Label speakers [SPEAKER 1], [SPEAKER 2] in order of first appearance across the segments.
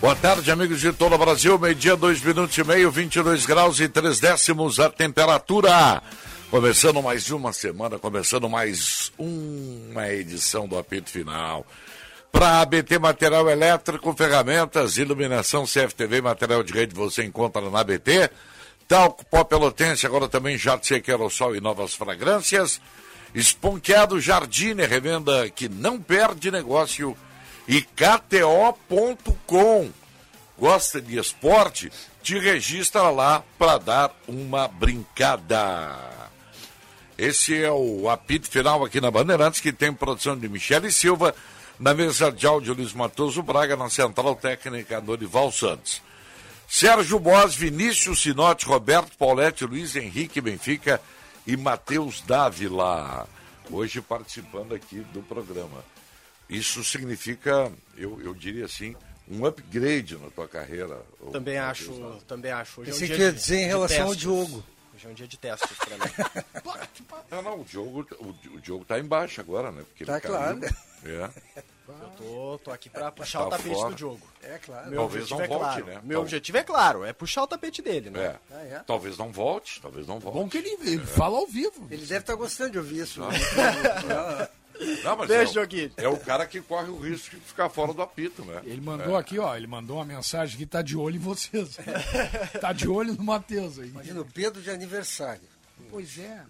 [SPEAKER 1] Boa tarde, amigos de todo o Brasil. Meio-dia, dois minutos e meio, 22 graus e três décimos a temperatura. Começando mais uma semana, começando mais uma edição do apito final. Para ABT Material Elétrico, ferramentas, iluminação, CFTV, material de rede, você encontra na ABT. Talco Pó Pelotense, agora também Jato Sequeiro Sol e novas fragrâncias. Esponqueado Jardine, revenda que não perde negócio e KTO.com. Gosta de esporte? Te registra lá para dar uma brincada. Esse é o apito final aqui na Bandeirantes, que tem produção de Michele Silva, na mesa de áudio Luiz Matoso Braga, na central técnica Dorival Santos. Sérgio Bos, Vinícius Sinote, Roberto Pauletti, Luiz Henrique Benfica e Matheus Dávila, hoje participando aqui do programa isso significa, eu, eu diria assim, um upgrade na tua carreira.
[SPEAKER 2] Também acho, Deus, também acho.
[SPEAKER 3] Hoje Esse é um quer dizer em relação ao Diogo.
[SPEAKER 2] Hoje é um dia de testes para mim.
[SPEAKER 1] não, não, o Diogo, o, o Diogo tá embaixo agora, né? Porque
[SPEAKER 3] tá claro. Né?
[SPEAKER 1] É.
[SPEAKER 2] Eu tô, tô aqui para puxar tá o tapete fora. do Diogo.
[SPEAKER 3] É claro.
[SPEAKER 1] Meu talvez não volte,
[SPEAKER 2] é claro.
[SPEAKER 1] né?
[SPEAKER 2] Meu Tal... objetivo é claro, é puxar o tapete dele, né?
[SPEAKER 1] É. Ah, é. Talvez não volte, talvez não volte. É.
[SPEAKER 4] Bom que ele, ele fala ao vivo.
[SPEAKER 3] Ele deve estar tá gostando de ouvir isso.
[SPEAKER 1] Não, mas Deixa, é, o, é o cara que corre o risco de ficar fora do apito, né?
[SPEAKER 4] Ele mandou
[SPEAKER 1] é.
[SPEAKER 4] aqui, ó, ele mandou uma mensagem que tá de olho em vocês. tá de olho no Matheus aí.
[SPEAKER 3] Imagina o Pedro de aniversário.
[SPEAKER 4] Pois é.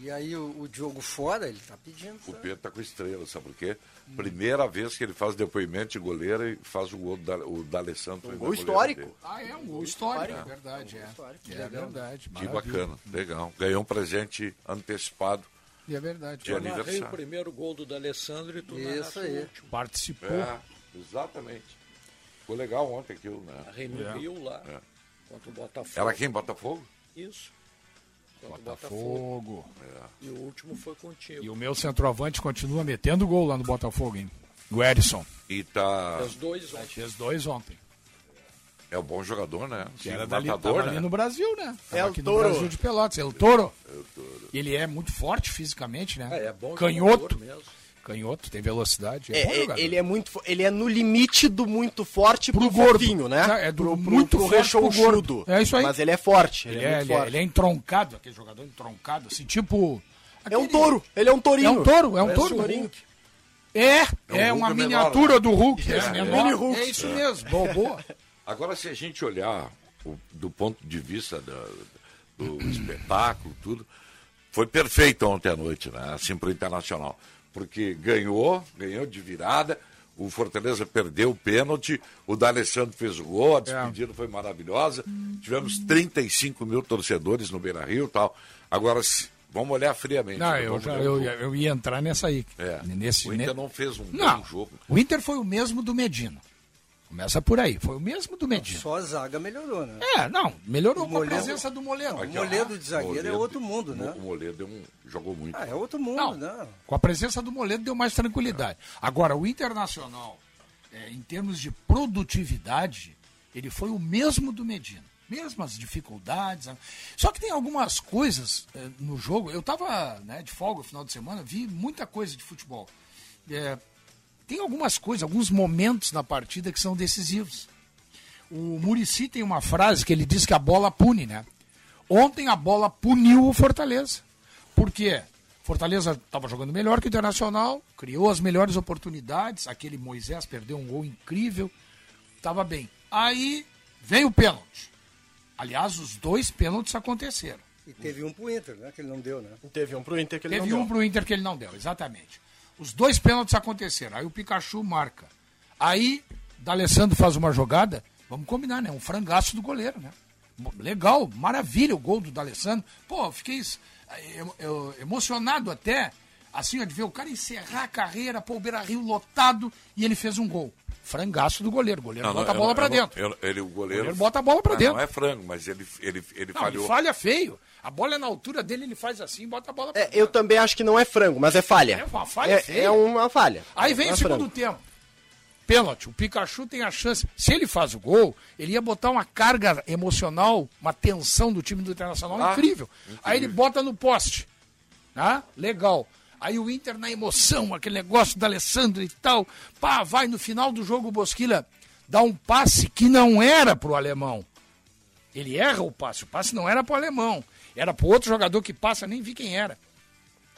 [SPEAKER 3] E aí o, o Diogo fora, ele tá pedindo.
[SPEAKER 1] O Pedro tá com estrela, sabe por quê? Hum. Primeira vez que ele faz depoimento de goleiro e faz o gol da, o né, da Alessandro.
[SPEAKER 2] Um gol histórico. Dele.
[SPEAKER 4] Ah, é um gol histórico, é verdade. É, é. é
[SPEAKER 5] né?
[SPEAKER 4] verdade.
[SPEAKER 1] Que bacana, legal. Ganhou um presente antecipado.
[SPEAKER 4] E é verdade.
[SPEAKER 1] De eu narrei
[SPEAKER 5] o primeiro gol do D'Alessandro e tu
[SPEAKER 3] Isso aí. O último.
[SPEAKER 4] Participou.
[SPEAKER 1] É, exatamente. Ficou legal ontem aquilo, né?
[SPEAKER 5] Arrei no é. Rio lá, é. contra o Botafogo.
[SPEAKER 1] Era quem, Botafogo?
[SPEAKER 5] Isso.
[SPEAKER 4] Contra Botafogo. Botafogo.
[SPEAKER 5] É. E o último foi contigo.
[SPEAKER 4] E o meu centroavante continua metendo gol lá no Botafogo, hein? O Edson.
[SPEAKER 1] E tá...
[SPEAKER 5] Fez dois ontem.
[SPEAKER 4] Fez dois ontem.
[SPEAKER 1] É um bom jogador, né?
[SPEAKER 4] Que era dali, matador, né? ali no Brasil, né?
[SPEAKER 2] é
[SPEAKER 4] o
[SPEAKER 2] aqui
[SPEAKER 4] touro. no Brasil de Pelotas, é o Toro. É o Toro. Ele é muito forte fisicamente, né? É, é bom Canhoto. Mesmo. Canhoto, tem velocidade.
[SPEAKER 2] É, é ele é muito, ele é no limite do muito forte
[SPEAKER 4] pro, pro gordo,
[SPEAKER 2] né?
[SPEAKER 4] É do pro, pro, muito pro forte pro gordo.
[SPEAKER 2] É isso aí. Mas ele é forte.
[SPEAKER 4] Ele, ele é, ele, forte. ele é entroncado, aquele jogador entroncado, assim, tipo.
[SPEAKER 2] Aquele... É um touro, ele é um tourinho.
[SPEAKER 4] É um touro, é um touro. Um é,
[SPEAKER 1] um
[SPEAKER 4] é, uma miniatura do Hulk. É, é, mini Hulk. É isso mesmo, boa.
[SPEAKER 1] Agora, se a gente olhar o, do ponto de vista da, do espetáculo, tudo, foi perfeito ontem à noite, né? Assim para o Internacional. Porque ganhou, ganhou de virada, o Fortaleza perdeu o pênalti, o D'Alessandro fez o gol, a despedida é. foi maravilhosa.
[SPEAKER 4] Hum.
[SPEAKER 1] Tivemos 35 mil torcedores no Beira Rio e tal. Agora, se, Vamos olhar friamente. né?
[SPEAKER 4] Não, eu, já, eu, eu, ia entrar nessa aí.
[SPEAKER 1] É.
[SPEAKER 4] Nesse, né?
[SPEAKER 1] o Inter ne... não fez um
[SPEAKER 4] não.
[SPEAKER 1] bom jogo.
[SPEAKER 4] O Inter foi o mesmo do Medina. Começa por aí. Foi o mesmo do Medina.
[SPEAKER 3] Só a zaga melhorou, né?
[SPEAKER 4] É, não. Melhorou Moledo, com a presença do Moledo.
[SPEAKER 3] O Moledo de zagueiro Moledo, é outro mundo, né?
[SPEAKER 1] O Moledo é um, jogou muito.
[SPEAKER 3] Ah, é outro mundo, não, né?
[SPEAKER 4] Com a presença do Moledo deu mais tranquilidade. É. Agora, o Internacional, é, em termos de produtividade, ele foi o mesmo do Medina. Mesmas dificuldades. né? Só que tem algumas coisas é, no jogo. Eu estava né, de folga no final de semana, vi muita coisa de futebol. É, tem algumas coisas, alguns momentos na partida que são decisivos. O Murici tem uma frase que ele diz que a bola pune, né? Ontem a bola puniu o Fortaleza. Por quê? Fortaleza estava jogando melhor que o Internacional, criou as melhores oportunidades, aquele Moisés perdeu um gol incrível, estava bem. Aí vem o pênalti. Aliás, os dois pênaltis aconteceram.
[SPEAKER 3] E teve um pro Inter, né? Que ele não deu, né? E
[SPEAKER 2] teve um pro Inter que ele
[SPEAKER 4] teve
[SPEAKER 2] não
[SPEAKER 4] um
[SPEAKER 2] deu.
[SPEAKER 4] Teve um pro Inter que ele não deu, exatamente. Os dois pênaltis aconteceram. Aí o Pikachu marca. Aí, D'Alessandro faz uma jogada. Vamos combinar, né? Um frangaço do goleiro, né? Legal, maravilha o gol do D'Alessandro. Pô, fiquei eu, eu, emocionado até, assim, ó, de ver o cara encerrar a carreira, pô, o Beira-Rio lotado, e ele fez um gol. Frangaço do goleiro. O goleiro não, bota não, a bola para dentro.
[SPEAKER 1] Eu, ele, é o, goleiro, o goleiro
[SPEAKER 4] bota a bola para dentro.
[SPEAKER 1] Não é frango, mas ele, ele, ele
[SPEAKER 4] não,
[SPEAKER 1] falhou.
[SPEAKER 4] Ele falha feio. A bola é na altura dele, ele faz assim, bota a bola pra
[SPEAKER 2] é, Eu também acho que não é frango, mas é falha.
[SPEAKER 4] É uma falha é, feia.
[SPEAKER 2] É uma falha.
[SPEAKER 4] Aí vem
[SPEAKER 2] é
[SPEAKER 4] o segundo frango. tempo. Pênalti. O Pikachu tem a chance. Se ele faz o gol, ele ia botar uma carga emocional, uma tensão do time do Internacional ah, incrível. incrível. Aí ele bota no poste. Tá? Legal. Aí o Inter na emoção, aquele negócio da Alessandro e tal. Pá, vai no final do jogo o Bosquilha dá um passe que não era pro alemão. Ele erra o passe. O passe não era pro alemão. Era pro outro jogador que passa, nem vi quem era.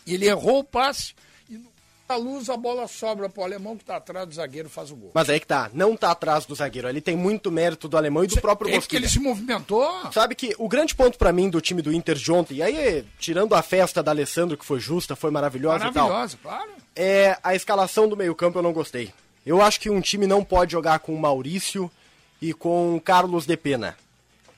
[SPEAKER 4] E ele errou o passe. E no- a luz, a bola sobra pro alemão que tá atrás do zagueiro faz o gol.
[SPEAKER 2] Mas aí que tá, não tá atrás do zagueiro. Ele tem muito mérito do alemão e do próprio
[SPEAKER 4] É que
[SPEAKER 2] Bosquilha.
[SPEAKER 4] ele se movimentou.
[SPEAKER 2] Sabe que o grande ponto pra mim do time do Inter de ontem, e aí, tirando a festa da Alessandro, que foi justa, foi maravilhosa, e tal,
[SPEAKER 4] Maravilhosa, claro.
[SPEAKER 2] é a escalação do meio-campo eu não gostei. Eu acho que um time não pode jogar com o Maurício e com o Carlos de Pena.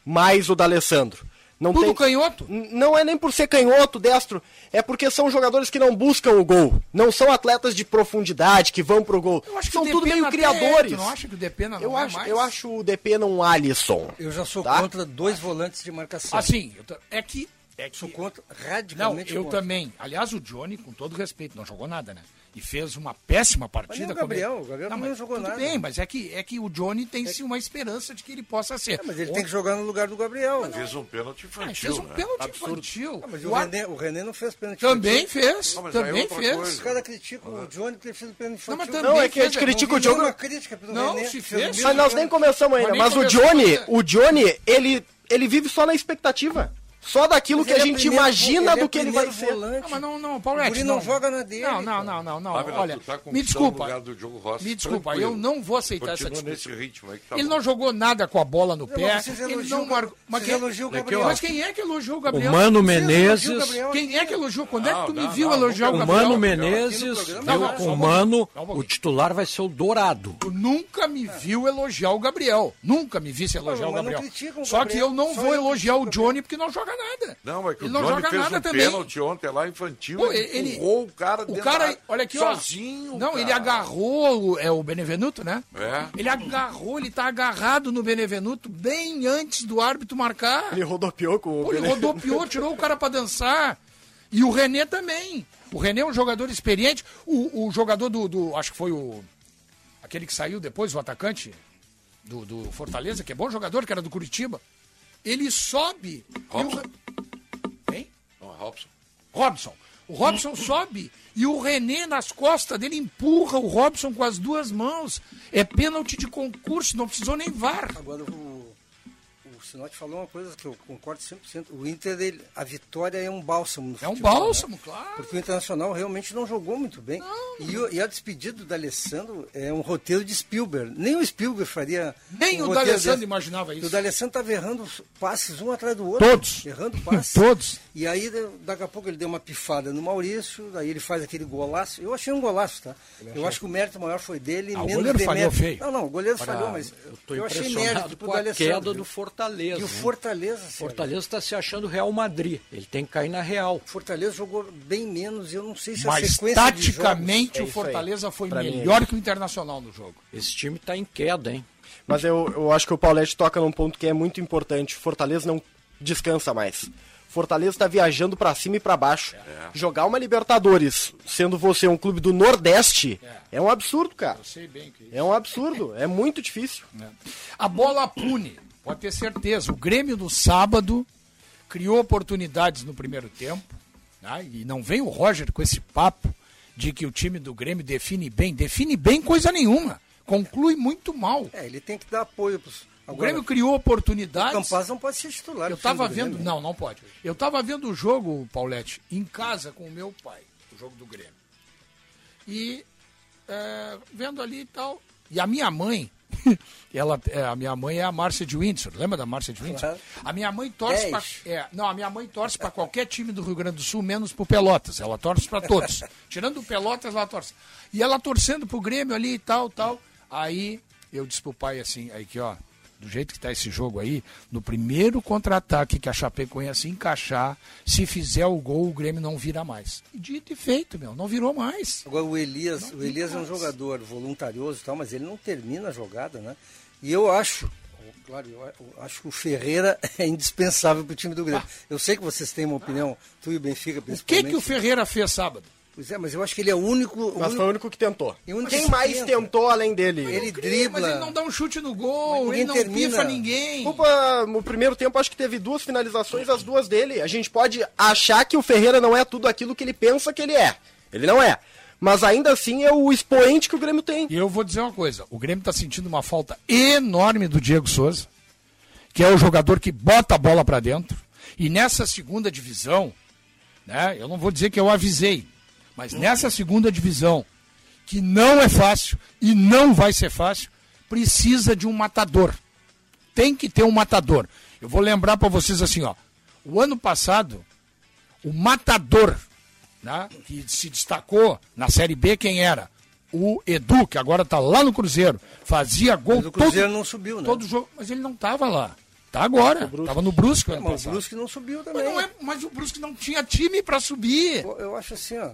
[SPEAKER 2] Mais o da Alessandro. Não
[SPEAKER 4] Tudo
[SPEAKER 2] tem-
[SPEAKER 4] canhoto.
[SPEAKER 2] N- Não é nem por ser canhoto, destro, é porque são jogadores que não buscam o gol. Não são atletas de profundidade que vão pro gol.
[SPEAKER 4] Eu acho que
[SPEAKER 2] são
[SPEAKER 4] o
[SPEAKER 2] tudo
[SPEAKER 4] Depena
[SPEAKER 2] meio
[SPEAKER 4] até- é,
[SPEAKER 2] criadores.
[SPEAKER 4] Tu não acha que o Depena não
[SPEAKER 2] Eu
[SPEAKER 4] é
[SPEAKER 2] acho,
[SPEAKER 4] mais?
[SPEAKER 2] eu acho o DP não um Alisson.
[SPEAKER 3] Eu já sou
[SPEAKER 2] Tá.
[SPEAKER 3] contra dois volantes de marcação.
[SPEAKER 4] Assim, eu tô- é que... É que
[SPEAKER 3] Sou contra,
[SPEAKER 4] Não,
[SPEAKER 3] radicalmente
[SPEAKER 4] eu
[SPEAKER 3] contra.
[SPEAKER 4] também. Aliás, o Johnny, com todo respeito, não jogou nada, né? E fez uma péssima partida.
[SPEAKER 3] Mas nem o
[SPEAKER 4] como
[SPEAKER 3] Gabriel,
[SPEAKER 4] ele-
[SPEAKER 3] o Gabriel
[SPEAKER 4] não,
[SPEAKER 3] também
[SPEAKER 4] mas
[SPEAKER 3] não jogou
[SPEAKER 4] tudo
[SPEAKER 3] nada.
[SPEAKER 4] bem, mas é que, é que o Johnny tem sim uma esperança de que ele possa ser.
[SPEAKER 3] É, mas ele tem que jogar no lugar do Gabriel. né?
[SPEAKER 1] Fez um
[SPEAKER 4] Ah,
[SPEAKER 1] pênalti
[SPEAKER 4] ele
[SPEAKER 1] infantil,
[SPEAKER 4] fez um
[SPEAKER 1] né?
[SPEAKER 4] pênalti
[SPEAKER 1] Absurdo.
[SPEAKER 4] infantil.
[SPEAKER 3] Ah, mas
[SPEAKER 4] O
[SPEAKER 3] o,
[SPEAKER 4] ar-
[SPEAKER 3] René, o René não fez pênalti.
[SPEAKER 4] Também
[SPEAKER 3] infantil.
[SPEAKER 4] fez,
[SPEAKER 1] Não, mas aí é
[SPEAKER 4] também
[SPEAKER 1] outra
[SPEAKER 4] fez.
[SPEAKER 1] coisa.
[SPEAKER 3] Os caras criticam o Johnny porque ele fez o pênalti
[SPEAKER 4] Não,
[SPEAKER 3] infantil.
[SPEAKER 4] mas também
[SPEAKER 2] Uhum. Não, é que
[SPEAKER 4] fez,
[SPEAKER 2] a gente critica
[SPEAKER 4] não
[SPEAKER 2] o Diogo-
[SPEAKER 4] viu?
[SPEAKER 3] Uma crítica pelo
[SPEAKER 4] Não,
[SPEAKER 3] René,
[SPEAKER 4] se
[SPEAKER 3] fez
[SPEAKER 4] fez.
[SPEAKER 3] o
[SPEAKER 2] Mas nós nem começamos ainda.
[SPEAKER 4] Mas nem
[SPEAKER 2] Mas o
[SPEAKER 4] começamos
[SPEAKER 2] Johnny,
[SPEAKER 4] ainda.
[SPEAKER 2] o Johnny, ele, ele vive só na expectativa. Só daquilo
[SPEAKER 3] Mas
[SPEAKER 2] que a
[SPEAKER 3] ele é
[SPEAKER 2] gente
[SPEAKER 3] primeiro
[SPEAKER 2] imagina
[SPEAKER 3] vo-
[SPEAKER 2] do que ele
[SPEAKER 3] é
[SPEAKER 2] vai
[SPEAKER 3] primeiro
[SPEAKER 2] ser.
[SPEAKER 3] volante.
[SPEAKER 4] Não, mas não, não, Paulette.
[SPEAKER 3] O guri não joga na dele,
[SPEAKER 4] Não, não,
[SPEAKER 3] cara.
[SPEAKER 4] não, não, não.
[SPEAKER 1] Fábio,
[SPEAKER 4] Olha,
[SPEAKER 1] tu tá com
[SPEAKER 4] me
[SPEAKER 1] o
[SPEAKER 4] desculpa.
[SPEAKER 1] lugar do Diogo Rossi,
[SPEAKER 4] me desculpa,
[SPEAKER 1] tranquilo.
[SPEAKER 4] eu não vou aceitar
[SPEAKER 1] Continua
[SPEAKER 4] essa
[SPEAKER 1] nesse
[SPEAKER 4] discussão.
[SPEAKER 1] ritmo aí que tá
[SPEAKER 4] ele
[SPEAKER 1] bom.
[SPEAKER 4] não jogou nada com a bola no
[SPEAKER 3] Não,
[SPEAKER 4] pé.
[SPEAKER 3] mas vocês
[SPEAKER 4] Ele
[SPEAKER 3] elogiam
[SPEAKER 4] não
[SPEAKER 3] o-
[SPEAKER 4] marcou. Mas
[SPEAKER 3] vocês
[SPEAKER 4] quem,
[SPEAKER 3] elogiam o
[SPEAKER 4] mas
[SPEAKER 3] Gabriel.
[SPEAKER 4] mas quem é que elogiou o
[SPEAKER 5] O
[SPEAKER 4] Gabriel?
[SPEAKER 5] Mano
[SPEAKER 3] Vocês elogiam o
[SPEAKER 5] Menezes.
[SPEAKER 3] Gabriel.
[SPEAKER 4] Quem é que elogiou? Quando é que
[SPEAKER 1] Não,
[SPEAKER 4] tu me
[SPEAKER 1] não,
[SPEAKER 4] viu
[SPEAKER 1] não,
[SPEAKER 4] elogiar o
[SPEAKER 5] O
[SPEAKER 4] Gabriel?
[SPEAKER 5] Mano
[SPEAKER 3] Aqui no
[SPEAKER 5] Menezes,
[SPEAKER 3] programa,
[SPEAKER 5] eu
[SPEAKER 4] não, não, só
[SPEAKER 5] com
[SPEAKER 4] um
[SPEAKER 5] o Mano,
[SPEAKER 4] pouquinho. Só um
[SPEAKER 5] o
[SPEAKER 4] pouquinho.
[SPEAKER 5] titular vai ser o Dourado.
[SPEAKER 4] Tu nunca me viu elogiar o Gabriel. Nunca me visse elogiar
[SPEAKER 3] Não,
[SPEAKER 4] o
[SPEAKER 3] mas não
[SPEAKER 4] Gabriel.
[SPEAKER 3] criticam o
[SPEAKER 4] Só
[SPEAKER 3] Gabriel,
[SPEAKER 4] que eu não
[SPEAKER 3] só
[SPEAKER 4] vou
[SPEAKER 3] eu
[SPEAKER 4] elogiar
[SPEAKER 3] critico
[SPEAKER 4] o
[SPEAKER 3] o Gabriel.
[SPEAKER 4] Johnny porque não joga nada.
[SPEAKER 1] Não, mas que
[SPEAKER 4] ele
[SPEAKER 1] o
[SPEAKER 4] não
[SPEAKER 1] Johnny
[SPEAKER 4] joga
[SPEAKER 1] fez
[SPEAKER 4] nada
[SPEAKER 1] um
[SPEAKER 4] também.
[SPEAKER 1] pênalti ontem lá infantil,
[SPEAKER 4] Pô,
[SPEAKER 1] ele
[SPEAKER 4] ele-
[SPEAKER 1] empurrou o cara
[SPEAKER 4] O
[SPEAKER 1] dentro da
[SPEAKER 4] cara,
[SPEAKER 1] área,
[SPEAKER 4] olha aqui, ó.
[SPEAKER 1] sozinho,
[SPEAKER 4] Não, ele
[SPEAKER 1] cara.
[SPEAKER 4] agarrou o- é, o Benevenuto, né?
[SPEAKER 1] É.
[SPEAKER 4] Ele agarrou, ele tá agarrado no Benevenuto bem antes do árbitro marcar.
[SPEAKER 2] Ele rodopiou com o
[SPEAKER 4] Pô, ele
[SPEAKER 2] Benevenuto.
[SPEAKER 4] rodopiou, tirou o cara pra dançar. E o René também. O René é um jogador experiente. O, o jogador do, do- Acho que foi o. Aquele que saiu depois, o atacante do, do Fortaleza, que é bom jogador, que era do Curitiba. Ele sobe. e o
[SPEAKER 1] Robson.
[SPEAKER 4] Re- Hein?
[SPEAKER 1] Não, Robson.
[SPEAKER 4] Robson. O Robson sobe e o René nas costas dele empurra o Robson com as duas mãos. É pênalti de concurso, não precisou nem VAR.
[SPEAKER 3] Agora o, o Sinote falou uma coisa que eu concordo 100%. O Inter, ele, a vitória é um bálsamo no
[SPEAKER 4] É um
[SPEAKER 3] futebol, né?
[SPEAKER 4] bálsamo, claro.
[SPEAKER 3] Porque o Internacional realmente não jogou muito bem. E, o- e a despedida do D'Alessandro é um roteiro de Spielberg. Nem o Spielberg faria. um
[SPEAKER 4] Nem o
[SPEAKER 3] roteiro
[SPEAKER 4] D'Alessandro
[SPEAKER 3] desse.
[SPEAKER 5] É
[SPEAKER 4] imaginava
[SPEAKER 3] E
[SPEAKER 4] isso.
[SPEAKER 3] O D'Alessandro estava errando os passes um atrás do outro.
[SPEAKER 4] Todos.
[SPEAKER 3] Errando passes.
[SPEAKER 4] Todos.
[SPEAKER 3] E aí, da- daqui a pouco, ele deu uma pifada no Maurício, daí ele faz aquele golaço. Eu achei um golaço, tá? Eu acho que o mérito maior foi dele.
[SPEAKER 4] Ah, o
[SPEAKER 3] menos
[SPEAKER 4] goleiro
[SPEAKER 3] demérito.
[SPEAKER 4] falhou feio.
[SPEAKER 3] Não, não, o goleiro falhou, mas
[SPEAKER 5] eu tô
[SPEAKER 3] eu, achei
[SPEAKER 5] impressionado
[SPEAKER 3] mérito pro
[SPEAKER 5] com a queda do
[SPEAKER 3] D'Alessandro.
[SPEAKER 5] Fortaleza.
[SPEAKER 3] E o
[SPEAKER 5] né?
[SPEAKER 3] Fortaleza,
[SPEAKER 5] O
[SPEAKER 3] Sérgio.
[SPEAKER 5] Fortaleza está se achando Real Madrid. Ele tem que cair na Real.
[SPEAKER 3] Fortaleza jogou bem menos, eu não sei se a
[SPEAKER 4] Mas
[SPEAKER 3] sequência de jogos...
[SPEAKER 4] taticamente
[SPEAKER 2] É
[SPEAKER 4] o
[SPEAKER 2] isso
[SPEAKER 4] Fortaleza
[SPEAKER 2] aí.
[SPEAKER 4] foi
[SPEAKER 2] Pra mim é
[SPEAKER 4] melhor que o Internacional no jogo.
[SPEAKER 5] Esse time está em queda, hein?
[SPEAKER 2] Mas eu, eu acho que o Paulette toca num ponto que é muito importante. Fortaleza não descansa mais. Fortaleza tá viajando pra cima e pra baixo. Jogar uma Libertadores, sendo você um clube do Nordeste, é, um absurdo, cara.
[SPEAKER 4] Sei bem que
[SPEAKER 2] É um absurdo. É muito difícil.
[SPEAKER 4] A bola pune, pode ter certeza. O Grêmio no sábado criou oportunidades no primeiro tempo. né? E não vem o Roger com esse papo de que o time do Grêmio define bem. Define bem coisa nenhuma. Conclui muito mal.
[SPEAKER 3] É, ele tem que dar apoio. Pros...
[SPEAKER 4] O
[SPEAKER 3] Agora,
[SPEAKER 4] Grêmio criou
[SPEAKER 3] o
[SPEAKER 4] oportunidades.
[SPEAKER 3] Campaz não pode ser titular.
[SPEAKER 4] Eu
[SPEAKER 3] do time
[SPEAKER 4] tava
[SPEAKER 3] do
[SPEAKER 4] vendo.
[SPEAKER 3] Grêmio.
[SPEAKER 4] Não, não pode. Eu tava vendo o jogo, Paulette, em casa com o meu pai, o jogo do Grêmio. E é, vendo ali e tal. E a minha mãe, ela, é, a minha mãe é a Márcia de Windsor. Lembra da Márcia de Windsor?
[SPEAKER 3] Claro.
[SPEAKER 4] A minha mãe torce pra,
[SPEAKER 3] Dez.
[SPEAKER 4] é, Não, a minha mãe torce para qualquer time do Rio Grande do Sul, menos pro Pelotas. Ela torce para todos. Tirando o Pelotas, ela torce. E ela torcendo pro Grêmio ali e tal, tal. Aí eu disse pro pai assim, aí que ó, do jeito que tá esse jogo aí, no primeiro contra-ataque que a Chapecoense se encaixar, se fizer o gol, o Grêmio não vira mais. E Dito e feito, meu, não virou mais.
[SPEAKER 3] Agora o Elias, o Elias é um jogador voluntarioso e tal, mas ele não termina a jogada, né? E eu acho, claro, eu a- eu acho que o Ferreira é indispensável pro time do Grêmio. Eu sei que vocês têm uma opinião, tu e o Benfica
[SPEAKER 4] Ah. O que
[SPEAKER 3] principalmente.
[SPEAKER 4] que o Ferreira fez sábado?
[SPEAKER 3] Pois é, mas eu acho que ele é o único... o
[SPEAKER 2] Mas
[SPEAKER 3] único-
[SPEAKER 2] foi o único que tentou.
[SPEAKER 3] E o único
[SPEAKER 2] Quem
[SPEAKER 3] que
[SPEAKER 2] mais
[SPEAKER 3] tenta.
[SPEAKER 2] tentou além dele?
[SPEAKER 3] Ele
[SPEAKER 4] Cria, Mas ele
[SPEAKER 3] dribla.
[SPEAKER 4] não dá um chute no gol,
[SPEAKER 3] Mas
[SPEAKER 4] ele
[SPEAKER 3] ninguém
[SPEAKER 4] não
[SPEAKER 3] termina.
[SPEAKER 4] pifa ninguém.
[SPEAKER 2] Desculpa, no primeiro tempo acho que teve duas finalizações, as duas dele. A gente pode achar que o Ferreira não é tudo aquilo que ele pensa que ele é. Ele não é. Mas ainda assim é o expoente que o Grêmio tem.
[SPEAKER 4] E eu vou dizer uma coisa: o Grêmio está sentindo uma falta enorme do Diego Souza, que é o jogador que bota a bola para dentro. E nessa segunda divisão, né? Eu não vou dizer que eu avisei, mas nessa segunda divisão, que não é fácil e não vai ser fácil, precisa de um matador. Tem que ter um matador. Eu vou lembrar para vocês assim, ó. O ano passado, o matador, né, que se destacou na Série B, quem era? O Edu, que agora tá lá no Cruzeiro. Fazia gol
[SPEAKER 3] Mas o Cruzeiro não subiu, né?
[SPEAKER 4] todo jogo, mas ele não tava lá. Tá agora. Tava no Brusque ano
[SPEAKER 3] É, Mas o
[SPEAKER 4] passado.
[SPEAKER 3] Brusque não subiu também.
[SPEAKER 4] Mas, não é- mas o Brusque não tinha time pra subir.
[SPEAKER 3] Eu, eu acho assim, ó.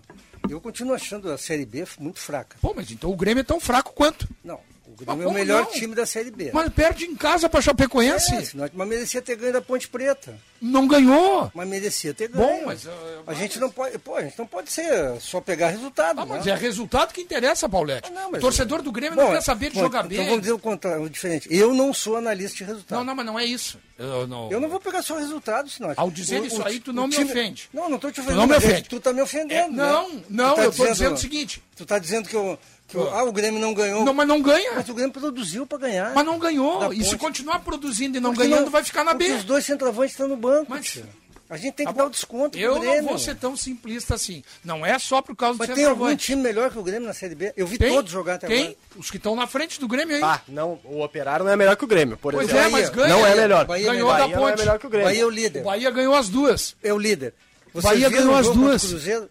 [SPEAKER 3] Eu continuo achando a Série B muito fraca.
[SPEAKER 4] Pô, mas então o Grêmio é tão fraco quanto?
[SPEAKER 3] Não, o
[SPEAKER 4] Mas
[SPEAKER 3] Grêmio é o
[SPEAKER 4] como
[SPEAKER 3] melhor
[SPEAKER 4] não?
[SPEAKER 3] time da Série B.
[SPEAKER 4] Mas perde em casa pra Chapecoense.
[SPEAKER 3] É, senão- mas merecia ter ganho da Ponte Preta.
[SPEAKER 4] Não ganhou.
[SPEAKER 3] Mas merecia ter ganho.
[SPEAKER 4] Bom, mas, ah,
[SPEAKER 3] a
[SPEAKER 4] mas-
[SPEAKER 3] gente não pode, pô, a gente não pode ser só pegar resultado,
[SPEAKER 4] Ah, mas
[SPEAKER 3] né? Ah,
[SPEAKER 4] é resultado que interessa, Paulette.
[SPEAKER 3] Não, mas-
[SPEAKER 4] o torcedor do Grêmio
[SPEAKER 3] Bom,
[SPEAKER 4] não
[SPEAKER 3] é-
[SPEAKER 4] quer saber de
[SPEAKER 3] bom,
[SPEAKER 4] jogar
[SPEAKER 3] Então
[SPEAKER 4] bem.
[SPEAKER 3] vamos dizer o contrário, o diferente. Eu não sou analista de resultado.
[SPEAKER 4] Não, não, mas não é isso. Eu não,
[SPEAKER 3] Eu não vou pegar só resultado, senão.
[SPEAKER 4] Ao dizer isso aí, tu não me ofende.
[SPEAKER 3] Não, não tô te
[SPEAKER 4] Tu
[SPEAKER 3] ofendendo.
[SPEAKER 4] não me
[SPEAKER 3] mas é que
[SPEAKER 4] ofende.
[SPEAKER 3] Tu tá me ofendendo.
[SPEAKER 4] É, não,
[SPEAKER 3] né? Tu
[SPEAKER 4] não,
[SPEAKER 3] tá
[SPEAKER 4] eu tô dizendo o seguinte.
[SPEAKER 3] Tu tá dizendo que eu. que eu- ah, o Grêmio não ganhou.
[SPEAKER 4] Não, mas não ganha.
[SPEAKER 3] Mas o Grêmio produziu pra ganhar.
[SPEAKER 4] Mas não
[SPEAKER 3] Da
[SPEAKER 4] ganhou. E se
[SPEAKER 3] Ponte.
[SPEAKER 4] continuar produzindo e não
[SPEAKER 3] Porque
[SPEAKER 4] ganhando, vai ficar na
[SPEAKER 3] porque
[SPEAKER 4] B.
[SPEAKER 3] Os dois centroavantes estão no banco.
[SPEAKER 4] Mas-
[SPEAKER 3] tia. A gente tem que
[SPEAKER 4] Tá
[SPEAKER 3] dar
[SPEAKER 4] bom.
[SPEAKER 3] o desconto pro
[SPEAKER 4] Eu
[SPEAKER 3] Grêmio.
[SPEAKER 4] não vou ser tão simplista assim. Não é só por causa
[SPEAKER 3] Mas
[SPEAKER 4] do
[SPEAKER 3] tem algum
[SPEAKER 4] centroavante.
[SPEAKER 3] time melhor que o Grêmio na Série B? Eu vi
[SPEAKER 4] Tem,
[SPEAKER 3] todos jogar até
[SPEAKER 4] tem
[SPEAKER 3] agora.
[SPEAKER 4] os que estão na frente do Grêmio aí.
[SPEAKER 2] Ah, não, o Operário não é melhor que o Grêmio, por
[SPEAKER 4] Pois
[SPEAKER 2] exemplo.
[SPEAKER 4] é, mas ganha.
[SPEAKER 2] Não é melhor.
[SPEAKER 3] Bahia
[SPEAKER 4] ganhou
[SPEAKER 3] melhor.
[SPEAKER 4] da
[SPEAKER 2] Bahia não é
[SPEAKER 4] Ponte.
[SPEAKER 2] melhor que o Grêmio.
[SPEAKER 3] Bahia é o
[SPEAKER 4] o
[SPEAKER 3] líder.
[SPEAKER 4] Bahia ganhou as duas.
[SPEAKER 3] É o líder. Você
[SPEAKER 4] Bahia
[SPEAKER 3] viu
[SPEAKER 4] ganhou
[SPEAKER 3] no
[SPEAKER 4] as
[SPEAKER 3] jogo contra o
[SPEAKER 4] duas.
[SPEAKER 3] Cruzeiro?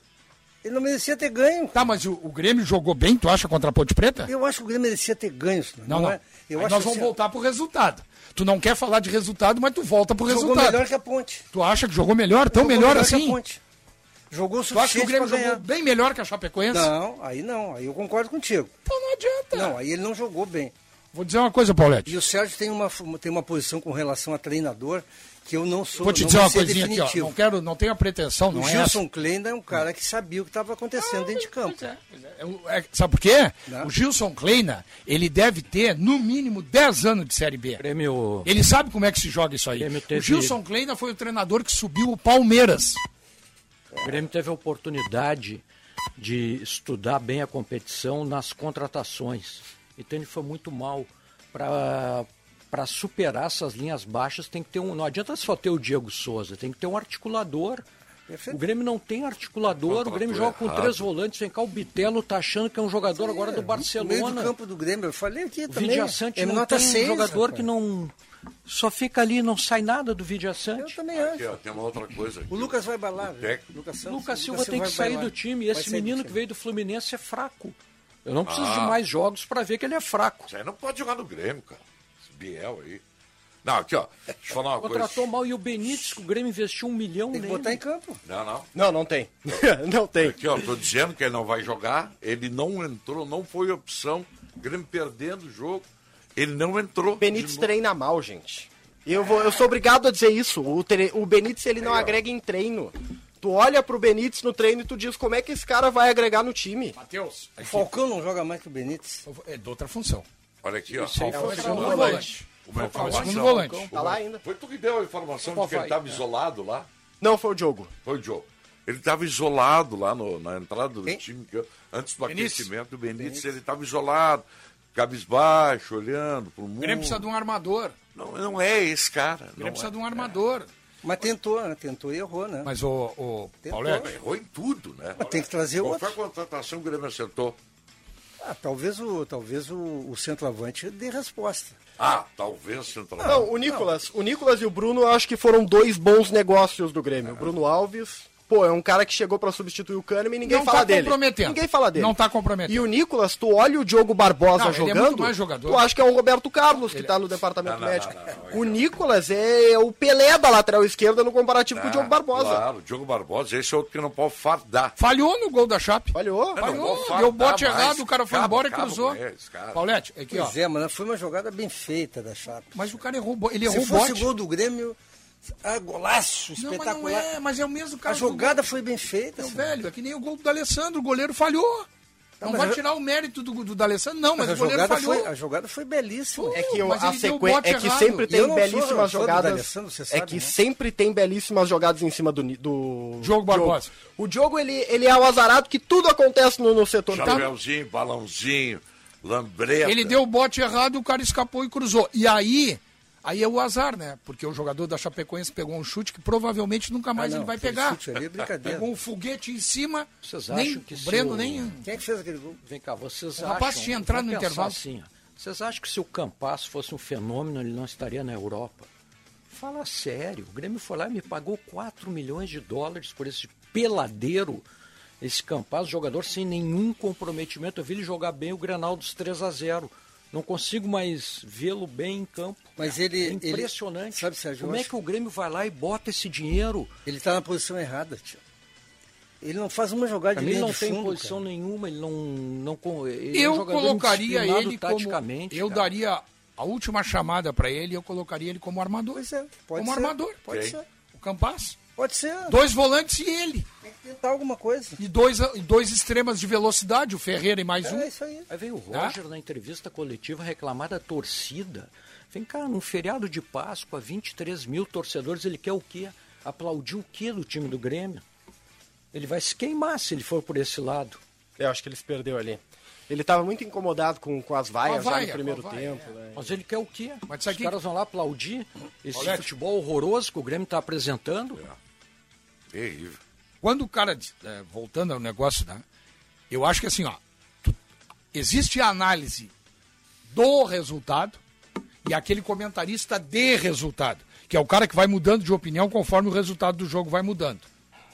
[SPEAKER 3] Ele não merecia ter ganho.
[SPEAKER 4] Tá, mas o, o Grêmio jogou bem, tu acha, contra a Ponte Preta?
[SPEAKER 3] Eu acho que o Grêmio merecia ter ganho. senhor.
[SPEAKER 4] Não, não.
[SPEAKER 3] é? Eu
[SPEAKER 4] Aí
[SPEAKER 3] acho que
[SPEAKER 4] nós vamos
[SPEAKER 3] assim, ó,
[SPEAKER 4] voltar pro resultado. Tu não quer falar de resultado, mas tu volta pro
[SPEAKER 3] Jogou
[SPEAKER 4] resultado.
[SPEAKER 3] melhor que a Ponte.
[SPEAKER 4] Tu acha que jogou melhor? Tão
[SPEAKER 3] Jogou
[SPEAKER 4] melhor,
[SPEAKER 3] que
[SPEAKER 4] assim?
[SPEAKER 3] a Ponte. Jogou o
[SPEAKER 4] Tu acha que o
[SPEAKER 3] suficiente
[SPEAKER 4] Grêmio
[SPEAKER 3] pra
[SPEAKER 4] jogou
[SPEAKER 3] ganhar.
[SPEAKER 4] bem melhor que a Chapecoense?
[SPEAKER 3] Não, aí não. Aí eu concordo contigo.
[SPEAKER 4] Então não adianta.
[SPEAKER 3] Não, aí ele não jogou bem.
[SPEAKER 4] Vou dizer uma coisa, Paulette.
[SPEAKER 3] E o Sérgio tem uma, tem uma posição com relação a treinador que eu não sou.
[SPEAKER 4] Vou te
[SPEAKER 3] não
[SPEAKER 4] dizer
[SPEAKER 3] vou
[SPEAKER 4] uma
[SPEAKER 3] ser
[SPEAKER 4] coisinha aqui, ó.
[SPEAKER 3] definitivo.
[SPEAKER 4] Não quero, não tenho a pretensão, não
[SPEAKER 3] O
[SPEAKER 4] é
[SPEAKER 3] Gilson
[SPEAKER 4] essa.
[SPEAKER 3] Klein é um cara que sabia o que estava acontecendo dentro de campo.
[SPEAKER 4] Pois é, pois é. É o- é- sabe por quê?
[SPEAKER 3] Não.
[SPEAKER 1] Né?
[SPEAKER 4] O Gilson Kleina, ele deve ter, no mínimo, 10 anos de Série B.
[SPEAKER 5] Grêmio.
[SPEAKER 4] Ele sabe como é que se joga isso aí.
[SPEAKER 5] Grêmio
[SPEAKER 4] O
[SPEAKER 5] teve-
[SPEAKER 4] Gilson Kleina foi o treinador que subiu o Palmeiras.
[SPEAKER 5] O Grêmio teve a oportunidade de estudar bem a competição nas contratações. Então ele foi muito mal. Para superar essas linhas baixas, tem que ter um. Não adianta só ter o Diego Souza, tem que ter um articulador.
[SPEAKER 3] Perfeito.
[SPEAKER 5] O Grêmio não tem articulador, o Grêmio joga com
[SPEAKER 1] errado.
[SPEAKER 5] três volantes. Vem cá, o Bitelo tá achando que é um jogador agora do
[SPEAKER 3] No meio do
[SPEAKER 5] Barcelona.
[SPEAKER 3] campo do Grêmio, eu falei aqui
[SPEAKER 5] O
[SPEAKER 3] também.
[SPEAKER 5] Vidiaçante
[SPEAKER 3] é
[SPEAKER 5] não
[SPEAKER 3] nota
[SPEAKER 5] tem
[SPEAKER 4] um
[SPEAKER 5] um
[SPEAKER 3] seis,
[SPEAKER 5] jogador
[SPEAKER 3] rapaz.
[SPEAKER 5] que não. Só fica ali, não sai nada do Vidiaçante.
[SPEAKER 3] Eu também acho.
[SPEAKER 1] Aqui, ó, tem uma outra coisa. aqui.
[SPEAKER 3] O Lucas vai balar.
[SPEAKER 1] O
[SPEAKER 3] velho.
[SPEAKER 1] Tec-
[SPEAKER 3] Lucas, Santos,
[SPEAKER 5] Lucas Silva tem
[SPEAKER 3] vai
[SPEAKER 5] que sair
[SPEAKER 3] balar.
[SPEAKER 5] do time.
[SPEAKER 3] Vai
[SPEAKER 5] Esse
[SPEAKER 3] sair do
[SPEAKER 5] menino
[SPEAKER 3] time.
[SPEAKER 5] que veio do Fluminense é fraco. Eu não preciso de
[SPEAKER 1] Ah.
[SPEAKER 5] mais jogos para ver que ele é fraco.
[SPEAKER 1] Isso aí não pode jogar no Grêmio, cara. Esse Biel aí. Não, aqui, ó. Deixa eu falar uma
[SPEAKER 5] Contratou
[SPEAKER 1] coisa.
[SPEAKER 5] mal e o Benítez, que o Grêmio investiu um milhão
[SPEAKER 3] Tem que
[SPEAKER 5] nele.
[SPEAKER 3] botar em campo.
[SPEAKER 1] Não, não.
[SPEAKER 2] um- Não, não tem. não tem.
[SPEAKER 1] Aqui, ó, tô dizendo que ele não vai jogar. Ele não entrou, não foi opção. Grêmio perdendo o jogo. Ele não entrou.
[SPEAKER 2] Benítez
[SPEAKER 1] De novo.
[SPEAKER 2] treina mal, gente. Eu, vou, eu sou obrigado a dizer isso. O, tre- o Benítez ele não agrega em treino. Tu olha pro Benítez no treino e tu diz como é que esse cara vai agregar no time.
[SPEAKER 4] Matheus,
[SPEAKER 3] O Falcão não joga mais que o Benítez.
[SPEAKER 4] é de outra função.
[SPEAKER 1] Olha aqui, ó.
[SPEAKER 5] aí foi
[SPEAKER 1] Falcão,
[SPEAKER 5] o segundo
[SPEAKER 1] Falcão,
[SPEAKER 4] volante.
[SPEAKER 1] Uma
[SPEAKER 4] Falcão,
[SPEAKER 1] informação.
[SPEAKER 4] segundo volante.
[SPEAKER 2] Tá lá ainda.
[SPEAKER 1] Foi tu que deu a informação de que ele estava isolado lá?
[SPEAKER 2] Não foi o jogo.
[SPEAKER 1] Foi o Joe. Ele estava isolado lá no- na entrada do
[SPEAKER 3] Quem?
[SPEAKER 1] time, que eu- antes do
[SPEAKER 4] Benítez.
[SPEAKER 1] aquecimento do Benítez, ele estava isolado, cabisbaixo, olhando pro mundo.
[SPEAKER 4] O Grêmio precisa de um armador.
[SPEAKER 1] Não, não é esse cara.
[SPEAKER 4] O Grêmio precisa de um
[SPEAKER 1] armador.
[SPEAKER 4] armador.
[SPEAKER 3] Mas tentou, né? Tentou e errou, né?
[SPEAKER 4] Mas o, o
[SPEAKER 3] Tentou.
[SPEAKER 4] Paulette,
[SPEAKER 1] Errou em tudo, né?
[SPEAKER 3] Mas tem que trazer
[SPEAKER 1] Qual
[SPEAKER 3] outro.
[SPEAKER 1] foi a contratação que o Grêmio acertou?
[SPEAKER 3] Ah, talvez o, talvez o, o centroavante dê resposta.
[SPEAKER 1] Ah, talvez central.
[SPEAKER 2] Não, o Nicolas, o Nicolas e o Bruno eu acho que foram dois bons negócios do Grêmio. O Bruno Alves, pô, é um cara que chegou pra substituir o Kahneman e ninguém
[SPEAKER 4] Não
[SPEAKER 2] fala
[SPEAKER 4] tá
[SPEAKER 2] dele.
[SPEAKER 4] comprometendo.
[SPEAKER 2] Ninguém fala dele.
[SPEAKER 4] Não tá comprometendo.
[SPEAKER 2] E o Nicolas, tu olha o Diogo Barbosa
[SPEAKER 4] Não, ele é
[SPEAKER 2] jogando,
[SPEAKER 4] muito mais jogador. é-
[SPEAKER 2] tu acha que é o Roberto Carlos que tá no departamento
[SPEAKER 1] Não, não,
[SPEAKER 2] médico.
[SPEAKER 1] não, não, não,
[SPEAKER 2] o Nicolas é o Pelé da lateral esquerda no comparativo com
[SPEAKER 1] Ah,
[SPEAKER 2] o Diogo Barbosa.
[SPEAKER 1] Claro, Diogo Barbosa, esse é outro que não pode fardar.
[SPEAKER 4] falhou no gol da Chape.
[SPEAKER 2] Falhou.
[SPEAKER 1] Não, não
[SPEAKER 4] Falhou,
[SPEAKER 1] vou falar
[SPEAKER 4] deu bote
[SPEAKER 1] mais.
[SPEAKER 4] errado, o cara foi
[SPEAKER 1] Acaba,
[SPEAKER 4] embora e
[SPEAKER 1] acaba
[SPEAKER 4] cruzou.
[SPEAKER 1] com é, esse cara.
[SPEAKER 4] Paulette, aqui, ó.
[SPEAKER 3] Pois é, mas foi uma jogada bem feita da Chape.
[SPEAKER 4] Mas o cara errou, bo- ele
[SPEAKER 3] Se
[SPEAKER 4] errou o
[SPEAKER 3] fosse
[SPEAKER 4] bote.
[SPEAKER 3] gol do Grêmio, ah, golaço,
[SPEAKER 4] Não, mas
[SPEAKER 3] espetacular.
[SPEAKER 4] não é, mas é o mesmo
[SPEAKER 3] A
[SPEAKER 4] cara. do-
[SPEAKER 3] jogada foi bem feita.
[SPEAKER 4] Meu
[SPEAKER 3] senhor.
[SPEAKER 4] velho, é que nem o gol do Alessandro, o goleiro falhou. não
[SPEAKER 3] mas
[SPEAKER 4] vai
[SPEAKER 3] eu-
[SPEAKER 4] tirar o mérito do, do D'Alessandro, não, mas,
[SPEAKER 3] a,
[SPEAKER 4] o goleiro
[SPEAKER 3] jogada
[SPEAKER 4] falhou.
[SPEAKER 3] foi, a jogada foi belíssima.
[SPEAKER 4] Foi.
[SPEAKER 2] É que, eu-
[SPEAKER 4] Mas
[SPEAKER 2] a
[SPEAKER 4] ele deu o
[SPEAKER 2] sequência
[SPEAKER 4] bote
[SPEAKER 2] é que
[SPEAKER 4] errado.
[SPEAKER 2] sempre
[SPEAKER 3] E
[SPEAKER 2] tem
[SPEAKER 3] eu não sou fã do
[SPEAKER 2] belíssimas jogadas.
[SPEAKER 3] D'Alessandro, você
[SPEAKER 2] É
[SPEAKER 3] sabe,
[SPEAKER 2] que
[SPEAKER 3] né?
[SPEAKER 2] sempre tem belíssimas jogadas em cima do, ni- do
[SPEAKER 4] Diogo Barbosa.
[SPEAKER 2] O Diogo, ele, ele é o azarado que tudo acontece no, no setor.
[SPEAKER 1] Chapeuzinho, balãozinho, lambreta.
[SPEAKER 4] Tá. Ele deu o bote errado, o cara escapou e cruzou. E aí, aí é o azar, né? Porque o jogador da Chapecoense pegou um chute que provavelmente nunca mais
[SPEAKER 3] Ah, não,
[SPEAKER 4] ele vai
[SPEAKER 3] aquele
[SPEAKER 4] pegar.
[SPEAKER 3] chute ali é brincadeira.
[SPEAKER 4] Pegou um foguete em cima,
[SPEAKER 5] Vocês
[SPEAKER 4] nem
[SPEAKER 5] acham que
[SPEAKER 4] o
[SPEAKER 5] se
[SPEAKER 4] Breno,
[SPEAKER 5] o-
[SPEAKER 4] nem...
[SPEAKER 3] Quem é que fez aquele gol?
[SPEAKER 5] Vem cá, vocês
[SPEAKER 4] O
[SPEAKER 5] acham...
[SPEAKER 4] rapaz tinha entrado
[SPEAKER 5] vou
[SPEAKER 4] no
[SPEAKER 5] pensar
[SPEAKER 4] intervalo.
[SPEAKER 5] Assim, ó. vocês acham que se o Campas fosse um fenômeno, ele não estaria na Europa? Fala sério. O Grêmio foi lá e me pagou 4 milhões de dólares por esse peladeiro. Esse Campas, jogador sem nenhum comprometimento. Eu vi ele jogar bem o Grenal dos 3 a 0 não consigo mais vê-lo bem em campo.
[SPEAKER 3] Mas ele-
[SPEAKER 5] é
[SPEAKER 3] ele-
[SPEAKER 5] impressionante.
[SPEAKER 3] sabe, Sérgio,
[SPEAKER 5] Como
[SPEAKER 3] eu
[SPEAKER 5] é
[SPEAKER 3] acho-
[SPEAKER 5] que o Grêmio vai lá e bota esse dinheiro?
[SPEAKER 3] Ele tá na posição errada, tio. Ele não faz uma jogada
[SPEAKER 5] Pra
[SPEAKER 3] de
[SPEAKER 5] mim, ele
[SPEAKER 3] linha
[SPEAKER 5] não
[SPEAKER 3] de
[SPEAKER 5] tem
[SPEAKER 3] fundo,
[SPEAKER 5] posição
[SPEAKER 3] cara.
[SPEAKER 5] nenhuma, ele não. não con- ele é um
[SPEAKER 4] Eu
[SPEAKER 5] jogador
[SPEAKER 4] colocaria
[SPEAKER 5] indisciplinado
[SPEAKER 4] ele como...
[SPEAKER 5] taticamente.
[SPEAKER 4] Eu
[SPEAKER 5] cara.
[SPEAKER 4] daria a última chamada pra ele, eu colocaria ele como armador.
[SPEAKER 3] Pois é, pode
[SPEAKER 4] como
[SPEAKER 3] ser,
[SPEAKER 4] armador.
[SPEAKER 3] pode
[SPEAKER 1] Quem?
[SPEAKER 3] ser.
[SPEAKER 4] O Campas.
[SPEAKER 3] Pode ser.
[SPEAKER 4] Dois volantes e ele.
[SPEAKER 3] Tem que tentar alguma coisa.
[SPEAKER 4] E dois, e dois extremas de velocidade, o Ferreira e mais um.
[SPEAKER 3] É isso aí.
[SPEAKER 5] Aí veio o Roger na entrevista coletiva reclamar da torcida. Vem cá, num feriado de Páscoa, 23 mil torcedores, ele quer o quê? Aplaudir o quê do time do Grêmio? Ele vai se queimar se ele for por esse lado.
[SPEAKER 2] Eu acho que ele se perdeu ali. Ele tava muito incomodado com, com as vaias já
[SPEAKER 4] vaia, com
[SPEAKER 2] no primeiro
[SPEAKER 4] a vaia,
[SPEAKER 2] tempo. né?
[SPEAKER 5] Mas ele quer o quê?
[SPEAKER 4] É. Mas isso aqui-
[SPEAKER 5] Os caras vão lá aplaudir esse
[SPEAKER 4] Paulete.
[SPEAKER 5] futebol horroroso que o Grêmio está apresentando.
[SPEAKER 1] Terrível.
[SPEAKER 4] É. Quando o cara, diz- é, voltando ao negócio, né? Eu acho que assim, ó, tu- existe a análise do resultado e aquele comentarista de resultado, que é o cara que vai mudando de opinião conforme o resultado do jogo vai mudando.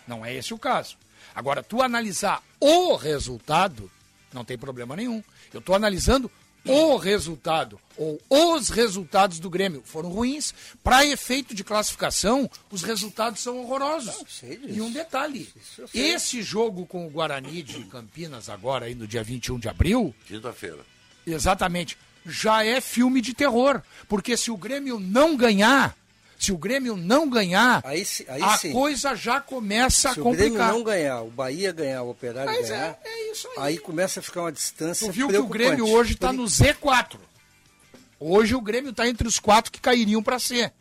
[SPEAKER 4] Não é esse o caso. Agora, tu analisar o resultado, não tem problema nenhum. Eu estou analisando o resultado, ou os resultados do Grêmio foram ruins. Para efeito de classificação, os resultados são horrorosos.
[SPEAKER 3] Ah, sei disso.
[SPEAKER 4] E um detalhe,
[SPEAKER 3] eu sei.
[SPEAKER 4] esse jogo com o Guarani de Campinas agora, aí no dia 21 de abril,
[SPEAKER 1] Quinta-feira.
[SPEAKER 4] Exatamente. Já é filme de terror. Porque se o Grêmio não ganhar, se o Grêmio não ganhar,
[SPEAKER 3] Aí si- aí
[SPEAKER 4] a
[SPEAKER 3] sim.
[SPEAKER 4] coisa já começa
[SPEAKER 3] Se
[SPEAKER 4] a
[SPEAKER 3] o Grêmio
[SPEAKER 4] complicar.
[SPEAKER 3] não ganhar, o Bahia ganhar, o Operário
[SPEAKER 4] Mas é-
[SPEAKER 3] ganhar,
[SPEAKER 4] é isso aí.
[SPEAKER 3] começa a ficar uma distância
[SPEAKER 4] Tu viu que o Grêmio
[SPEAKER 3] preocupante.
[SPEAKER 4] hoje está
[SPEAKER 3] Por-
[SPEAKER 4] no Z4. Hoje o Grêmio está entre os quatro que cairiam para C.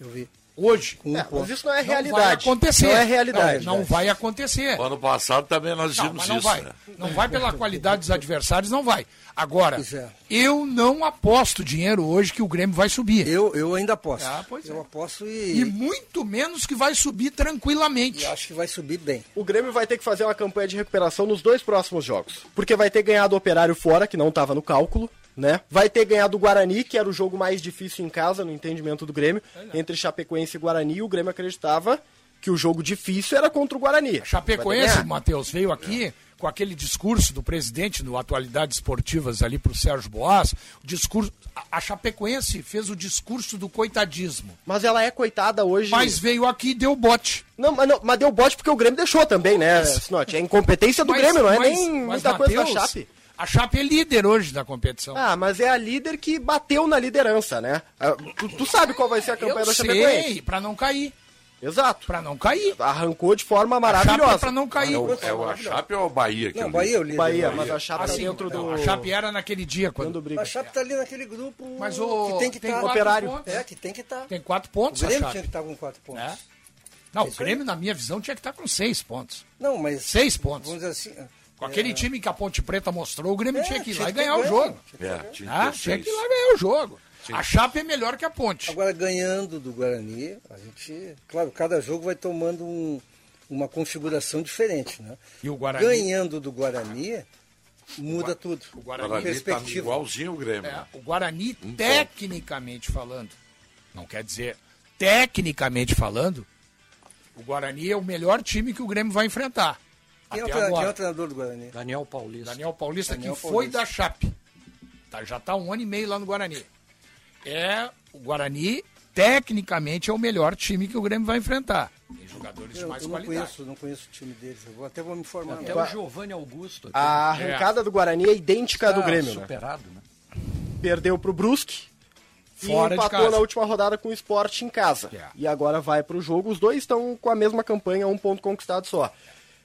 [SPEAKER 3] Eu vi.
[SPEAKER 4] Hoje.
[SPEAKER 3] Um
[SPEAKER 2] É,
[SPEAKER 3] ponto.
[SPEAKER 2] mas isso não é
[SPEAKER 4] Não vai
[SPEAKER 2] realidade.
[SPEAKER 4] acontecer.
[SPEAKER 2] Não é realidade.
[SPEAKER 4] Não, não vai acontecer.
[SPEAKER 1] O ano passado também nós
[SPEAKER 4] Não,
[SPEAKER 1] vimos
[SPEAKER 4] mas não
[SPEAKER 1] isso,
[SPEAKER 4] vai.
[SPEAKER 1] né?
[SPEAKER 4] Não vai pela qualidade dos adversários, não vai. Agora,
[SPEAKER 3] Pois é.
[SPEAKER 4] eu não aposto dinheiro hoje que o Grêmio vai subir.
[SPEAKER 3] Eu, eu ainda aposto.
[SPEAKER 4] Ah, pois
[SPEAKER 3] eu
[SPEAKER 4] é.
[SPEAKER 3] aposto
[SPEAKER 4] E
[SPEAKER 3] e,
[SPEAKER 4] muito menos que vai subir tranquilamente.
[SPEAKER 3] e acho que vai subir bem.
[SPEAKER 2] O Grêmio vai ter que fazer uma campanha de recuperação nos dois próximos jogos. Porque vai ter ganhado o Operário fora, que não estava no cálculo, né? Vai ter ganhado o Guarani, que era o jogo mais difícil em casa, no entendimento do Grêmio. Entre Chapecoense e Guarani, o Grêmio acreditava que o jogo difícil era contra o Guarani. Vai É.
[SPEAKER 4] Chapecoense,
[SPEAKER 2] ganhar.
[SPEAKER 4] Matheus, veio aqui com aquele discurso do presidente no Atualidades Esportivas ali pro Sérgio Boas. o Discurso, a- a Chapecoense fez o discurso do coitadismo.
[SPEAKER 2] Mas ela é coitada hoje.
[SPEAKER 4] Mas veio aqui e deu bote.
[SPEAKER 2] Não, mas, não, mas deu bote porque o Grêmio deixou também, né, Sinote? É incompetência do
[SPEAKER 4] Mas-
[SPEAKER 2] Grêmio, não é
[SPEAKER 4] mas-
[SPEAKER 2] nem
[SPEAKER 4] mas,
[SPEAKER 2] muita coisa da
[SPEAKER 4] Matheus,
[SPEAKER 2] Chape.
[SPEAKER 4] A Chape é líder hoje da competição.
[SPEAKER 2] Ah, mas é a líder que bateu na liderança, né? Ah, Tu, tu sabe qual vai ser a campanha
[SPEAKER 4] Eu
[SPEAKER 2] da Chapecoense.
[SPEAKER 4] sei, pra não cair.
[SPEAKER 2] Exato.
[SPEAKER 4] Pra não cair.
[SPEAKER 2] Arrancou de forma
[SPEAKER 4] A Chape é
[SPEAKER 2] maravilhosa.
[SPEAKER 4] pra não
[SPEAKER 1] É
[SPEAKER 4] cair.
[SPEAKER 1] o, é o a Chape ou o Bahia? Que
[SPEAKER 3] Não,
[SPEAKER 1] eu
[SPEAKER 3] Bahia é o
[SPEAKER 1] li?
[SPEAKER 3] líder.
[SPEAKER 2] Bahia,
[SPEAKER 3] né?
[SPEAKER 2] mas a Chape
[SPEAKER 4] Assim,
[SPEAKER 2] tá dentro
[SPEAKER 4] não,
[SPEAKER 2] do...
[SPEAKER 4] A Chape era naquele dia
[SPEAKER 2] dentro do
[SPEAKER 4] quando
[SPEAKER 2] briga.
[SPEAKER 3] A Chape tá ali naquele grupo
[SPEAKER 4] Mas o-
[SPEAKER 3] que tem que
[SPEAKER 4] tem
[SPEAKER 3] estar.
[SPEAKER 4] quatro
[SPEAKER 2] Operário.
[SPEAKER 4] pontos.
[SPEAKER 3] É, que tem que estar.
[SPEAKER 4] tem quatro
[SPEAKER 3] O
[SPEAKER 4] pontos a
[SPEAKER 3] Grêmio tinha que
[SPEAKER 4] Chape.
[SPEAKER 3] estar com quatro pontos.
[SPEAKER 4] É. Não, o Grêmio, na minha visão, tinha que estar com seis pontos.
[SPEAKER 3] Não, mas.
[SPEAKER 4] Seis pontos.
[SPEAKER 3] Vamos dizer assim.
[SPEAKER 4] Com aquele time que a Ponte Preta mostrou, o Grêmio
[SPEAKER 3] É,
[SPEAKER 4] tinha que ir
[SPEAKER 3] tinha
[SPEAKER 4] lá e
[SPEAKER 3] que ter
[SPEAKER 4] ganhar o
[SPEAKER 3] ganho.
[SPEAKER 4] jogo.
[SPEAKER 1] É, tinha que
[SPEAKER 4] Ah,
[SPEAKER 1] ter
[SPEAKER 4] tinha que ir
[SPEAKER 1] seis.
[SPEAKER 4] lá e ganhar o jogo. A Chape é melhor que a Ponte.
[SPEAKER 3] Agora, ganhando do Guarani, a gente. Claro, cada jogo vai tomando um- uma configuração diferente, né?
[SPEAKER 4] E o Guarani-
[SPEAKER 3] Ganhando do Guarani, muda tudo. O
[SPEAKER 1] O Guarani tá igualzinho o Grêmio.
[SPEAKER 4] É,
[SPEAKER 1] né?
[SPEAKER 4] o Guarani, tecnicamente falando, não quer dizer, tecnicamente falando, o Guarani é o melhor time que o Grêmio vai enfrentar.
[SPEAKER 3] Quem é, o tre- quem
[SPEAKER 4] até
[SPEAKER 3] é o
[SPEAKER 4] agora.
[SPEAKER 3] treinador do Guarani?
[SPEAKER 5] Daniel Paulista.
[SPEAKER 4] Daniel Paulista,
[SPEAKER 3] Daniel
[SPEAKER 4] que foi
[SPEAKER 3] Paulista.
[SPEAKER 4] da Chape. Tá, já está um ano e meio lá no Guarani. É, o Guarani, tecnicamente, é o melhor time que o Grêmio vai enfrentar. Tem jogadores de
[SPEAKER 3] Eu,
[SPEAKER 4] mais
[SPEAKER 3] eu não
[SPEAKER 4] qualidade.
[SPEAKER 3] conheço, não conheço o time deles. Eu vou- até vou me informar.
[SPEAKER 5] Até o Giovanni Augusto. né? aquele
[SPEAKER 2] A arrancada do Guarani é idêntica à
[SPEAKER 4] Ah,
[SPEAKER 3] Ah,
[SPEAKER 2] do
[SPEAKER 5] tá
[SPEAKER 2] Grêmio, né?
[SPEAKER 5] Superado, né?
[SPEAKER 2] Perdeu pro Brusque.
[SPEAKER 4] Fora de
[SPEAKER 2] e empatou
[SPEAKER 4] casa. É.
[SPEAKER 2] na última rodada com o Sport em casa.
[SPEAKER 4] Yeah.
[SPEAKER 2] E agora vai pro jogo. Os dois estão com a mesma campanha, um ponto conquistado só.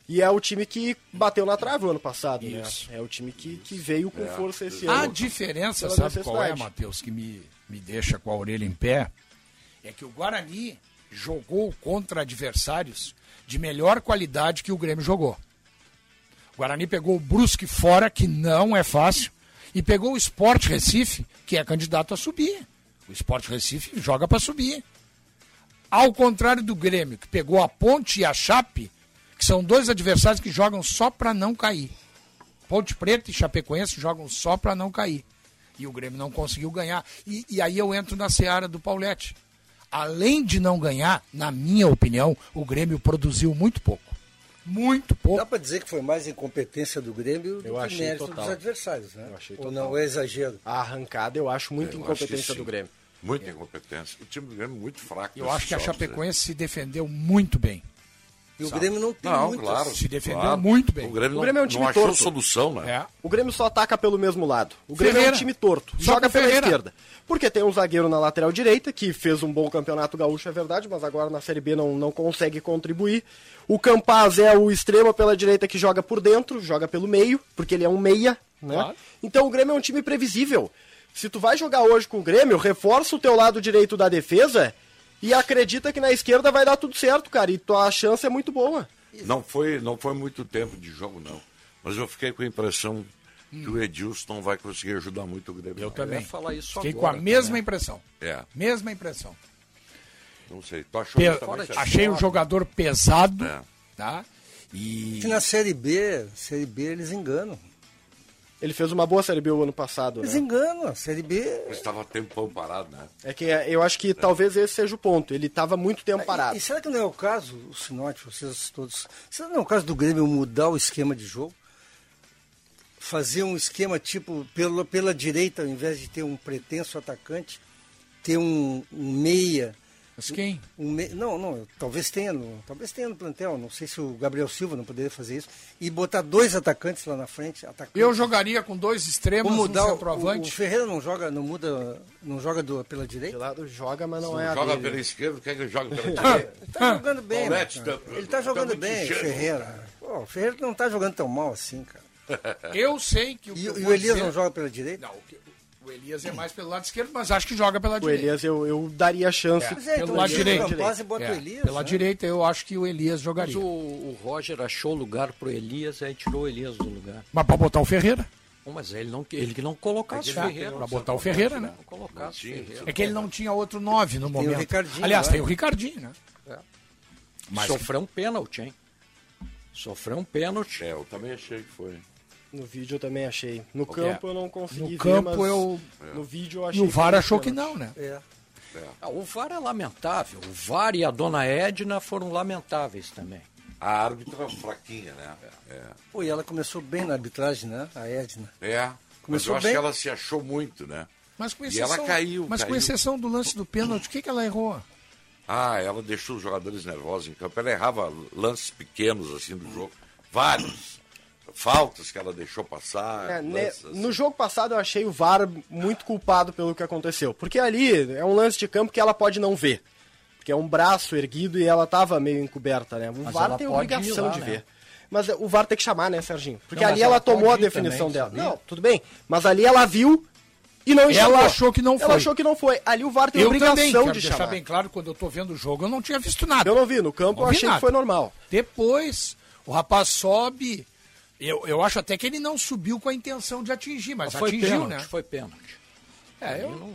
[SPEAKER 2] E é o time que bateu na trave o ano passado, né? É o time que, que veio
[SPEAKER 4] É.
[SPEAKER 2] com força esse
[SPEAKER 4] A
[SPEAKER 2] ano.
[SPEAKER 4] diferença,
[SPEAKER 2] pela
[SPEAKER 4] sabe qual é,
[SPEAKER 2] necessidade.
[SPEAKER 4] Matheus, que me, me deixa com a orelha em pé? É que o Guarani jogou contra adversários de melhor qualidade que o Grêmio jogou. O Guarani pegou o Brusque fora, que não é fácil, e pegou o Sport Recife, que é candidato a subir. O Sport Recife joga para subir. Ao contrário do Grêmio, que pegou a Ponte e a Chape, que são dois adversários que jogam só para não cair. Ponte Preta e Chapecoense jogam só para não cair. E o Grêmio não conseguiu ganhar. E, e aí eu entro na seara do Paulette. Além de não ganhar, na minha opinião, o Grêmio produziu muito pouco. Muito
[SPEAKER 3] Dá
[SPEAKER 4] pouco.
[SPEAKER 3] para dizer que foi mais incompetência do Grêmio do
[SPEAKER 2] Eu
[SPEAKER 3] que
[SPEAKER 2] achei
[SPEAKER 3] mérito
[SPEAKER 2] total.
[SPEAKER 3] dos adversários, né?
[SPEAKER 2] Eu achei
[SPEAKER 3] Ou
[SPEAKER 2] total.
[SPEAKER 3] não, é exagero.
[SPEAKER 2] A arrancada eu acho muita
[SPEAKER 1] Eu acho que
[SPEAKER 2] incompetência
[SPEAKER 1] sim.
[SPEAKER 2] do Grêmio.
[SPEAKER 1] Muita incompetência. O time do Grêmio é muito fraco.
[SPEAKER 4] Eu
[SPEAKER 1] nesses
[SPEAKER 4] acho que a
[SPEAKER 1] jogos, né?
[SPEAKER 4] Chapecoense se defendeu muito bem.
[SPEAKER 3] E o Grêmio não tem
[SPEAKER 1] Não,
[SPEAKER 3] muitas.
[SPEAKER 1] claro.
[SPEAKER 4] Se defendeu
[SPEAKER 1] claro.
[SPEAKER 4] muito bem.
[SPEAKER 1] O Grêmio,
[SPEAKER 2] O Grêmio
[SPEAKER 1] não,
[SPEAKER 2] é um time
[SPEAKER 1] não achou
[SPEAKER 2] torto.
[SPEAKER 1] solução, né?
[SPEAKER 4] É.
[SPEAKER 2] O Grêmio só ataca pelo mesmo lado. O Grêmio é
[SPEAKER 4] Ferreira.
[SPEAKER 2] um time torto.
[SPEAKER 4] Só
[SPEAKER 2] joga
[SPEAKER 4] com
[SPEAKER 2] pela
[SPEAKER 4] Ferreira.
[SPEAKER 2] esquerda. Porque tem um zagueiro na lateral direita, que fez um bom campeonato gaúcho, é verdade, mas agora na Série B não, não consegue contribuir. O Campaz é o extremo pela direita que joga por dentro, joga pelo meio, porque ele é um meia, né?
[SPEAKER 4] Claro.
[SPEAKER 2] Então o Grêmio é um time previsível. Se tu vai jogar hoje com o Grêmio, reforça o teu lado direito da defesa e acredita que na esquerda vai dar tudo certo, cara. E tua chance é muito boa.
[SPEAKER 1] Não foi, não foi muito tempo de jogo, não. Mas eu fiquei com a impressão que o Edilson não vai conseguir ajudar muito o Grêmio.
[SPEAKER 4] Hum. Eu
[SPEAKER 1] não.
[SPEAKER 4] também.
[SPEAKER 5] falar isso
[SPEAKER 4] Fiquei
[SPEAKER 5] agora
[SPEAKER 4] com a
[SPEAKER 3] né?
[SPEAKER 4] mesma
[SPEAKER 5] também.
[SPEAKER 4] impressão.
[SPEAKER 1] É.
[SPEAKER 4] Mesma impressão.
[SPEAKER 1] Não sei. Tu achou
[SPEAKER 4] Pe-
[SPEAKER 1] isso também, Sérgio?
[SPEAKER 4] Achei o jogador pesado,
[SPEAKER 1] É.
[SPEAKER 4] tá? E
[SPEAKER 3] Que na Série B, Série B eles enganam.
[SPEAKER 2] Ele fez uma boa Série B o ano passado, né?
[SPEAKER 3] Eles enganam, a Série B...
[SPEAKER 1] Mas estava tempão parado, né?
[SPEAKER 2] É que é, eu acho que talvez esse seja o ponto. Ele estava muito tempo parado.
[SPEAKER 3] E, e será que não é o caso, o Sinote, vocês todos, será que não é o caso do Grêmio mudar o esquema de jogo? Fazer um esquema tipo, pela, pela direita, ao invés de ter um pretenso atacante, ter um, um meia.
[SPEAKER 4] mas quem?
[SPEAKER 3] Um me- Não, não, eu- talvez tenha, no, talvez tenha no plantel, não sei se o Gabriel Silva não poderia fazer isso, e botar dois atacantes lá na frente, atacante.
[SPEAKER 4] Eu jogaria com dois extremos,
[SPEAKER 3] Vou mudar
[SPEAKER 4] um
[SPEAKER 3] o- o, o
[SPEAKER 4] centroavante.
[SPEAKER 3] Ferreira não joga, não muda, não joga do- pela
[SPEAKER 2] De
[SPEAKER 3] direita?
[SPEAKER 2] lado joga, mas não é a
[SPEAKER 1] Joga
[SPEAKER 2] dele.
[SPEAKER 1] pela esquerda, quer que joga pela direita?
[SPEAKER 3] Ele tá jogando bem, né,
[SPEAKER 1] Paulete
[SPEAKER 3] cara?
[SPEAKER 1] tá-
[SPEAKER 3] Ele tá
[SPEAKER 1] tá
[SPEAKER 3] jogando
[SPEAKER 1] muito
[SPEAKER 3] bem,
[SPEAKER 1] cheio.
[SPEAKER 3] Ferreira. Pô, o Ferreira não tá jogando tão mal assim, cara.
[SPEAKER 4] Eu sei que o que
[SPEAKER 3] E,
[SPEAKER 4] eu
[SPEAKER 3] e
[SPEAKER 4] vou
[SPEAKER 3] o Elias
[SPEAKER 4] dizer-
[SPEAKER 3] não joga pela direita?
[SPEAKER 4] Não, o que- o Elias é mais pelo lado esquerdo, mas acho que joga pela
[SPEAKER 2] O
[SPEAKER 4] direita.
[SPEAKER 2] Elias eu, eu daria a chance.
[SPEAKER 4] É.
[SPEAKER 3] Mas é,
[SPEAKER 4] Pelo
[SPEAKER 3] então
[SPEAKER 4] lado
[SPEAKER 3] tira o
[SPEAKER 4] direito.
[SPEAKER 3] Campaz e bota
[SPEAKER 4] É,
[SPEAKER 3] o Elias.
[SPEAKER 4] pela
[SPEAKER 3] né?
[SPEAKER 4] direita, eu acho que o Elias
[SPEAKER 5] Mas
[SPEAKER 4] jogaria.
[SPEAKER 5] o, o Roger achou lugar pro Elias, aí tirou o Elias do lugar.
[SPEAKER 4] Mas pra botar o Ferreira.
[SPEAKER 5] Bom, mas ele não, ele que não colocasse
[SPEAKER 4] É que
[SPEAKER 5] o
[SPEAKER 4] não tem
[SPEAKER 5] Ferreira.
[SPEAKER 4] pra botar o Ferreira, né?
[SPEAKER 5] Não colocasse o
[SPEAKER 1] Não tinha,
[SPEAKER 5] Ferreira.
[SPEAKER 4] É que ele não tinha outro nove no
[SPEAKER 3] o
[SPEAKER 4] momento.
[SPEAKER 3] Ricardinho,
[SPEAKER 4] Aliás,
[SPEAKER 3] né? É.
[SPEAKER 4] tem o Ricardinho, né? Mas-
[SPEAKER 5] Sofreu um pênalti, hein? Sofreu um pênalti.
[SPEAKER 1] É, eu também achei que foi.
[SPEAKER 2] No vídeo eu também achei. No campo eu não consegui
[SPEAKER 4] No
[SPEAKER 2] ver,
[SPEAKER 4] campo
[SPEAKER 2] mas
[SPEAKER 4] eu-
[SPEAKER 1] É.
[SPEAKER 2] no vídeo eu
[SPEAKER 4] E
[SPEAKER 2] achei.
[SPEAKER 4] o VAR
[SPEAKER 2] era
[SPEAKER 4] achou que
[SPEAKER 2] pênalti.
[SPEAKER 4] não, né?
[SPEAKER 3] É.
[SPEAKER 5] Ah, o VAR é lamentável. O VAR e a dona Edna foram lamentáveis também.
[SPEAKER 1] A árbitra fraquinha, né? É.
[SPEAKER 3] Pô, e ela começou bem na arbitragem, né? A Edna.
[SPEAKER 1] É. Mas
[SPEAKER 3] Começou
[SPEAKER 1] eu acho
[SPEAKER 3] bem.
[SPEAKER 1] que ela se achou muito, né?
[SPEAKER 4] Mas com
[SPEAKER 1] E
[SPEAKER 4] exceção,
[SPEAKER 1] ela caiu,
[SPEAKER 4] mas com
[SPEAKER 1] caiu.
[SPEAKER 4] exceção do lance do pênalti, o que, que ela errou?
[SPEAKER 1] Ah, ela deixou os jogadores nervosos em campo. Ela errava lances pequenos, assim, do jogo. Vários. Faltas que ela deixou passar.
[SPEAKER 2] É, ne-
[SPEAKER 1] lances, assim.
[SPEAKER 2] no jogo passado eu achei o VAR muito culpado pelo que aconteceu. Porque ali é um lance de campo que ela pode não ver. Porque é um braço erguido e ela tava meio encoberta, né? O
[SPEAKER 5] Mas
[SPEAKER 2] VAR
[SPEAKER 5] ela
[SPEAKER 2] tem
[SPEAKER 5] pode
[SPEAKER 2] obrigação
[SPEAKER 5] ir lá,
[SPEAKER 2] de
[SPEAKER 5] né?
[SPEAKER 2] ver. Mas é, o VAR tem que chamar, né, Serginho? Porque
[SPEAKER 5] Não, mas
[SPEAKER 2] ali ela,
[SPEAKER 5] ela pode
[SPEAKER 2] tomou a
[SPEAKER 5] ir
[SPEAKER 2] definição
[SPEAKER 5] também,
[SPEAKER 2] dela.
[SPEAKER 5] sabia?
[SPEAKER 2] Não, tudo bem. Mas ali ela viu e não enxergou.
[SPEAKER 4] achou que não foi.
[SPEAKER 2] Ela achou que não foi. Ali o VAR tem obrigação
[SPEAKER 4] também, quero
[SPEAKER 2] de
[SPEAKER 4] deixar
[SPEAKER 2] chamar.
[SPEAKER 4] bem claro, quando eu tô vendo o jogo, eu não tinha visto nada.
[SPEAKER 2] Eu não vi, no campo
[SPEAKER 4] Não
[SPEAKER 2] eu
[SPEAKER 4] vi
[SPEAKER 2] achei
[SPEAKER 4] nada.
[SPEAKER 2] que foi normal.
[SPEAKER 4] Depois, o rapaz sobe. Eu, eu acho até que ele não subiu com a intenção de atingir, mas,
[SPEAKER 5] Mas foi
[SPEAKER 4] atingiu,
[SPEAKER 5] pênalti,
[SPEAKER 4] né?
[SPEAKER 5] foi pênalti.
[SPEAKER 4] É, eu,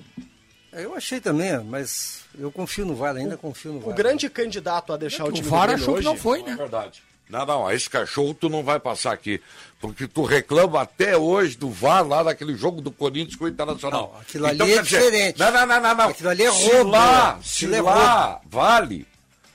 [SPEAKER 3] É, Eu achei também, mas eu confio no VAR, ainda confio no VAR.
[SPEAKER 2] O grande candidato a deixar o
[SPEAKER 4] o
[SPEAKER 2] time
[SPEAKER 4] VAR
[SPEAKER 2] do Grêmio
[SPEAKER 4] achou que
[SPEAKER 2] hoje,
[SPEAKER 4] não foi,
[SPEAKER 1] Não, É
[SPEAKER 4] né?
[SPEAKER 1] verdade. Não, não, esse cachorro tu não vai passar aqui. Porque tu reclama até hoje do VAR lá daquele jogo do Corinthians com o Internacional. Então,
[SPEAKER 3] Não, aquilo ali é diferente.
[SPEAKER 1] Não, não, não, não, não.
[SPEAKER 3] Aquilo ali é
[SPEAKER 1] Se
[SPEAKER 3] roubo,
[SPEAKER 1] lá,
[SPEAKER 3] né?
[SPEAKER 1] se
[SPEAKER 3] Aquilo é
[SPEAKER 1] lá, vale.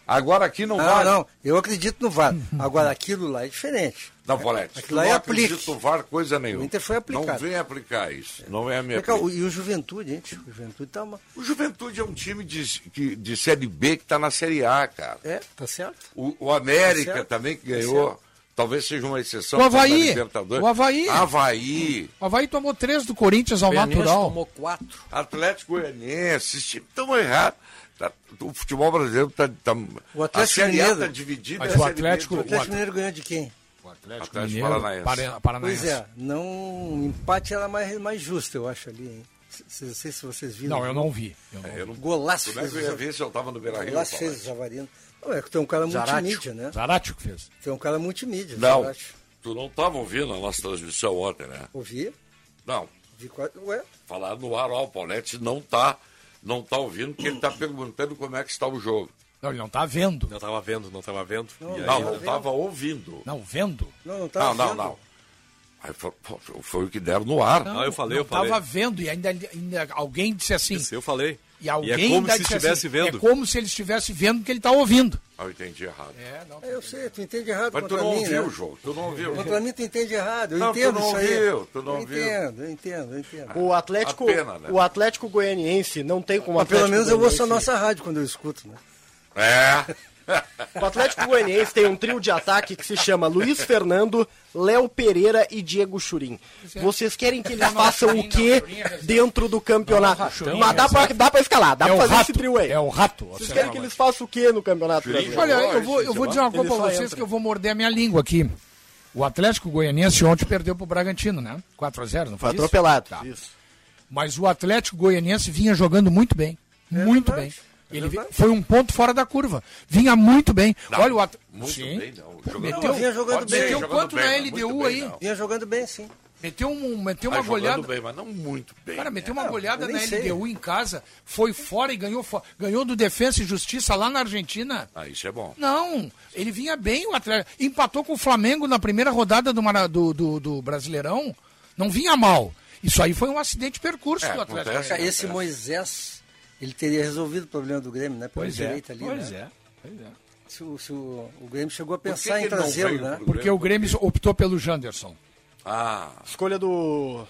[SPEAKER 1] Agora aqui não,
[SPEAKER 3] Não,
[SPEAKER 1] vale.
[SPEAKER 3] não, eu acredito no VAR. Agora, aquilo lá é diferente.
[SPEAKER 1] Não, Valete, tu
[SPEAKER 3] Aquilo lá
[SPEAKER 1] não
[SPEAKER 3] é
[SPEAKER 1] acredita
[SPEAKER 3] aplique.
[SPEAKER 1] no VAR coisa nenhuma.
[SPEAKER 3] O Inter foi aplicado.
[SPEAKER 1] Não vem aplicar isso. Não é a minha
[SPEAKER 3] Vem cá,
[SPEAKER 1] opinião.
[SPEAKER 3] o- E o Juventude, gente? O Juventude tá uma...
[SPEAKER 1] O Juventude é um time de, que- de Série B que tá na Série A, cara.
[SPEAKER 3] É, tá certo?
[SPEAKER 1] O, o América
[SPEAKER 3] Tá certo.
[SPEAKER 1] também que
[SPEAKER 3] Tá
[SPEAKER 1] ganhou.
[SPEAKER 3] certo.
[SPEAKER 1] Talvez seja uma exceção.
[SPEAKER 4] O
[SPEAKER 1] por causa da
[SPEAKER 4] Havaí.
[SPEAKER 1] Libertadores.
[SPEAKER 4] O Havaí.
[SPEAKER 1] Havaí.
[SPEAKER 4] O Havaí tomou três do Corinthians ao
[SPEAKER 5] O Penedo
[SPEAKER 4] natural.
[SPEAKER 5] tomou quatro.
[SPEAKER 1] Atlético Goianiense, esses times tão errados. tá- o futebol brasileiro está. Tá,
[SPEAKER 3] O
[SPEAKER 1] a
[SPEAKER 3] Atlético
[SPEAKER 1] Série A
[SPEAKER 3] Mineiro-
[SPEAKER 1] está dividida.
[SPEAKER 4] Mas
[SPEAKER 1] a
[SPEAKER 4] o
[SPEAKER 1] Série B
[SPEAKER 4] Atlético-
[SPEAKER 3] O
[SPEAKER 1] tá-
[SPEAKER 4] What?
[SPEAKER 3] Atlético Mineiro ganhou de quem?
[SPEAKER 4] O Atlético,
[SPEAKER 1] Atlético
[SPEAKER 4] Mineiro,
[SPEAKER 1] Paranaense.
[SPEAKER 4] Parana-
[SPEAKER 3] Pois
[SPEAKER 4] Paranaense.
[SPEAKER 3] é, não, um empate era mais, mais justo, eu acho ali, hein? C- c- Não sei se vocês viram.
[SPEAKER 4] Não, eu não vi. Eu não vi.
[SPEAKER 1] Eu não-
[SPEAKER 3] Golaço
[SPEAKER 1] Como é
[SPEAKER 3] fez
[SPEAKER 1] que eu
[SPEAKER 3] o
[SPEAKER 1] ia
[SPEAKER 3] Ja-
[SPEAKER 1] ver se eu estava no Beira Rio?
[SPEAKER 3] Golaço fez o Javarino. Não, é que tu é um cara
[SPEAKER 5] Zarate.
[SPEAKER 3] multimídia, né?
[SPEAKER 4] Zarate que fez.
[SPEAKER 3] Tu é um cara multimídia.
[SPEAKER 1] Não,
[SPEAKER 3] Zarate.
[SPEAKER 1] tu não estava ouvindo a nossa transmissão ontem, né?
[SPEAKER 3] Ouvi,
[SPEAKER 1] Não,
[SPEAKER 3] vi quase... Ué,
[SPEAKER 1] falar no ar, ó, o Paulete não tá, não tá ouvindo, porque ele tá perguntando como é que está o jogo.
[SPEAKER 4] Não, ele não tá vendo.
[SPEAKER 6] Não tava vendo, não tava vendo.
[SPEAKER 3] Não,
[SPEAKER 6] e aí,
[SPEAKER 1] Não,
[SPEAKER 3] tá
[SPEAKER 1] não
[SPEAKER 3] vendo?
[SPEAKER 1] estava ouvindo.
[SPEAKER 4] Não, vendo.
[SPEAKER 3] não, não tava
[SPEAKER 1] Não, não,
[SPEAKER 3] Tá vendo.
[SPEAKER 1] não. Aí foi, foi o que deram no ar.
[SPEAKER 6] Não, eu falei,
[SPEAKER 4] não
[SPEAKER 6] eu falei.
[SPEAKER 4] Tava vendo e ainda, ainda alguém disse assim.
[SPEAKER 6] Isso, eu falei.
[SPEAKER 4] E alguém
[SPEAKER 6] é como
[SPEAKER 4] ainda
[SPEAKER 6] se
[SPEAKER 4] disse
[SPEAKER 6] estivesse
[SPEAKER 4] assim,
[SPEAKER 6] vendo.
[SPEAKER 4] É como se ele estivesse vendo que ele tá ouvindo.
[SPEAKER 1] Ah, eu entendi errado.
[SPEAKER 4] É, não.
[SPEAKER 3] Ah, Eu sei, tu entende errado
[SPEAKER 1] Mas tu
[SPEAKER 3] contra
[SPEAKER 1] não
[SPEAKER 3] mim,
[SPEAKER 1] ouviu
[SPEAKER 3] né?
[SPEAKER 1] o jogo, tu não ouviu.
[SPEAKER 3] Contra mim tu entende errado, eu
[SPEAKER 1] Não, tu
[SPEAKER 3] entendo
[SPEAKER 1] não
[SPEAKER 3] isso aí.
[SPEAKER 1] ouviu, tu não
[SPEAKER 3] eu
[SPEAKER 1] ouviu.
[SPEAKER 3] entendo, eu entendo, eu entendo.
[SPEAKER 2] O Atlético,
[SPEAKER 1] A pena, né?
[SPEAKER 2] o Atlético Goianiense não tem como
[SPEAKER 3] Mas pelo
[SPEAKER 2] Atlético
[SPEAKER 3] menos eu ouço a
[SPEAKER 2] Goianiense-
[SPEAKER 3] nossa rádio quando eu escuto, né?
[SPEAKER 1] É.
[SPEAKER 2] O Atlético Goianiense tem um trio de ataque que se chama Luiz Fernando, Léo Pereira e Diego Churim. Vocês querem que eles façam o quê dentro do campeonato?
[SPEAKER 4] Churim,
[SPEAKER 2] Mas dá pra, dá pra escalar, dá
[SPEAKER 4] É
[SPEAKER 2] pra
[SPEAKER 4] o
[SPEAKER 2] fazer
[SPEAKER 4] rato,
[SPEAKER 2] esse trio aí.
[SPEAKER 4] É o rato.
[SPEAKER 2] Vocês querem que eles façam o quê no campeonato?
[SPEAKER 3] Tá
[SPEAKER 2] brasileiro?
[SPEAKER 4] Olha, eu vou, eu vou dizer uma coisa
[SPEAKER 2] Ele
[SPEAKER 4] pra
[SPEAKER 2] só
[SPEAKER 4] vocês
[SPEAKER 2] entra.
[SPEAKER 4] que eu vou morder a minha língua aqui. O Atlético Goianiense ontem perdeu pro Bragantino, né? 4x0, não foi
[SPEAKER 2] Foi
[SPEAKER 4] isso?
[SPEAKER 2] atropelado.
[SPEAKER 4] Tá.
[SPEAKER 2] Isso.
[SPEAKER 4] Mas o Atlético Goianiense vinha jogando muito bem. muito
[SPEAKER 3] verdade,
[SPEAKER 4] bem.
[SPEAKER 3] é
[SPEAKER 4] Ele vi-
[SPEAKER 3] verdade.
[SPEAKER 4] foi um ponto fora da curva. Vinha muito bem. Olha o At...
[SPEAKER 1] Muito
[SPEAKER 4] Sim.
[SPEAKER 1] bem, não. Jogando
[SPEAKER 4] meteu-
[SPEAKER 1] bem.
[SPEAKER 3] vinha jogando
[SPEAKER 1] Pode
[SPEAKER 3] bem.
[SPEAKER 1] ser,
[SPEAKER 4] Meteu
[SPEAKER 1] jogando
[SPEAKER 4] quanto
[SPEAKER 1] bem,
[SPEAKER 4] na
[SPEAKER 1] mas muito
[SPEAKER 4] LDU
[SPEAKER 1] bem,
[SPEAKER 4] aí?
[SPEAKER 1] não.
[SPEAKER 3] Vinha jogando bem, sim.
[SPEAKER 4] Meteu, um, meteu
[SPEAKER 1] Tá
[SPEAKER 4] uma
[SPEAKER 1] jogando
[SPEAKER 4] goleada.
[SPEAKER 1] bem, mas não muito bem.
[SPEAKER 4] Cara, meteu uma
[SPEAKER 3] É,
[SPEAKER 4] goleada
[SPEAKER 3] eu nem
[SPEAKER 4] na
[SPEAKER 3] sei.
[SPEAKER 4] LDU em casa, foi fora e ganhou, fo- ganhou do Defensa e Justiça lá na Argentina.
[SPEAKER 1] Ah, isso é bom.
[SPEAKER 4] Não, ele vinha bem o Atlético. Empatou com o Flamengo na primeira rodada do, Mara- do, do- do Brasileirão. Não vinha mal. Isso aí foi um acidente de percurso
[SPEAKER 1] É,
[SPEAKER 4] do Atlético.
[SPEAKER 1] acontece.
[SPEAKER 4] Goianiense.
[SPEAKER 3] Esse Moisés, ele teria resolvido o problema do Grêmio, né? Pela direita ali,
[SPEAKER 4] pois
[SPEAKER 3] né?
[SPEAKER 4] é, pois é.
[SPEAKER 3] Se, o- se o, o Grêmio chegou a
[SPEAKER 1] que
[SPEAKER 3] pensar
[SPEAKER 1] que
[SPEAKER 3] em
[SPEAKER 1] ele não
[SPEAKER 3] trazê-lo,
[SPEAKER 1] veio
[SPEAKER 3] né?
[SPEAKER 1] pro
[SPEAKER 4] Porque o Grêmio optou pelo Janderson.
[SPEAKER 1] Ah,
[SPEAKER 2] Escolha do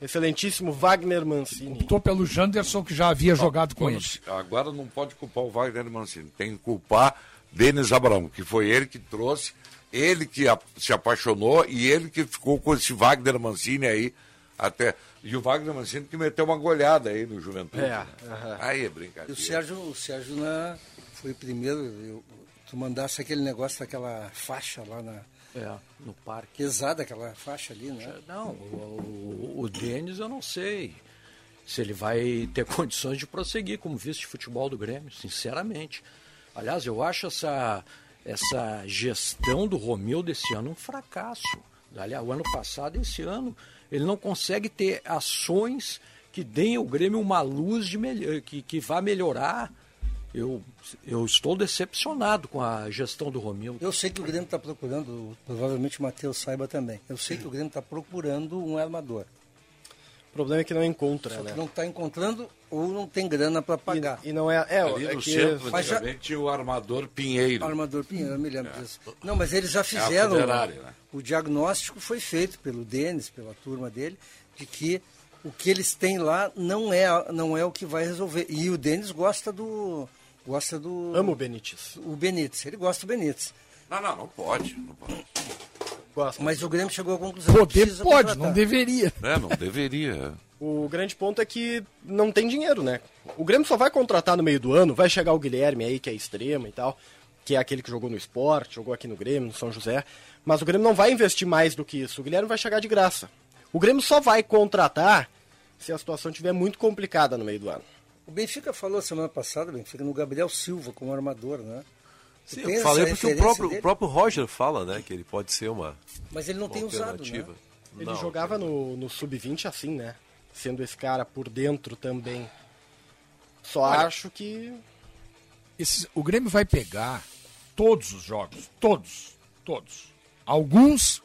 [SPEAKER 2] excelentíssimo Wagner Mancini.
[SPEAKER 4] Optou pelo Janderson que já havia jogado com ele.
[SPEAKER 1] pois, agora não pode culpar o Wagner Mancini. Tem que culpar Denis Abrão, que foi ele que trouxe, ele que a- se apaixonou e ele que ficou com esse Wagner Mancini aí até. E o Wagner Mancini que meteu uma goleada aí no Juventude.
[SPEAKER 2] É,
[SPEAKER 1] né?
[SPEAKER 2] aham.
[SPEAKER 1] Aí é
[SPEAKER 3] E o
[SPEAKER 1] brincadeira.
[SPEAKER 3] Sérgio, o Sérgio na, foi o primeiro. eu- tu mandasse aquele negócio daquela faixa lá na.
[SPEAKER 5] É, no parque.
[SPEAKER 3] Pesada aquela faixa ali, né?
[SPEAKER 5] Não, o, o- o Denis eu não sei se ele vai ter condições de prosseguir como vice de futebol do Grêmio, sinceramente. Aliás, eu acho essa, essa gestão do Romildo esse ano um fracasso. Aliás, o ano passado e esse ano ele não consegue ter ações que deem ao Grêmio uma luz de melho- que, que vá melhorar. Eu, eu estou decepcionado com a gestão do Romildo.
[SPEAKER 3] Eu sei que o Grêmio está procurando, provavelmente o Matheus saiba também. Eu sei que o Grêmio está procurando um armador.
[SPEAKER 2] O problema é que não encontra,
[SPEAKER 3] Só que
[SPEAKER 2] né?
[SPEAKER 3] não está encontrando ou não tem grana para pagar.
[SPEAKER 2] E, e não é. É,
[SPEAKER 1] Ali
[SPEAKER 2] é
[SPEAKER 1] no
[SPEAKER 2] que-
[SPEAKER 1] centro, né?
[SPEAKER 3] Mas já-
[SPEAKER 1] antigamente, tinha o armador É. Pinheiro.
[SPEAKER 3] Armador Pinheiro, eu me lembro disso. Não, mas eles já fizeram.
[SPEAKER 1] funerária, né?
[SPEAKER 3] O diagnóstico foi feito pelo Denis, pela turma dele, de que o que eles têm lá não é, não é o que vai resolver. E o Denis gosta do. Gosta do.
[SPEAKER 2] Amo o Benítez.
[SPEAKER 3] o Benítez. Ele gosta do Benítez.
[SPEAKER 1] Não, não, não pode. Não, pode.
[SPEAKER 2] Gosto.
[SPEAKER 3] Mas o Grêmio chegou à conclusão que
[SPEAKER 4] Poder
[SPEAKER 3] precisa
[SPEAKER 4] pode,
[SPEAKER 3] contratar.
[SPEAKER 4] não deveria.
[SPEAKER 1] É, não deveria.
[SPEAKER 2] O grande ponto é que não tem dinheiro, né? O Grêmio só vai contratar no meio do ano, vai chegar o Guilherme aí, que é extrema e tal, que é aquele que jogou no esporte, jogou aqui no Grêmio, no São José. Mas o Grêmio não vai investir mais do que isso. O Guilherme vai chegar de graça. O Grêmio só vai contratar se a situação estiver muito complicada no meio do ano.
[SPEAKER 3] O Benfica falou semana passada, Benfica, no Gabriel Silva como armador, né?
[SPEAKER 6] Sim,
[SPEAKER 3] Tem
[SPEAKER 6] eu
[SPEAKER 3] essa
[SPEAKER 6] falei porque o
[SPEAKER 3] referência
[SPEAKER 6] próprio,
[SPEAKER 3] dele?
[SPEAKER 6] o próprio Roger fala, né? Que ele pode ser uma,
[SPEAKER 3] Mas ele não
[SPEAKER 6] uma
[SPEAKER 3] tem usado, né?
[SPEAKER 6] alternativa.
[SPEAKER 2] Ele
[SPEAKER 6] Não,
[SPEAKER 2] jogava no, no sub-20 assim, né? Sendo esse cara por dentro também. Só acho que.
[SPEAKER 4] Esses- o Grêmio vai pegar todos os jogos, todos, todos. Alguns,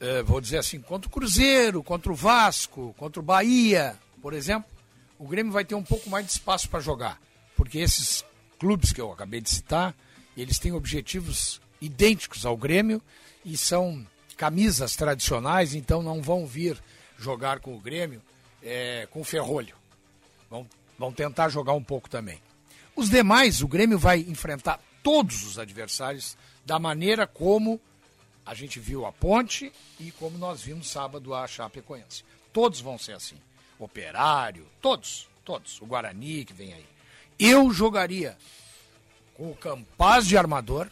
[SPEAKER 4] eh, vou dizer assim, contra o Cruzeiro, contra o Vasco, contra o Bahia, por exemplo, o Grêmio vai ter um pouco mais de espaço para jogar, porque esses clubes que eu acabei de citar, eles têm objetivos idênticos ao Grêmio e são camisas tradicionais, então não vão vir jogar com o Grêmio eh, com ferrolho. Vão, vão tentar jogar um pouco também. Os demais, o Grêmio vai enfrentar todos os adversários da maneira como a gente viu a Ponte e como nós vimos sábado a Chapecoense. Todos vão ser assim. Operário, todos, todos. O Guarani que vem aí. Eu jogaria com o Campaz de armador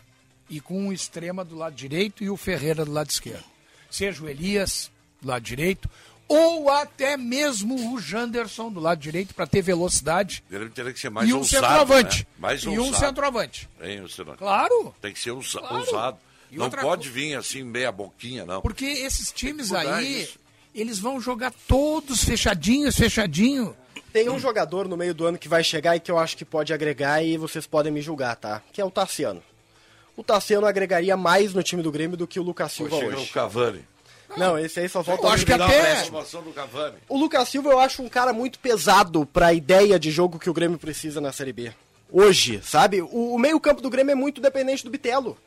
[SPEAKER 4] e com o Extrema do lado direito e o Ferreira do lado esquerdo. Seja o Elias do lado direito ou até mesmo o Janderson do lado direito para ter velocidade
[SPEAKER 1] O Grêmio teria que ser mais
[SPEAKER 4] e um
[SPEAKER 1] ousado.
[SPEAKER 4] centroavante.
[SPEAKER 1] né? Mais
[SPEAKER 4] e um
[SPEAKER 1] ousado.
[SPEAKER 4] centroavante.
[SPEAKER 1] Hein, Luciano?
[SPEAKER 4] Claro.
[SPEAKER 1] Tem que ser ousa-
[SPEAKER 4] Claro.
[SPEAKER 1] ousado.
[SPEAKER 4] E
[SPEAKER 1] não
[SPEAKER 4] outra
[SPEAKER 1] pode
[SPEAKER 4] co-
[SPEAKER 1] vir assim, meia boquinha, não.
[SPEAKER 4] Porque esses times
[SPEAKER 1] mudar
[SPEAKER 4] aí,
[SPEAKER 1] isso.
[SPEAKER 4] eles vão jogar todos fechadinhos, fechadinho.
[SPEAKER 2] Tem um jogador no meio do ano que vai chegar e que eu acho que pode agregar e vocês podem me julgar, tá? Que é o Tassiano. O Tassiano agregaria mais no time do Grêmio do que o Lucas Silva
[SPEAKER 1] Chega o
[SPEAKER 2] hoje.
[SPEAKER 1] Cavani.
[SPEAKER 2] Não, esse aí só falta
[SPEAKER 4] um Eu acho que
[SPEAKER 2] alguém-
[SPEAKER 1] a
[SPEAKER 4] até. é.
[SPEAKER 1] transformação do Cavani.
[SPEAKER 2] O Lucas Silva eu acho um cara muito pesado pra ideia de jogo que o Grêmio precisa na Série B. Hoje, sabe? O, o meio-campo do Grêmio é muito dependente do Bitelo.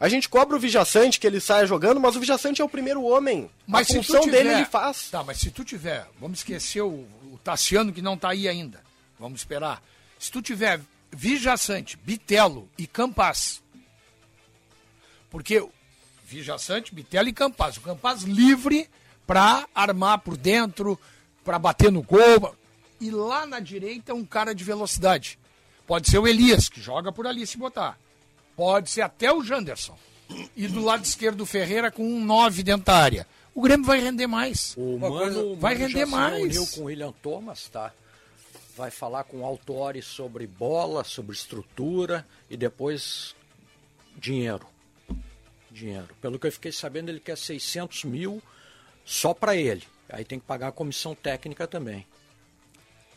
[SPEAKER 2] A gente cobra o Vijaçante que ele saia jogando, mas o Vijaçante é o primeiro homem.
[SPEAKER 4] Mas
[SPEAKER 2] a
[SPEAKER 4] se
[SPEAKER 2] função
[SPEAKER 4] tu tiver...
[SPEAKER 2] dele é ele faz.
[SPEAKER 4] Tá, mas se tu tiver, vamos esquecer o, o Tassiano que não tá aí ainda. Vamos esperar. Se tu tiver Vijaçante, Bitelo e Campas. Porque Vijaçante, Bitelo e Campas, o Campas livre pra armar por dentro, pra bater no gol. E lá na direita um cara de velocidade. Pode ser o Elias que joga por ali se botar. Pode ser até o Janderson. E do lado esquerdo o Ferreira com um 9 dentro da área. O Grêmio vai render mais.
[SPEAKER 5] O
[SPEAKER 3] Uma
[SPEAKER 5] Mano,
[SPEAKER 3] coisa-
[SPEAKER 5] o Mano
[SPEAKER 4] vai
[SPEAKER 5] já
[SPEAKER 4] render
[SPEAKER 5] se
[SPEAKER 4] mais.
[SPEAKER 5] reuniu com o William Thomas, tá? Vai falar com o Altori sobre bola, sobre estrutura e depois dinheiro. Dinheiro. Pelo que eu fiquei sabendo, ele quer 600 mil só pra ele. Aí tem que pagar a comissão técnica também.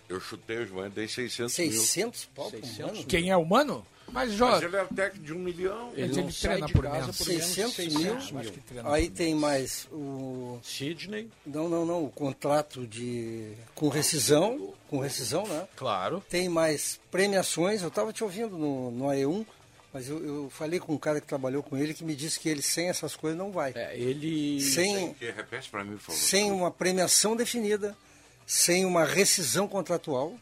[SPEAKER 1] Eu chutei o João, dei 600 mil.
[SPEAKER 3] 600 pau por
[SPEAKER 5] 600
[SPEAKER 3] ano?
[SPEAKER 5] mil.
[SPEAKER 4] Quem é humano? Mas
[SPEAKER 1] Mas
[SPEAKER 4] joga.
[SPEAKER 1] ele é o técnico de um milhão.
[SPEAKER 5] Ele
[SPEAKER 4] Mas ele
[SPEAKER 5] não sai
[SPEAKER 4] Então, treina
[SPEAKER 5] de
[SPEAKER 4] por
[SPEAKER 5] casa
[SPEAKER 4] menos.
[SPEAKER 5] por menos de
[SPEAKER 3] 600 mil.
[SPEAKER 5] 600 mil.
[SPEAKER 3] Aí tem mais o.
[SPEAKER 5] Sidney,
[SPEAKER 3] Não, não, não. O contrato de. com rescisão. Com rescisão, né?
[SPEAKER 7] Claro.
[SPEAKER 3] Tem mais premiações. Eu estava te ouvindo no, no AE1, mas eu, eu falei com um cara que trabalhou com ele que me disse que ele sem essas coisas não vai.
[SPEAKER 5] é, ele
[SPEAKER 3] Sem,
[SPEAKER 1] Que- Repete pra mim, por favor.
[SPEAKER 3] sem uma premiação definida, sem uma rescisão contratual.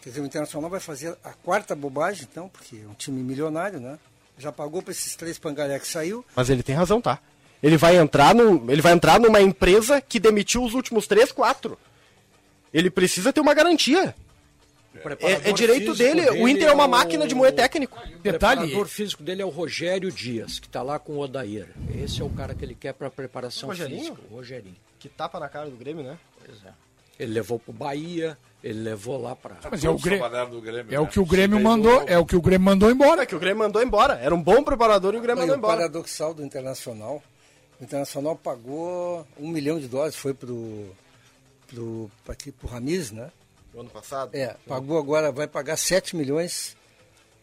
[SPEAKER 3] Quer dizer, o Internacional vai fazer a quarta bobagem, então, porque é um time milionário, né? Já pagou para esses três pangaré que saiu.
[SPEAKER 2] Mas ele tem razão, tá? Ele vai entrar no, ele vai entrar numa empresa que demitiu os últimos três, quatro. Ele precisa ter uma garantia.
[SPEAKER 5] o
[SPEAKER 2] É, é
[SPEAKER 5] preparador
[SPEAKER 2] direito
[SPEAKER 5] físico
[SPEAKER 2] dele. O Inter é uma
[SPEAKER 5] o-
[SPEAKER 2] máquina de moer técnico.
[SPEAKER 5] O
[SPEAKER 4] Detalhe,
[SPEAKER 5] preparador físico dele é o Rogério Dias, que está lá com o Odair. Esse é o cara que ele quer para preparação
[SPEAKER 2] Rogerinho?
[SPEAKER 5] física. O Rogerinho,
[SPEAKER 2] Que tapa na cara do Grêmio, né?
[SPEAKER 5] pois é. Ele levou para Bahia, ele levou lá para.
[SPEAKER 4] mas é o, Grê-
[SPEAKER 1] trabalharam no Grêmio,
[SPEAKER 4] é o
[SPEAKER 1] né?
[SPEAKER 4] que o Grêmio
[SPEAKER 1] Sim,
[SPEAKER 4] mandou, é o que o Grêmio mandou embora.
[SPEAKER 2] É que o Grêmio mandou embora. Era um bom preparador e o Grêmio
[SPEAKER 3] Não, e
[SPEAKER 2] mandou
[SPEAKER 3] o
[SPEAKER 2] embora.
[SPEAKER 3] paradoxal do Internacional, o Internacional pagou um milhão de dólares, foi pro, pro, pra aqui, pro Ramiz, né?
[SPEAKER 2] O ano passado.
[SPEAKER 3] É, pagou agora, vai pagar 7 milhões.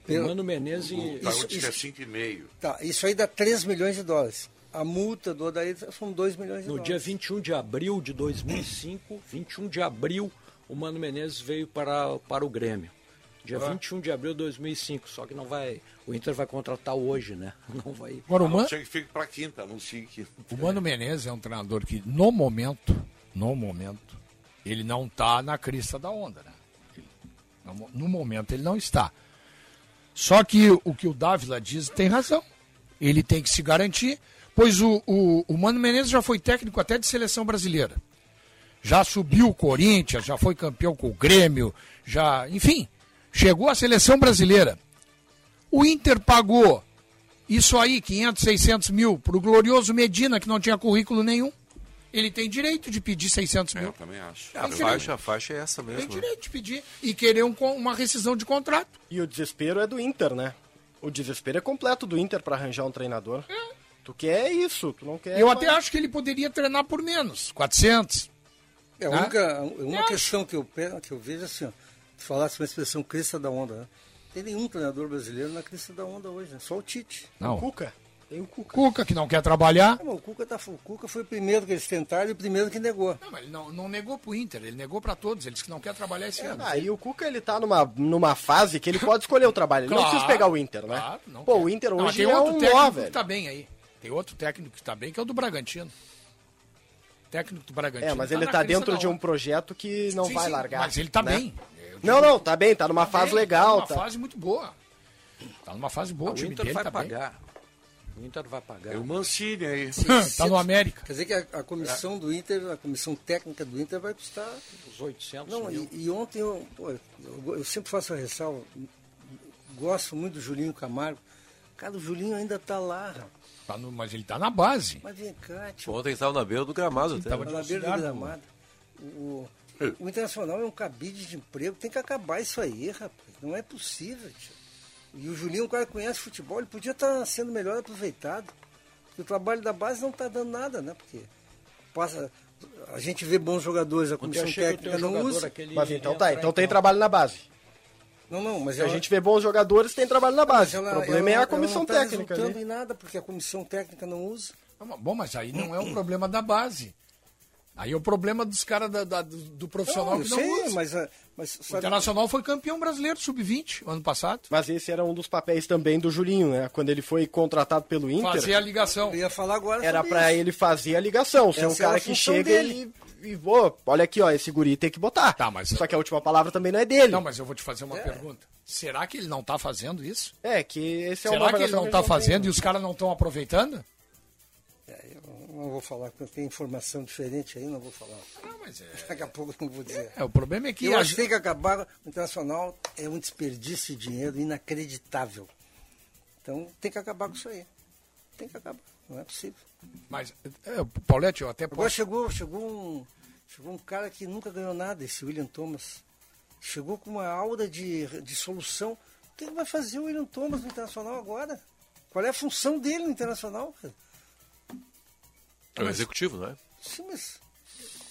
[SPEAKER 5] O
[SPEAKER 3] pelo-
[SPEAKER 5] Mano Menezes e-
[SPEAKER 1] Pagou
[SPEAKER 3] Isso-
[SPEAKER 1] de
[SPEAKER 3] isso-
[SPEAKER 1] 5,5.
[SPEAKER 3] tá, isso aí dá 3 milhões de dólares. A multa do Odair são 2 milhões de
[SPEAKER 5] no
[SPEAKER 3] dólares.
[SPEAKER 5] dia 21 de abril de 2005, 21 de abril, o Mano Menezes veio para, para o Grêmio. Dia 21 de abril de 2005, só que não vai. O Inter vai contratar hoje, né? Não vai.
[SPEAKER 4] Agora o
[SPEAKER 1] Ah, Não
[SPEAKER 4] Mano,
[SPEAKER 1] sei que fica pra quinta, anuncie quinta.
[SPEAKER 4] o Mano Menezes é um treinador que, no momento, no momento, ele não tá na crista da onda, né? Ele- no mo- No momento ele não está. Só que o que o Dávila diz tem razão. Ele tem que se garantir, pois o, o, o Mano Menezes já foi técnico até de seleção brasileira. já subiu o Corinthians, já foi campeão com o Grêmio, já, enfim, chegou à seleção brasileira. O Inter pagou isso aí, 500, 600 mil, pro glorioso Medina, que não tinha currículo nenhum. Ele tem direito de pedir 600
[SPEAKER 1] Eu
[SPEAKER 4] mil.
[SPEAKER 1] também acho.
[SPEAKER 6] A faixa, a faixa é essa
[SPEAKER 4] Tem
[SPEAKER 6] mesmo. né?
[SPEAKER 4] direito tipo, de pedir e querer um con- uma rescisão de contrato.
[SPEAKER 2] E o desespero é do Inter, né? O desespero é completo do Inter pra arranjar um treinador. Tu quer isso, tu não quer.
[SPEAKER 4] É, Eu
[SPEAKER 2] uma-
[SPEAKER 4] até acho que ele poderia treinar por menos, 400.
[SPEAKER 3] É, a
[SPEAKER 4] Tá?
[SPEAKER 3] única, uma
[SPEAKER 4] acho.
[SPEAKER 3] questão que eu, pe- que eu vejo assim, ó, tu falasse uma expressão crista da onda, né? Tem nenhum treinador brasileiro na crista da onda hoje, né? Só o Tite.
[SPEAKER 2] O Cuca. Tem o Cuca.
[SPEAKER 4] Cuca, que não quer trabalhar.
[SPEAKER 3] Ah, mas o, Cuca tá, o Cuca foi o primeiro que eles tentaram e o primeiro que negou.
[SPEAKER 4] Não, mas ele não, não negou pro Inter, ele negou pra todos. Ele disse que não quer trabalhar esse ano.
[SPEAKER 2] Ah, e o Cuca ele tá numa, numa fase que ele pode escolher o trabalho. Ele não
[SPEAKER 4] Claro,
[SPEAKER 2] precisa pegar o Inter, né?
[SPEAKER 4] claro, não
[SPEAKER 2] Pô,
[SPEAKER 4] quer.
[SPEAKER 2] o Inter
[SPEAKER 4] Não, mas
[SPEAKER 2] hoje
[SPEAKER 4] tem
[SPEAKER 2] é
[SPEAKER 4] outro
[SPEAKER 2] um
[SPEAKER 4] técnico
[SPEAKER 2] nó,
[SPEAKER 4] que
[SPEAKER 2] velho.
[SPEAKER 4] tá bem aí. Tem outro técnico que tá bem, que é o do Bragantino. Técnico do Bragantino.
[SPEAKER 2] É, mas ele
[SPEAKER 4] na
[SPEAKER 2] tá
[SPEAKER 4] crista
[SPEAKER 2] dentro
[SPEAKER 4] da
[SPEAKER 2] de um
[SPEAKER 4] onda.
[SPEAKER 2] projeto que não
[SPEAKER 4] Sim,
[SPEAKER 2] vai
[SPEAKER 4] sim,
[SPEAKER 2] largar.
[SPEAKER 4] Mas ele tá
[SPEAKER 2] né?
[SPEAKER 4] bem. Eu
[SPEAKER 2] Não,
[SPEAKER 4] digo,
[SPEAKER 2] não, tá bem, tá numa
[SPEAKER 4] tá
[SPEAKER 2] fase
[SPEAKER 4] bem,
[SPEAKER 2] legal.
[SPEAKER 3] Ah,
[SPEAKER 4] Tá numa fase muito boa. Tá numa fase boa. O,
[SPEAKER 5] O
[SPEAKER 4] time
[SPEAKER 5] Inter
[SPEAKER 4] dele
[SPEAKER 5] vai
[SPEAKER 4] tá bem.
[SPEAKER 5] pagar. O Inter vai pagar.
[SPEAKER 1] É o Mancini aí.
[SPEAKER 4] Tá no América.
[SPEAKER 3] Quer dizer que a, a comissão do Inter, a comissão técnica do Inter vai custar.
[SPEAKER 5] Os 800
[SPEAKER 3] Não,
[SPEAKER 5] mil.
[SPEAKER 3] e, e ontem eu, pô, eu, eu sempre faço a ressalva. Gosto muito do Julinho Camargo. Cara, o Julinho ainda tá lá. rapaz.
[SPEAKER 4] Tá no- mas ele tá na base.
[SPEAKER 3] Mas vem cá, tio.
[SPEAKER 6] Ontem estava na beira do gramado até.
[SPEAKER 4] Tava-
[SPEAKER 3] Na beira do
[SPEAKER 4] Cidade,
[SPEAKER 3] gramado. O, o Internacional é um cabide de emprego. Tem que acabar isso aí, rapaz. Não é possível, tio. E o Julinho, o cara que conhece futebol, ele podia estar sendo melhor aproveitado. Porque o trabalho da base não está dando nada, né? Porque passa, a gente vê bons jogadores, a comissão
[SPEAKER 5] Já chega o
[SPEAKER 3] técnica
[SPEAKER 5] teu
[SPEAKER 3] não
[SPEAKER 5] jogador,
[SPEAKER 3] usa.
[SPEAKER 5] aquele
[SPEAKER 2] Mas então tá,
[SPEAKER 5] entra,
[SPEAKER 2] então tem trabalho na base.
[SPEAKER 3] Não, não, mas
[SPEAKER 2] Se a
[SPEAKER 3] ela-
[SPEAKER 2] gente vê bons jogadores, tem trabalho na
[SPEAKER 3] mas
[SPEAKER 2] base.
[SPEAKER 3] ela-
[SPEAKER 2] o problema é
[SPEAKER 3] ela-
[SPEAKER 2] a comissão
[SPEAKER 3] ela não tá
[SPEAKER 2] técnica.
[SPEAKER 3] resultando
[SPEAKER 2] né?
[SPEAKER 3] em nada, porque a comissão técnica não usa.
[SPEAKER 4] Ah, mas- Bom, mas aí não é um problema da base. Aí é o problema dos caras da- da- do do profissional
[SPEAKER 3] Não, eu
[SPEAKER 4] que não
[SPEAKER 3] sei,
[SPEAKER 4] usa.
[SPEAKER 3] mas, a- mas
[SPEAKER 4] O
[SPEAKER 3] sabe-
[SPEAKER 4] Internacional foi campeão brasileiro sub-20 ano passado.
[SPEAKER 2] Então- Mas esse era um dos papéis também do Julinho, né? Quando ele foi contratado pelo Inter,
[SPEAKER 4] Fazia a ligação.
[SPEAKER 3] eu ia falar agora
[SPEAKER 2] era
[SPEAKER 3] sobre
[SPEAKER 2] pra
[SPEAKER 3] isso.
[SPEAKER 2] ele fazer a ligação, ser um
[SPEAKER 3] Essa era
[SPEAKER 2] cara
[SPEAKER 3] a
[SPEAKER 2] que
[SPEAKER 3] função
[SPEAKER 2] chega
[SPEAKER 3] dele.
[SPEAKER 2] e, e pô, olha aqui, ó, esse guri tem que botar.
[SPEAKER 4] Tá, mas-
[SPEAKER 2] Só que a última palavra também não é dele.
[SPEAKER 4] Não, mas eu vou te fazer
[SPEAKER 3] É.
[SPEAKER 4] uma pergunta. Será que ele não tá fazendo isso?
[SPEAKER 2] É, que esse é uma
[SPEAKER 4] Será que ele
[SPEAKER 2] avaliação
[SPEAKER 4] não
[SPEAKER 2] a
[SPEAKER 4] tá
[SPEAKER 2] gente tem,
[SPEAKER 4] fazendo
[SPEAKER 2] né?
[SPEAKER 4] e os caras não estão aproveitando?
[SPEAKER 3] É, Eu não vou falar, porque tem informação diferente aí, não vou falar.
[SPEAKER 4] Não, mas é.
[SPEAKER 3] Daqui a pouco eu não vou dizer.
[SPEAKER 4] o problema é que.
[SPEAKER 3] eu
[SPEAKER 4] a-
[SPEAKER 3] acho que tem que acabar. O Internacional é um desperdício de dinheiro inacreditável. Então tem que acabar com isso aí. Tem que acabar. Não é possível.
[SPEAKER 4] Mas, é, Paulete, eu até
[SPEAKER 3] Agora
[SPEAKER 4] posso.
[SPEAKER 3] chegou, chegou, um, chegou um cara que nunca ganhou nada, esse William Thomas. Chegou com uma aura de, de solução. O que que vai fazer o William Thomas no Internacional agora? Qual é a função dele no Internacional? cara?
[SPEAKER 6] É o executivo, não é?
[SPEAKER 3] Sim, mas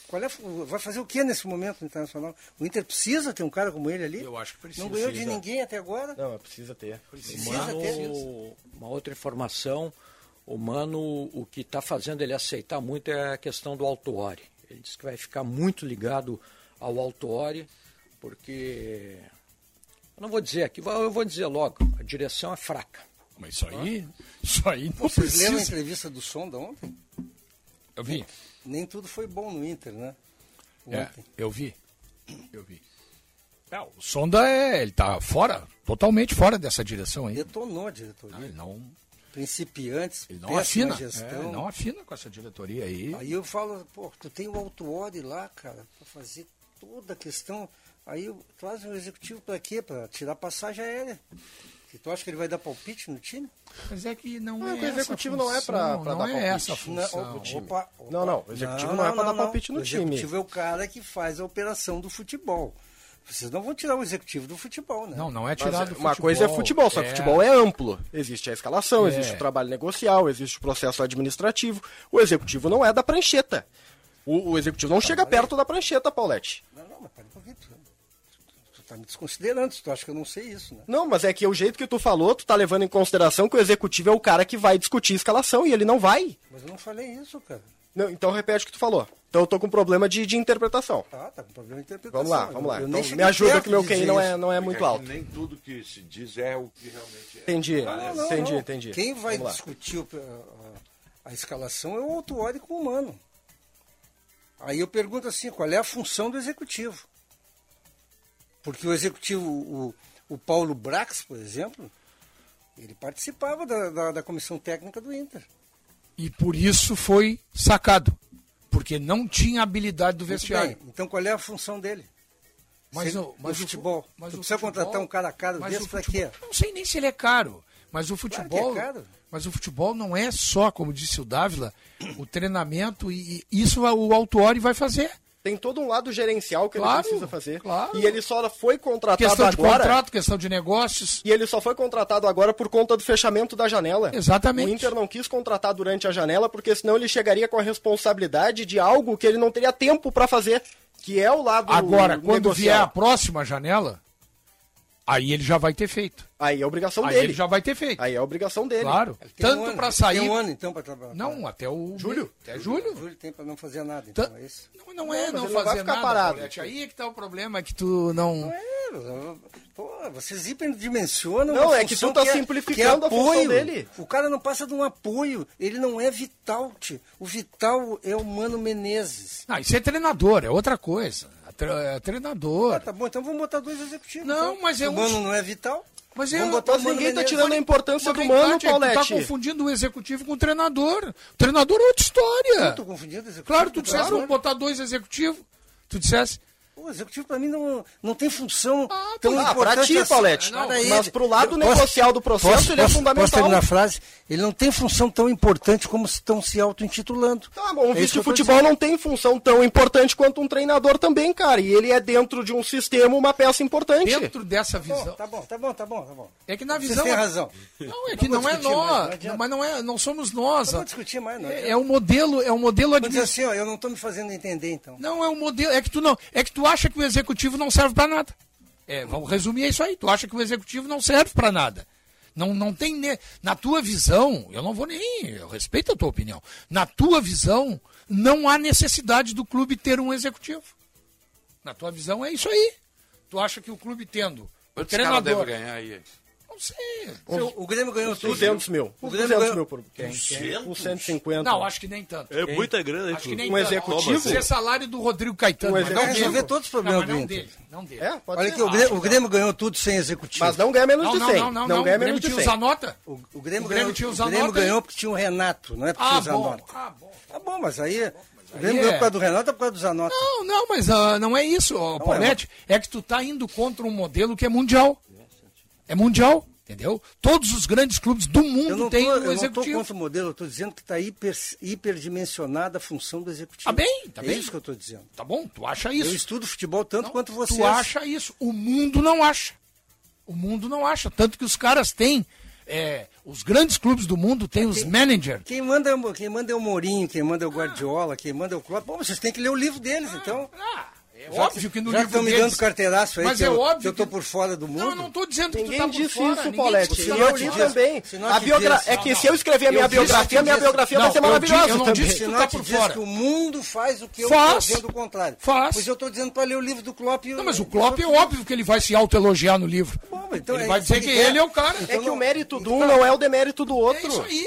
[SPEAKER 3] qual é, a fu- vai fazer o que nesse momento no Internacional? O Inter precisa ter um cara como ele ali?
[SPEAKER 4] Eu acho que precisa.
[SPEAKER 3] Não ganhou de
[SPEAKER 2] Precisa.
[SPEAKER 3] ninguém até agora?
[SPEAKER 2] Não, precisa ter.
[SPEAKER 3] Precisa ter.
[SPEAKER 5] Mano, uma outra informação, o Mano, o que está fazendo ele aceitar muito é a questão do Altuori. Ele disse que vai ficar muito ligado ao Altuori, porque, eu não vou dizer aqui, eu vou dizer logo, a direção é fraca.
[SPEAKER 4] Mas isso aí. Isso aí não
[SPEAKER 3] Vocês lembram a
[SPEAKER 4] precisa.
[SPEAKER 3] entrevista do Sonda ontem?
[SPEAKER 4] Eu vi.
[SPEAKER 3] Nem tudo foi bom no Inter, né?
[SPEAKER 4] É,
[SPEAKER 3] Ontem.
[SPEAKER 4] eu vi. Eu vi. É, o Sonda é. Ele tá fora, totalmente fora dessa direção aí.
[SPEAKER 3] Detonou a diretoria.
[SPEAKER 4] Ah, ele não,
[SPEAKER 3] Principiantes,
[SPEAKER 4] ele não
[SPEAKER 3] péssima
[SPEAKER 4] afina. É,
[SPEAKER 3] gestão.
[SPEAKER 4] ele não afina com essa diretoria aí.
[SPEAKER 3] Aí eu falo, pô, tu tem o autuori lá, cara, pra fazer toda a questão. Aí eu- traz o executivo pra quê? Pra tirar passagem aérea. E tu acha que ele vai dar palpite no time?
[SPEAKER 4] Mas é que não
[SPEAKER 2] Ah,
[SPEAKER 4] é.
[SPEAKER 2] que o
[SPEAKER 4] essa
[SPEAKER 2] executivo não é pra- pra
[SPEAKER 4] função,
[SPEAKER 2] dar
[SPEAKER 4] Não é
[SPEAKER 2] palpite.
[SPEAKER 4] essa a função.
[SPEAKER 3] Não, opa, opa.
[SPEAKER 2] Não, não, o executivo não é pra dar palpite no
[SPEAKER 3] o
[SPEAKER 2] time.
[SPEAKER 3] O executivo é o cara que faz a operação do futebol. Vocês não vão tirar o executivo do futebol, né?
[SPEAKER 4] Não, não é
[SPEAKER 2] Mas
[SPEAKER 4] tirado do
[SPEAKER 2] uma coisa é futebol, só que futebol é amplo. Existe a escalação,
[SPEAKER 4] É.
[SPEAKER 2] existe o trabalho negocial, existe o processo administrativo. O executivo não é da prancheta. O, o executivo não chega perto da prancheta, Paulette.
[SPEAKER 3] Não, não, mas pera um pouquinho. Tu, tu tá me desconsiderando, tu acha que eu não sei isso, né?
[SPEAKER 2] Não, mas é que o jeito que tu falou, tu tá levando em consideração que o executivo é o cara que vai discutir a escalação e ele não vai.
[SPEAKER 3] Mas eu não falei isso, cara.
[SPEAKER 2] Não, então repete o que tu falou. Então eu tô com problema de, de interpretação.
[SPEAKER 3] Tá, tá com problema de interpretação.
[SPEAKER 2] Vamos lá, vamos lá.
[SPEAKER 3] Eu
[SPEAKER 2] Então,
[SPEAKER 3] nem
[SPEAKER 2] me
[SPEAKER 3] cheguei
[SPEAKER 2] ajuda
[SPEAKER 3] perto
[SPEAKER 2] que meu
[SPEAKER 3] de
[SPEAKER 2] QI
[SPEAKER 3] dizer
[SPEAKER 2] não
[SPEAKER 3] isso.
[SPEAKER 2] é, não é
[SPEAKER 1] É
[SPEAKER 2] muito
[SPEAKER 1] que
[SPEAKER 2] alto.
[SPEAKER 1] Nem tudo que se diz é o que realmente é.
[SPEAKER 2] Entendi,
[SPEAKER 3] Não, não,
[SPEAKER 2] entendi,
[SPEAKER 3] não.
[SPEAKER 2] entendi.
[SPEAKER 3] Quem vai
[SPEAKER 2] Vamos lá.
[SPEAKER 3] discutir o- a, a- a escalação é o autuário com o humano. Aí eu pergunto assim, qual é a função do executivo? Porque o executivo, o, o Paulo Brax, por exemplo, ele participava da, da- da comissão técnica do Inter.
[SPEAKER 4] E por isso foi sacado. Porque não tinha habilidade do
[SPEAKER 3] Muito
[SPEAKER 4] vestiário.
[SPEAKER 3] bem, Então qual é a função dele?
[SPEAKER 4] Mas
[SPEAKER 3] Se-
[SPEAKER 4] o-
[SPEAKER 3] do
[SPEAKER 4] mas o fu-
[SPEAKER 3] futebol.
[SPEAKER 4] mas
[SPEAKER 3] tu
[SPEAKER 4] o
[SPEAKER 3] precisa
[SPEAKER 4] futebol-
[SPEAKER 3] contratar um cara a cara
[SPEAKER 4] mas
[SPEAKER 3] desse
[SPEAKER 4] o
[SPEAKER 3] pra
[SPEAKER 4] futebol-
[SPEAKER 3] quê?
[SPEAKER 4] Não sei nem se ele é caro. Mas o
[SPEAKER 3] que é
[SPEAKER 4] futebol.
[SPEAKER 3] caro.
[SPEAKER 4] Mas o futebol não é só, como disse o Dávila, o treinamento e, e isso o Altuori vai fazer.
[SPEAKER 2] Tem todo um lado gerencial que
[SPEAKER 4] Claro,
[SPEAKER 2] ele precisa fazer.
[SPEAKER 4] claro.
[SPEAKER 2] E ele só foi contratado
[SPEAKER 4] Questão de
[SPEAKER 2] agora.
[SPEAKER 4] contrato, questão de negócios.
[SPEAKER 2] E ele só foi contratado agora por conta do fechamento da janela.
[SPEAKER 4] Exatamente.
[SPEAKER 2] O Inter não quis contratar durante a janela, porque senão ele chegaria com a responsabilidade de algo que ele não teria tempo pra fazer, que é o lado
[SPEAKER 4] Agora, quando
[SPEAKER 2] negocial.
[SPEAKER 4] vier a próxima janela, aí ele já vai ter feito.
[SPEAKER 2] Aí é obrigação
[SPEAKER 4] Aí
[SPEAKER 2] dele.
[SPEAKER 4] ele já vai ter feito.
[SPEAKER 2] Aí é obrigação dele.
[SPEAKER 4] Claro.
[SPEAKER 3] Tem um
[SPEAKER 4] Tanto
[SPEAKER 3] ano,
[SPEAKER 4] para sair.
[SPEAKER 3] Tem um ano então para trabalhar.
[SPEAKER 4] Não, até o. Julho? Até julho.
[SPEAKER 3] Júlio tem para não fazer nada,
[SPEAKER 4] Tá-
[SPEAKER 3] então é isso.
[SPEAKER 4] Não, não é
[SPEAKER 2] Não, mas
[SPEAKER 4] não,
[SPEAKER 2] ele não
[SPEAKER 4] fazer
[SPEAKER 2] vai ficar
[SPEAKER 4] nada,
[SPEAKER 2] parado.
[SPEAKER 4] Paulete. Aí é que tá o problema, é que tu não...
[SPEAKER 3] É, Pô, vocês hiperdimensionam.
[SPEAKER 2] Não,
[SPEAKER 3] uma
[SPEAKER 2] é que tu
[SPEAKER 3] função
[SPEAKER 2] tá
[SPEAKER 3] que
[SPEAKER 2] simplificando
[SPEAKER 3] que é
[SPEAKER 2] a função
[SPEAKER 3] apoio.
[SPEAKER 2] dele.
[SPEAKER 3] O cara não passa de um apoio, ele não é vital. tio. O vital é o Mano Menezes.
[SPEAKER 4] Ah, isso é treinador, é outra coisa. É tre- É treinador.
[SPEAKER 3] Ah, tá bom, então vamos botar dois executivos.
[SPEAKER 4] Não,
[SPEAKER 3] então.
[SPEAKER 4] mas é
[SPEAKER 3] o
[SPEAKER 4] um-
[SPEAKER 3] Mano não é vital?
[SPEAKER 4] Mas,
[SPEAKER 2] Vamos
[SPEAKER 4] eu-
[SPEAKER 2] botar
[SPEAKER 4] mas tá
[SPEAKER 2] o Mano Menezes. Mas- mas
[SPEAKER 4] do
[SPEAKER 2] vem cá,
[SPEAKER 4] Mano,
[SPEAKER 2] Tchê, tu tá
[SPEAKER 4] Paulette. Tá confundindo o executivo com o treinador. O treinador é outra história.
[SPEAKER 3] Eu tô confundindo o executivo
[SPEAKER 4] Claro,
[SPEAKER 3] com
[SPEAKER 4] tu um
[SPEAKER 3] o
[SPEAKER 4] dissesse,
[SPEAKER 3] treinador.
[SPEAKER 4] vamos botar dois executivos. Tu dissesse,
[SPEAKER 3] O executivo, para mim, não, não tem função
[SPEAKER 4] Ah,
[SPEAKER 3] tão
[SPEAKER 2] ah,
[SPEAKER 3] importante.
[SPEAKER 2] pra ti,
[SPEAKER 3] assim.
[SPEAKER 2] Paulette.
[SPEAKER 3] Não,
[SPEAKER 2] Mas
[SPEAKER 3] ele-
[SPEAKER 2] pro lado negocial do processo, ele é fundamental.
[SPEAKER 3] Posso terminar a frase? Ele não tem função tão importante como estão se auto-intitulando.
[SPEAKER 2] Tá bom, um
[SPEAKER 3] É isso
[SPEAKER 2] vice
[SPEAKER 3] que
[SPEAKER 2] de
[SPEAKER 3] eu tô
[SPEAKER 2] futebol não tem função tão importante quanto um treinador também, cara. E ele é dentro de um sistema uma peça importante.
[SPEAKER 4] dentro dessa visão.
[SPEAKER 3] dizendo. Bom, tá bom, tá bom, tá bom, tá bom.
[SPEAKER 4] É que na
[SPEAKER 3] Vocês
[SPEAKER 4] visão.
[SPEAKER 3] têm razão.
[SPEAKER 4] Não, é que
[SPEAKER 3] Não
[SPEAKER 4] não,
[SPEAKER 3] vou
[SPEAKER 4] é
[SPEAKER 3] discutir mais, não
[SPEAKER 4] nós.
[SPEAKER 3] adianta.
[SPEAKER 4] mas não é, não somos nós.
[SPEAKER 3] Não vou discutir mais, não.
[SPEAKER 4] É, é um modelo, é um modelo
[SPEAKER 3] Vou dizer
[SPEAKER 4] administrativo.
[SPEAKER 3] assim, ó, eu não estou me fazendo entender, então.
[SPEAKER 4] Não é um modelo, é que tu não, é que tu acha que o executivo não serve para nada. É, vamos resumir isso aí. Tu acha que o executivo não serve para nada. Não, não tem ne- na tua visão, eu não vou nem, eu respeito a tua opinião. Na tua visão, não há necessidade do clube ter um executivo. Na tua visão é isso aí. Tu acha que o clube tendo o
[SPEAKER 1] Quantos caras devem
[SPEAKER 4] treinador,
[SPEAKER 1] ganhar aí?
[SPEAKER 4] não sei.
[SPEAKER 3] O, o Grêmio ganhou tudo.
[SPEAKER 2] 200 mil.
[SPEAKER 3] O
[SPEAKER 2] Uns
[SPEAKER 3] Grêmio
[SPEAKER 2] 200
[SPEAKER 3] ganhou- Um
[SPEAKER 2] mil por quem? Uns 150.
[SPEAKER 4] Não, acho que nem tanto.
[SPEAKER 6] É muita grana, hein,
[SPEAKER 4] Acho que nem
[SPEAKER 2] Um
[SPEAKER 4] tanto.
[SPEAKER 2] executivo?
[SPEAKER 4] Isso é salário do Rodrigo Caetano.
[SPEAKER 2] Um
[SPEAKER 4] mas não
[SPEAKER 3] Vai
[SPEAKER 2] executivo?
[SPEAKER 4] dele.
[SPEAKER 3] resolver todos os
[SPEAKER 4] Não,
[SPEAKER 3] problemas
[SPEAKER 4] mas não
[SPEAKER 3] do Inter.
[SPEAKER 4] dele, não dele.
[SPEAKER 2] É, pode
[SPEAKER 3] Olha
[SPEAKER 2] ser.
[SPEAKER 3] aqui, o Grêmio, o Grêmio ganhou tudo sem executivo.
[SPEAKER 2] Mas não ganha menos
[SPEAKER 4] Não,
[SPEAKER 2] de
[SPEAKER 4] não,
[SPEAKER 2] 100.
[SPEAKER 4] não, não, não.
[SPEAKER 2] ganha
[SPEAKER 4] O Grêmio
[SPEAKER 2] menos de
[SPEAKER 4] tinha
[SPEAKER 2] 100.
[SPEAKER 4] os anota.
[SPEAKER 3] O, o Grêmio,
[SPEAKER 4] O Grêmio
[SPEAKER 3] ganhou,
[SPEAKER 4] tinha o
[SPEAKER 3] o Grêmio
[SPEAKER 4] Zanota, hein?
[SPEAKER 3] ganhou porque tinha o Renato, não é porque
[SPEAKER 4] Ah,
[SPEAKER 3] tinha o
[SPEAKER 4] bom.
[SPEAKER 3] Zanota.
[SPEAKER 4] Ah, bom.
[SPEAKER 3] Tá bom, mas aí. O Grêmio
[SPEAKER 4] aí
[SPEAKER 3] ganhou
[SPEAKER 4] é.
[SPEAKER 3] por causa do Renato ou por causa do Zanota?
[SPEAKER 4] Não, não, mas ah, não é isso, ó, Paulette. É que tu tá indo contra um modelo que é mundial. É mundial, entendeu? Todos os grandes clubes do
[SPEAKER 3] Eu
[SPEAKER 4] mundo
[SPEAKER 3] não
[SPEAKER 4] têm
[SPEAKER 3] tô-
[SPEAKER 4] um
[SPEAKER 3] eu não estou
[SPEAKER 4] executivo.
[SPEAKER 3] contra o modelo, eu estou dizendo que está hiper, hiperdimensionada a função do executivo.
[SPEAKER 4] Tá bem, tá
[SPEAKER 3] é
[SPEAKER 4] bem.
[SPEAKER 3] isso que eu estou dizendo.
[SPEAKER 4] Tá bom? Tu acha
[SPEAKER 3] Eu
[SPEAKER 4] isso?
[SPEAKER 3] estudo futebol tanto
[SPEAKER 4] Não,
[SPEAKER 3] quanto vocês.
[SPEAKER 4] Tu acha isso. O mundo não acha. O mundo não acha. Tanto que os caras têm. é, os grandes clubes do mundo
[SPEAKER 3] É
[SPEAKER 4] têm os managers.
[SPEAKER 3] Quem manda, é o- quem manda é o Mourinho, quem manda é o Guardiola, quem manda é o Klopp. Bom, vocês têm que ler o livro deles, então.
[SPEAKER 4] Ah, é
[SPEAKER 3] Já
[SPEAKER 4] óbvio que no
[SPEAKER 3] já
[SPEAKER 4] livro
[SPEAKER 3] estão me
[SPEAKER 4] deles-
[SPEAKER 3] dando carteiraço aí,
[SPEAKER 4] Mas
[SPEAKER 3] que
[SPEAKER 4] é
[SPEAKER 3] eu,
[SPEAKER 4] óbvio
[SPEAKER 3] que eu tô
[SPEAKER 4] que-
[SPEAKER 3] por fora do mundo.
[SPEAKER 4] Não, eu não tô dizendo que
[SPEAKER 2] Ninguém
[SPEAKER 4] tu tá por
[SPEAKER 2] disse
[SPEAKER 4] fora,
[SPEAKER 2] isso,
[SPEAKER 4] ninguém
[SPEAKER 2] Paulette.
[SPEAKER 4] disse
[SPEAKER 3] Não,
[SPEAKER 2] Eu,
[SPEAKER 4] nada
[SPEAKER 3] te
[SPEAKER 2] li
[SPEAKER 3] disse.
[SPEAKER 2] também.
[SPEAKER 3] Se não
[SPEAKER 2] A
[SPEAKER 3] te
[SPEAKER 2] biogra...
[SPEAKER 3] disse.
[SPEAKER 2] É que se eu escrever a minha
[SPEAKER 3] Eu disse,
[SPEAKER 2] biografia,
[SPEAKER 3] eu
[SPEAKER 2] a minha
[SPEAKER 3] disse.
[SPEAKER 2] biografia
[SPEAKER 4] Não,
[SPEAKER 2] vai ser
[SPEAKER 4] eu di- eu
[SPEAKER 2] maravilhosa
[SPEAKER 4] não
[SPEAKER 2] também.
[SPEAKER 4] disse-
[SPEAKER 3] Se
[SPEAKER 4] tu
[SPEAKER 3] não
[SPEAKER 4] tá
[SPEAKER 3] te
[SPEAKER 4] por
[SPEAKER 3] diz
[SPEAKER 4] fora.
[SPEAKER 3] que o mundo faz o que eu estou
[SPEAKER 4] Faz.
[SPEAKER 3] dizendo o contrário.
[SPEAKER 4] Faz.
[SPEAKER 3] Pois eu estou dizendo para ler o livro do Klopp. e o-
[SPEAKER 4] Não, mas o Klopp é óbvio que ele vai se autoelogiar no livro.
[SPEAKER 3] Bom, mas então
[SPEAKER 4] ele
[SPEAKER 3] é
[SPEAKER 4] vai
[SPEAKER 3] isso
[SPEAKER 4] dizer
[SPEAKER 3] que
[SPEAKER 4] que
[SPEAKER 3] quer.
[SPEAKER 4] ele é o cara. Então
[SPEAKER 2] É que o mérito de um não é o demérito do
[SPEAKER 4] É isso
[SPEAKER 2] outro.
[SPEAKER 4] aí.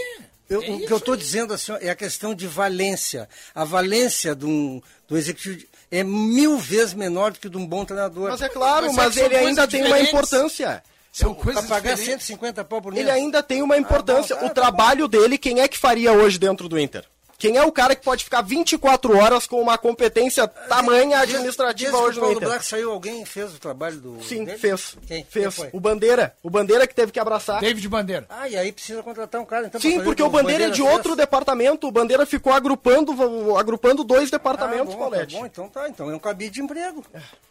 [SPEAKER 3] Eu-
[SPEAKER 4] É
[SPEAKER 3] o que
[SPEAKER 4] isso
[SPEAKER 3] eu estou
[SPEAKER 4] aí.
[SPEAKER 3] dizendo assim, ó, é a questão de valência. A valência de um, do executivo é mil vezes menor do que de um bom treinador.
[SPEAKER 2] Mas é claro,
[SPEAKER 4] Mas é
[SPEAKER 2] mas
[SPEAKER 4] que são
[SPEAKER 2] ele ainda
[SPEAKER 4] coisas
[SPEAKER 2] tem uma
[SPEAKER 4] diferentes.
[SPEAKER 2] importância.
[SPEAKER 4] São
[SPEAKER 3] Para
[SPEAKER 4] coisas
[SPEAKER 3] pagar
[SPEAKER 4] diferentes.
[SPEAKER 3] 150 pau por mês.
[SPEAKER 2] Ele ainda tem uma importância.
[SPEAKER 3] Ah, bom, tá,
[SPEAKER 2] o trabalho dele, quem é que faria hoje dentro do Inter? Quem é o cara que pode ficar 24 horas com uma competência tamanha
[SPEAKER 3] Desde-
[SPEAKER 2] administrativa
[SPEAKER 3] desde que
[SPEAKER 2] hoje
[SPEAKER 3] o
[SPEAKER 2] no
[SPEAKER 3] Paulo
[SPEAKER 2] Inter?
[SPEAKER 3] Black saiu, alguém fez o trabalho do...
[SPEAKER 2] Sim,
[SPEAKER 3] dele?
[SPEAKER 2] fez.
[SPEAKER 3] Quem?
[SPEAKER 2] Fez.
[SPEAKER 3] Quem foi?
[SPEAKER 2] o Bandeira. O Bandeira que teve que abraçar.
[SPEAKER 4] David Bandeira.
[SPEAKER 3] Ah, e aí precisa contratar um cara. Então, pra
[SPEAKER 2] Sim,
[SPEAKER 3] fazer
[SPEAKER 2] porque
[SPEAKER 3] que
[SPEAKER 2] o Bandeira é de outro
[SPEAKER 3] fez.
[SPEAKER 2] departamento. O Bandeira ficou agrupando, agrupando dois
[SPEAKER 3] Ah,
[SPEAKER 2] departamentos,
[SPEAKER 3] bom, tá
[SPEAKER 2] Paulette.
[SPEAKER 3] bom, então tá. Então é um cabide de emprego.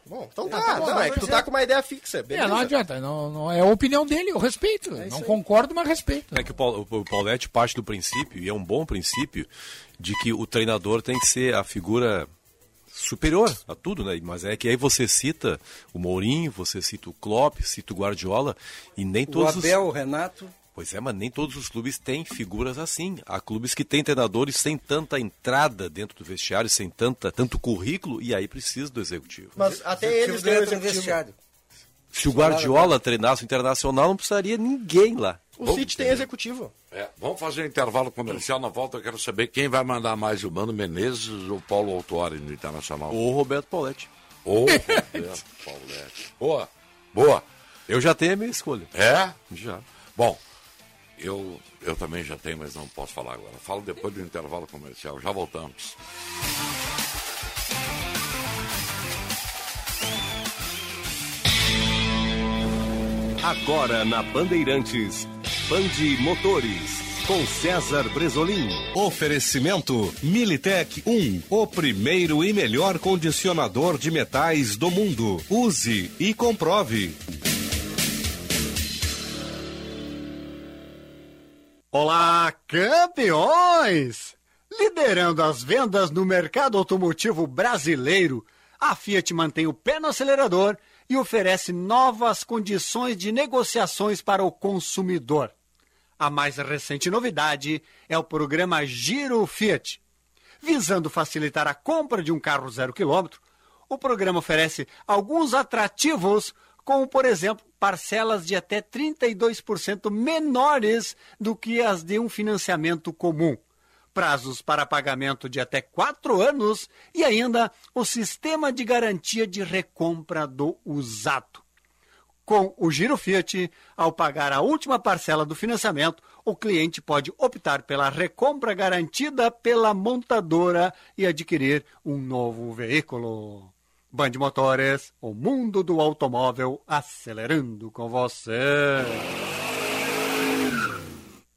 [SPEAKER 2] Bom, então tá. não, é que tu tá com uma ideia fixa.
[SPEAKER 4] É,
[SPEAKER 2] Beleza. É
[SPEAKER 4] não adianta. Não, não- é a opinião dele, eu respeito. não concordo, mas respeito.
[SPEAKER 6] É que o, Paul, o Paulette parte do princípio, e é um bom princípio, de que o treinador tem que ser a figura superior a tudo, né? Mas é que aí você cita o Mourinho, você cita o Klopp, cita o Guardiola, e nem
[SPEAKER 3] O
[SPEAKER 6] todos os-
[SPEAKER 3] Abel, o Renato...
[SPEAKER 6] Pois é, mas nem todos os clubes têm figuras assim. Há clubes que têm treinadores sem tanta entrada dentro do vestiário, sem tanta, tanto currículo, e aí precisa do executivo.
[SPEAKER 2] Mas até eles têm
[SPEAKER 3] ganham
[SPEAKER 2] o
[SPEAKER 3] no
[SPEAKER 2] executivo.
[SPEAKER 3] vestiário.
[SPEAKER 6] Se o
[SPEAKER 3] né?
[SPEAKER 6] Guardiola treinasse o Internacional, não precisaria ninguém lá.
[SPEAKER 2] O City tem executivo.
[SPEAKER 1] É, vamos fazer um intervalo comercial. Na volta eu quero saber quem vai mandar mais, o Mano Menezes ou o Paulo Autuori no Internacional.
[SPEAKER 6] Ou o Roberto Pauletti.
[SPEAKER 1] Ou o Roberto Pauletti. Boa, boa.
[SPEAKER 6] Eu já tenho a minha escolha.
[SPEAKER 1] É?
[SPEAKER 6] Já.
[SPEAKER 1] Bom, eu, eu também já tenho, mas não posso falar agora. Falo depois do intervalo comercial. Já voltamos.
[SPEAKER 7] Agora na Bandeirantes, Bande Motores, com César Bresolim. Oferecimento Militech 1, o primeiro e melhor condicionador de metais do mundo. Use e comprove.
[SPEAKER 8] Olá, campeões! Liderando as vendas no mercado automotivo brasileiro, a Fiat mantém o pé no acelerador e oferece novas condições de negociações para o consumidor. A mais recente novidade é o programa Giro Fiat. Visando facilitar a compra de um carro zero quilômetro, o programa oferece alguns atrativos, como, por exemplo, parcelas de até 32% menores do que as de um financiamento comum, prazos para pagamento de até quatro anos e ainda o sistema de garantia de recompra do usado. Com o Giro Fiat, ao pagar a última parcela do financiamento, o cliente pode optar pela recompra garantida pela montadora e adquirir um novo veículo. Band Motores, o mundo do automóvel acelerando com você.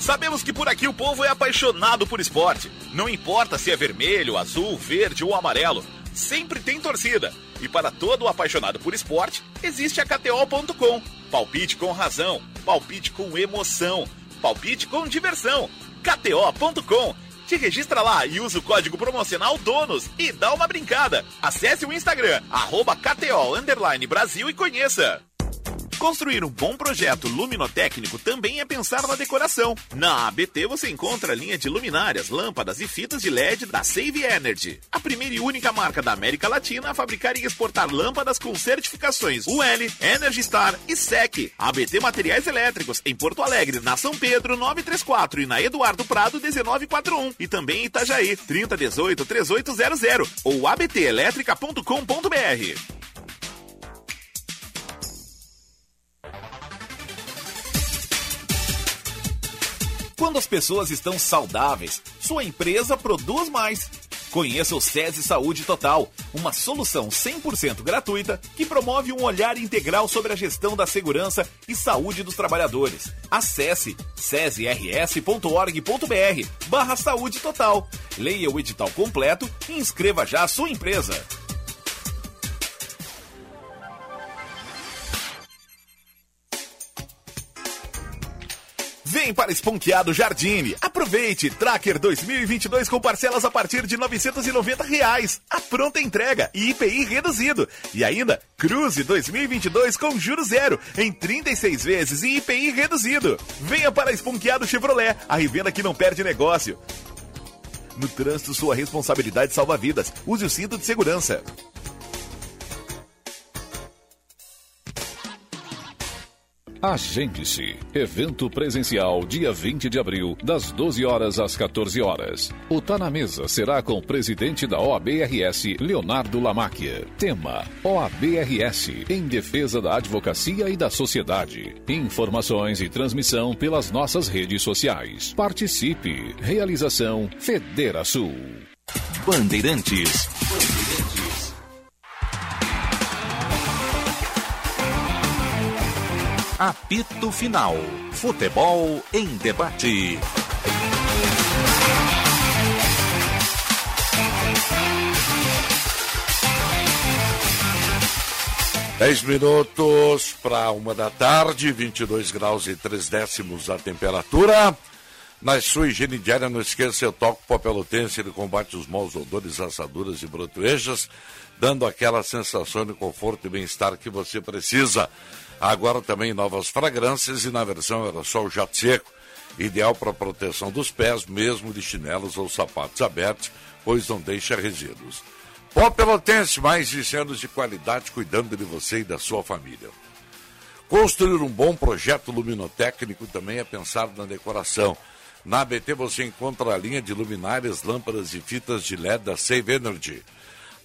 [SPEAKER 9] Sabemos que por aqui o povo é apaixonado por esporte. Não importa se é vermelho, azul, verde ou amarelo, sempre tem torcida. E para todo apaixonado por esporte, existe a KTO.com. Palpite com razão, palpite com emoção, palpite com diversão. KTO.com. Te registra lá e usa o código promocional DONOS e dá uma brincada. Acesse o Instagram, arroba KTO underline Brasil e conheça. Construir um bom projeto luminotécnico também é pensar na decoração. Na ABT você encontra a linha de luminárias, lâmpadas e fitas de LED da Save Energy, a primeira e única marca da América Latina a fabricar e exportar lâmpadas com certificações UL, Energy Star e SEC. ABT Materiais Elétricos em Porto Alegre, na São Pedro 934 e na Eduardo Prado 1941 e também em Itajaí 3018 3800 ou abtelétrica.com.br.
[SPEAKER 10] Quando as pessoas estão saudáveis, sua empresa produz mais. Conheça o SESI Saúde Total, uma solução 100% gratuita que promove um olhar integral sobre a gestão da segurança e saúde dos trabalhadores. Acesse sesirs.org.br barra saúde total. Leia o edital completo e inscreva já a sua empresa.
[SPEAKER 9] Vem para Esponqueado Jardine. Aproveite Tracker 2022 com parcelas a partir de R$ 990 reais. A pronta entrega e IPI reduzido. E ainda Cruze 2022 com juro zero em 36 vezes e IPI reduzido. Venha para Esponqueado Chevrolet, a revenda que não perde negócio. No trânsito, sua responsabilidade salva vidas. Use o cinto de segurança.
[SPEAKER 11] Agende-se. Evento presencial, dia 20 de abril, das 12 horas às 14 horas. O Tá na Mesa será com o presidente da OABRS, Leonardo Lamacchia. Tema: OABRS em defesa da advocacia e da sociedade. Informações e transmissão pelas nossas redes sociais. Participe. Realização Federação.
[SPEAKER 10] Bandeirantes.
[SPEAKER 9] Apito Final. Futebol em debate.
[SPEAKER 1] Dez minutos para uma da tarde, 22 graus e três décimos a temperatura. Na sua higiene diária, não esqueça o toque pó pelotense, ele combate os maus odores, assaduras e brotoejas, dando aquela sensação de conforto e bem-estar que você precisa. Agora também novas fragrâncias e na versão era só o jato seco, ideal para proteção dos pés, mesmo de chinelos ou sapatos abertos, pois não deixa resíduos. Pó Pelotense, mais de 100 anos de qualidade cuidando de você e da sua família. Construir um bom projeto luminotécnico também é pensar na decoração. Na ABT você encontra a linha de luminárias, lâmpadas e fitas de LED da Save Energy.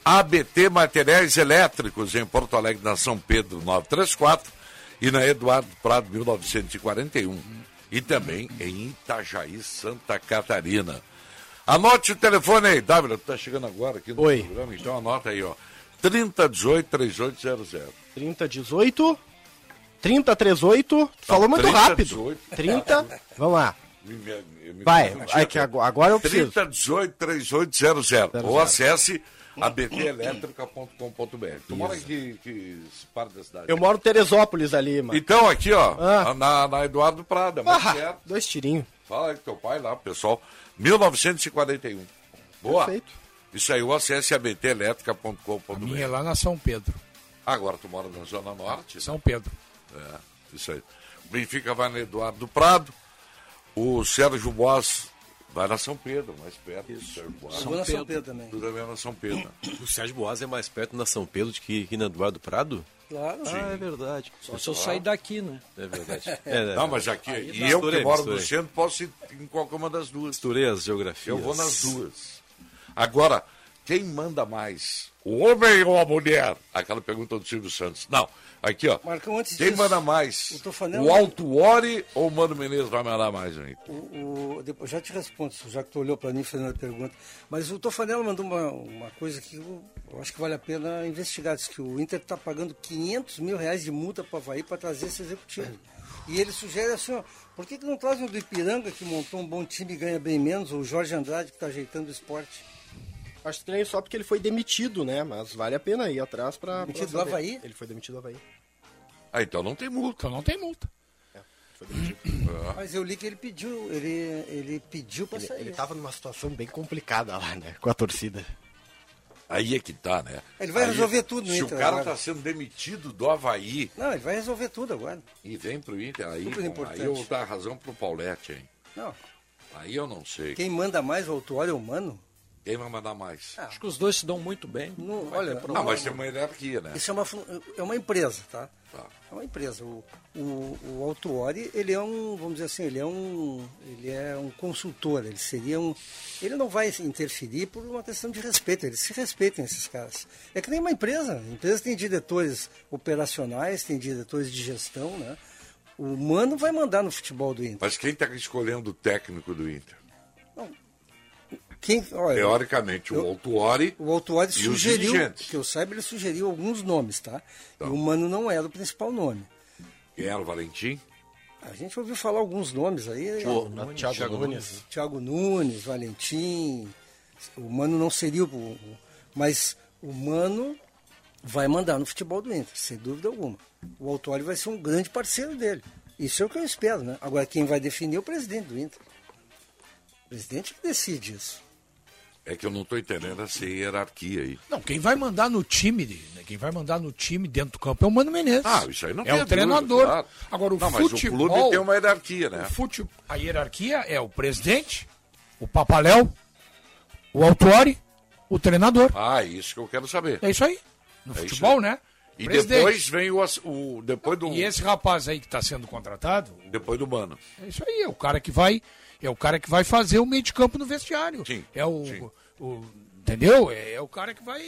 [SPEAKER 1] ABT Materiais Elétricos, em Porto Alegre, na São Pedro 934 e na Eduardo Prado 1941. E também em Itajaí, Santa Catarina. Anote o telefone aí, W, tá chegando agora aqui no
[SPEAKER 2] Oi.
[SPEAKER 1] programa, então anota aí, ó. 3018-3800.
[SPEAKER 2] 3018 3038. Tu falou muito
[SPEAKER 1] 30,
[SPEAKER 2] rápido.
[SPEAKER 1] 18.
[SPEAKER 2] 30. Vamos lá.
[SPEAKER 1] Me- me- eu me
[SPEAKER 2] Vai,
[SPEAKER 1] confundi
[SPEAKER 2] é
[SPEAKER 1] aqui.
[SPEAKER 2] que ago- agora eu preciso.
[SPEAKER 1] 3018-3800. Ou acesse abtelétrica.com.br. Tu mora em que, que parte da cidade?
[SPEAKER 2] Eu moro em Teresópolis ali, mano.
[SPEAKER 1] Então, aqui, ó,
[SPEAKER 2] Ah.
[SPEAKER 1] na, na Eduardo Prada, muito
[SPEAKER 2] Ah,
[SPEAKER 1] perto.
[SPEAKER 2] dois tirinhos.
[SPEAKER 1] Fala aí com teu pai lá, pessoal. 1941. Boa.
[SPEAKER 2] Perfeito.
[SPEAKER 1] Isso aí, o acesse abtelétrica.com.br.
[SPEAKER 4] Minha lá na São Pedro.
[SPEAKER 1] Agora tu mora na Zona Norte. né?
[SPEAKER 4] São Pedro.
[SPEAKER 1] É, isso aí. O Benfica vai no Eduardo Prado. O Sérgio Boas vai na São Pedro, mais perto. Isso. Sérgio Boas.
[SPEAKER 3] Eu vou na São Pedro também.
[SPEAKER 1] Tu também vai na São Pedro.
[SPEAKER 6] O Sérgio Boas é mais perto na São Pedro do que aqui na Eduardo Prado?
[SPEAKER 3] Claro.
[SPEAKER 6] Ah, é verdade.
[SPEAKER 5] Só se eu sair daqui, né?
[SPEAKER 6] É verdade.
[SPEAKER 1] Não, mas aqui, e eu que moro no centro, posso ir em qualquer uma das duas.
[SPEAKER 6] Misturei as geografias.
[SPEAKER 1] Eu vou nas duas. Agora, quem manda mais? O homem ou a mulher? Aquela pergunta do Silvio Santos. Não, aqui ó.
[SPEAKER 3] Marcão, antes
[SPEAKER 1] quem
[SPEAKER 3] disso,
[SPEAKER 1] manda mais?
[SPEAKER 3] o Tofanel-
[SPEAKER 1] O Alto Ori ou o Mano Menezes vai mandar mais ainda?
[SPEAKER 3] O, o- depois, já te respondo, já que tu olhou para mim fazendo a pergunta. Mas o Tofanello mandou uma, uma coisa que eu, eu acho que vale a pena investigar. Diz que o Inter está pagando 500 mil reais de multa para o Havaí para trazer esse executivo. E ele sugere assim, ó, por que, que não trazem o do Ipiranga, que montou um bom time e ganha bem menos, ou o Jorge Andrade, que está ajeitando o esporte?
[SPEAKER 2] Acho estranho só porque ele foi demitido, né? Mas vale a pena ir atrás pra.
[SPEAKER 3] Demitido
[SPEAKER 2] pra saber.
[SPEAKER 3] do Havaí?
[SPEAKER 2] Ele foi demitido do Havaí.
[SPEAKER 1] Ah, então não tem multa. É,
[SPEAKER 4] Então não tem multa.
[SPEAKER 1] Ah,
[SPEAKER 3] Mas eu li que ele pediu, ele, ele pediu para
[SPEAKER 2] Ele,
[SPEAKER 3] sair.
[SPEAKER 2] ele tava numa situação bem complicada lá, né? Com a torcida.
[SPEAKER 1] Aí é que tá, né?
[SPEAKER 3] Ele vai
[SPEAKER 1] Aí,
[SPEAKER 3] resolver tudo no
[SPEAKER 1] Se o
[SPEAKER 3] Inter
[SPEAKER 1] cara
[SPEAKER 3] agora.
[SPEAKER 1] tá sendo demitido do Havaí
[SPEAKER 3] Não, ele vai resolver tudo agora.
[SPEAKER 1] e vem pro Inter, aí,
[SPEAKER 3] Super
[SPEAKER 1] bom,
[SPEAKER 3] importante.
[SPEAKER 1] aí eu vou dar razão pro Paulette, hein?
[SPEAKER 3] Não,
[SPEAKER 1] Aí eu não sei. Quem,
[SPEAKER 3] quem manda mais o autuário é o Mano.
[SPEAKER 1] vai mandar mais?
[SPEAKER 5] Acho que os dois se dão muito bem.
[SPEAKER 3] Não, olha,
[SPEAKER 1] Não, mas tem uma hierarquia, né?
[SPEAKER 3] Isso é uma, fu- é uma empresa, tá?
[SPEAKER 1] Tá.
[SPEAKER 3] É uma empresa. O, o, o Autuori, ele é um, vamos dizer assim, ele é um, ele é um consultor, ele seria um... Ele não vai se interferir por uma questão de respeito, eles se respeitam, esses caras. É que nem uma empresa, a empresa tem diretores operacionais, tem diretores de gestão, né? O Mano vai mandar no futebol do Inter.
[SPEAKER 1] Mas quem tá escolhendo o técnico do Inter?
[SPEAKER 3] Quem, olha,
[SPEAKER 1] Teoricamente, o Alto Ori.
[SPEAKER 3] O Altuari
[SPEAKER 1] E os
[SPEAKER 3] sugeriu,
[SPEAKER 1] dirigentes?
[SPEAKER 3] que eu saiba, ele sugeriu alguns nomes, tá? E o Mano não era o principal nome.
[SPEAKER 1] Quem era o Valentim?
[SPEAKER 3] A gente ouviu falar alguns nomes aí.
[SPEAKER 2] Thiago, Nunes.
[SPEAKER 3] Thiago Nunes, Valentim. O Mano não seria o- o. Mas o Mano vai mandar no futebol do Inter, sem dúvida alguma. O Autori vai ser um grande parceiro dele. Isso é o que eu espero, né? Agora quem vai definir é o presidente do Inter. O presidente que decide isso.
[SPEAKER 1] É que eu não tô entendendo essa hierarquia aí.
[SPEAKER 4] Não, quem vai mandar no time, né, quem vai mandar no time dentro do campo é o Mano Menezes.
[SPEAKER 1] Ah, isso aí não
[SPEAKER 4] É
[SPEAKER 1] tem
[SPEAKER 4] o treinador.
[SPEAKER 1] claro.
[SPEAKER 4] Agora o
[SPEAKER 1] Não, mas
[SPEAKER 4] futebol.
[SPEAKER 1] o clube tem uma hierarquia, né?
[SPEAKER 4] o fute- a hierarquia é o presidente, o Papaléu, o Autori, o treinador.
[SPEAKER 1] Ah, isso que eu quero saber.
[SPEAKER 4] É isso aí. No
[SPEAKER 1] isso
[SPEAKER 4] futebol,
[SPEAKER 1] aí.
[SPEAKER 4] né?
[SPEAKER 1] E
[SPEAKER 4] Presidente.
[SPEAKER 1] depois vem o, ass- o depois do
[SPEAKER 4] E esse rapaz aí que está sendo contratado,
[SPEAKER 1] depois do mano.
[SPEAKER 4] é isso aí, é o cara que vai, é o cara que vai fazer o meio de campo no vestiário.
[SPEAKER 1] Sim,
[SPEAKER 4] é o,
[SPEAKER 1] sim.
[SPEAKER 4] o- entendeu? É, é o cara que vai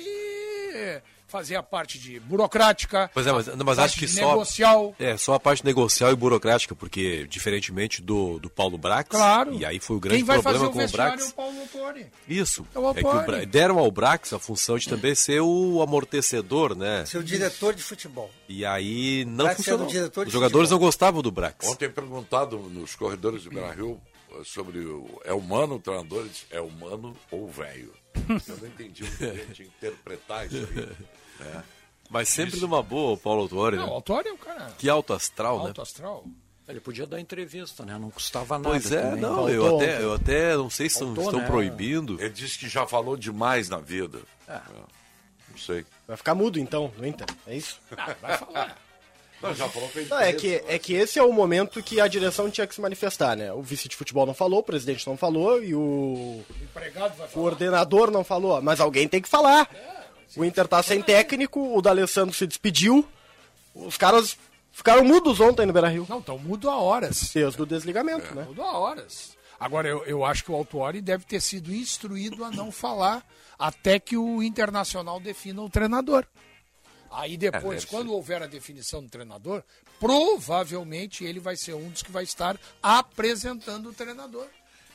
[SPEAKER 4] é, fazer a parte de burocrática.
[SPEAKER 6] Pois é, mas, não, mas
[SPEAKER 4] a
[SPEAKER 6] acho
[SPEAKER 4] parte
[SPEAKER 6] que
[SPEAKER 4] de
[SPEAKER 6] só.
[SPEAKER 4] negocial.
[SPEAKER 6] É, só a parte negocial e burocrática, porque diferentemente do, do Paulo Brax,
[SPEAKER 4] Claro.
[SPEAKER 6] e aí foi o grande
[SPEAKER 4] Quem vai
[SPEAKER 6] problema
[SPEAKER 4] fazer o
[SPEAKER 6] com o
[SPEAKER 4] vestiário é o
[SPEAKER 6] Brax.
[SPEAKER 4] Paulo Autori.
[SPEAKER 6] Isso.
[SPEAKER 4] É o
[SPEAKER 6] que
[SPEAKER 4] Alpari.
[SPEAKER 6] Bra- deram ao Brax a função de também ser o amortecedor, né?
[SPEAKER 3] Seu diretor de futebol.
[SPEAKER 6] E aí não
[SPEAKER 3] Brax era
[SPEAKER 6] funcionou.
[SPEAKER 3] o diretor de
[SPEAKER 6] Os jogadores
[SPEAKER 3] futebol.
[SPEAKER 6] não gostavam do Brax.
[SPEAKER 1] Ontem perguntado nos corredores do Beira-Rio eh, sobre o é humano o treinador, ele disse, é humano ou velho. Eu não entendi o que a gente interpretar isso aí.
[SPEAKER 6] É. Mas sempre numa boa, o Paulo Autori,
[SPEAKER 4] Não, o
[SPEAKER 6] né?
[SPEAKER 4] Autori é o cara
[SPEAKER 6] Que alto astral, né?
[SPEAKER 4] alto astral.
[SPEAKER 5] Ele podia dar entrevista, né? Não custava nada.
[SPEAKER 6] Pois é,
[SPEAKER 5] também.
[SPEAKER 6] não,
[SPEAKER 5] Faltou
[SPEAKER 6] eu até,
[SPEAKER 5] ontem.
[SPEAKER 6] eu até não sei se estão-
[SPEAKER 5] Faltou,
[SPEAKER 6] estão
[SPEAKER 5] né?
[SPEAKER 6] proibindo.
[SPEAKER 1] Ele disse que já falou demais na vida. É, Não sei.
[SPEAKER 2] Vai ficar mudo então, no Inter. É isso?
[SPEAKER 1] Não, já falou que ele
[SPEAKER 2] Não, é que, é que esse é o momento que a direção tinha que se manifestar, né? O vice de futebol não falou, o presidente não falou e o
[SPEAKER 4] O empregado vai falar.
[SPEAKER 2] coordenador não falou. Mas alguém tem que falar. O Inter tá sem técnico, o D'Alessandro se despediu. Os caras ficaram mudos ontem no Beira-Rio.
[SPEAKER 4] Não, então mudo a horas.
[SPEAKER 2] Desde do desligamento, né?
[SPEAKER 4] Mudo a horas. Agora, eu, eu acho que o Autuori deve ter sido instruído a não falar até que o Internacional defina o treinador.
[SPEAKER 6] É,
[SPEAKER 4] Aí depois, quando houver a definição do treinador, provavelmente ele vai ser um dos que vai estar apresentando o treinador.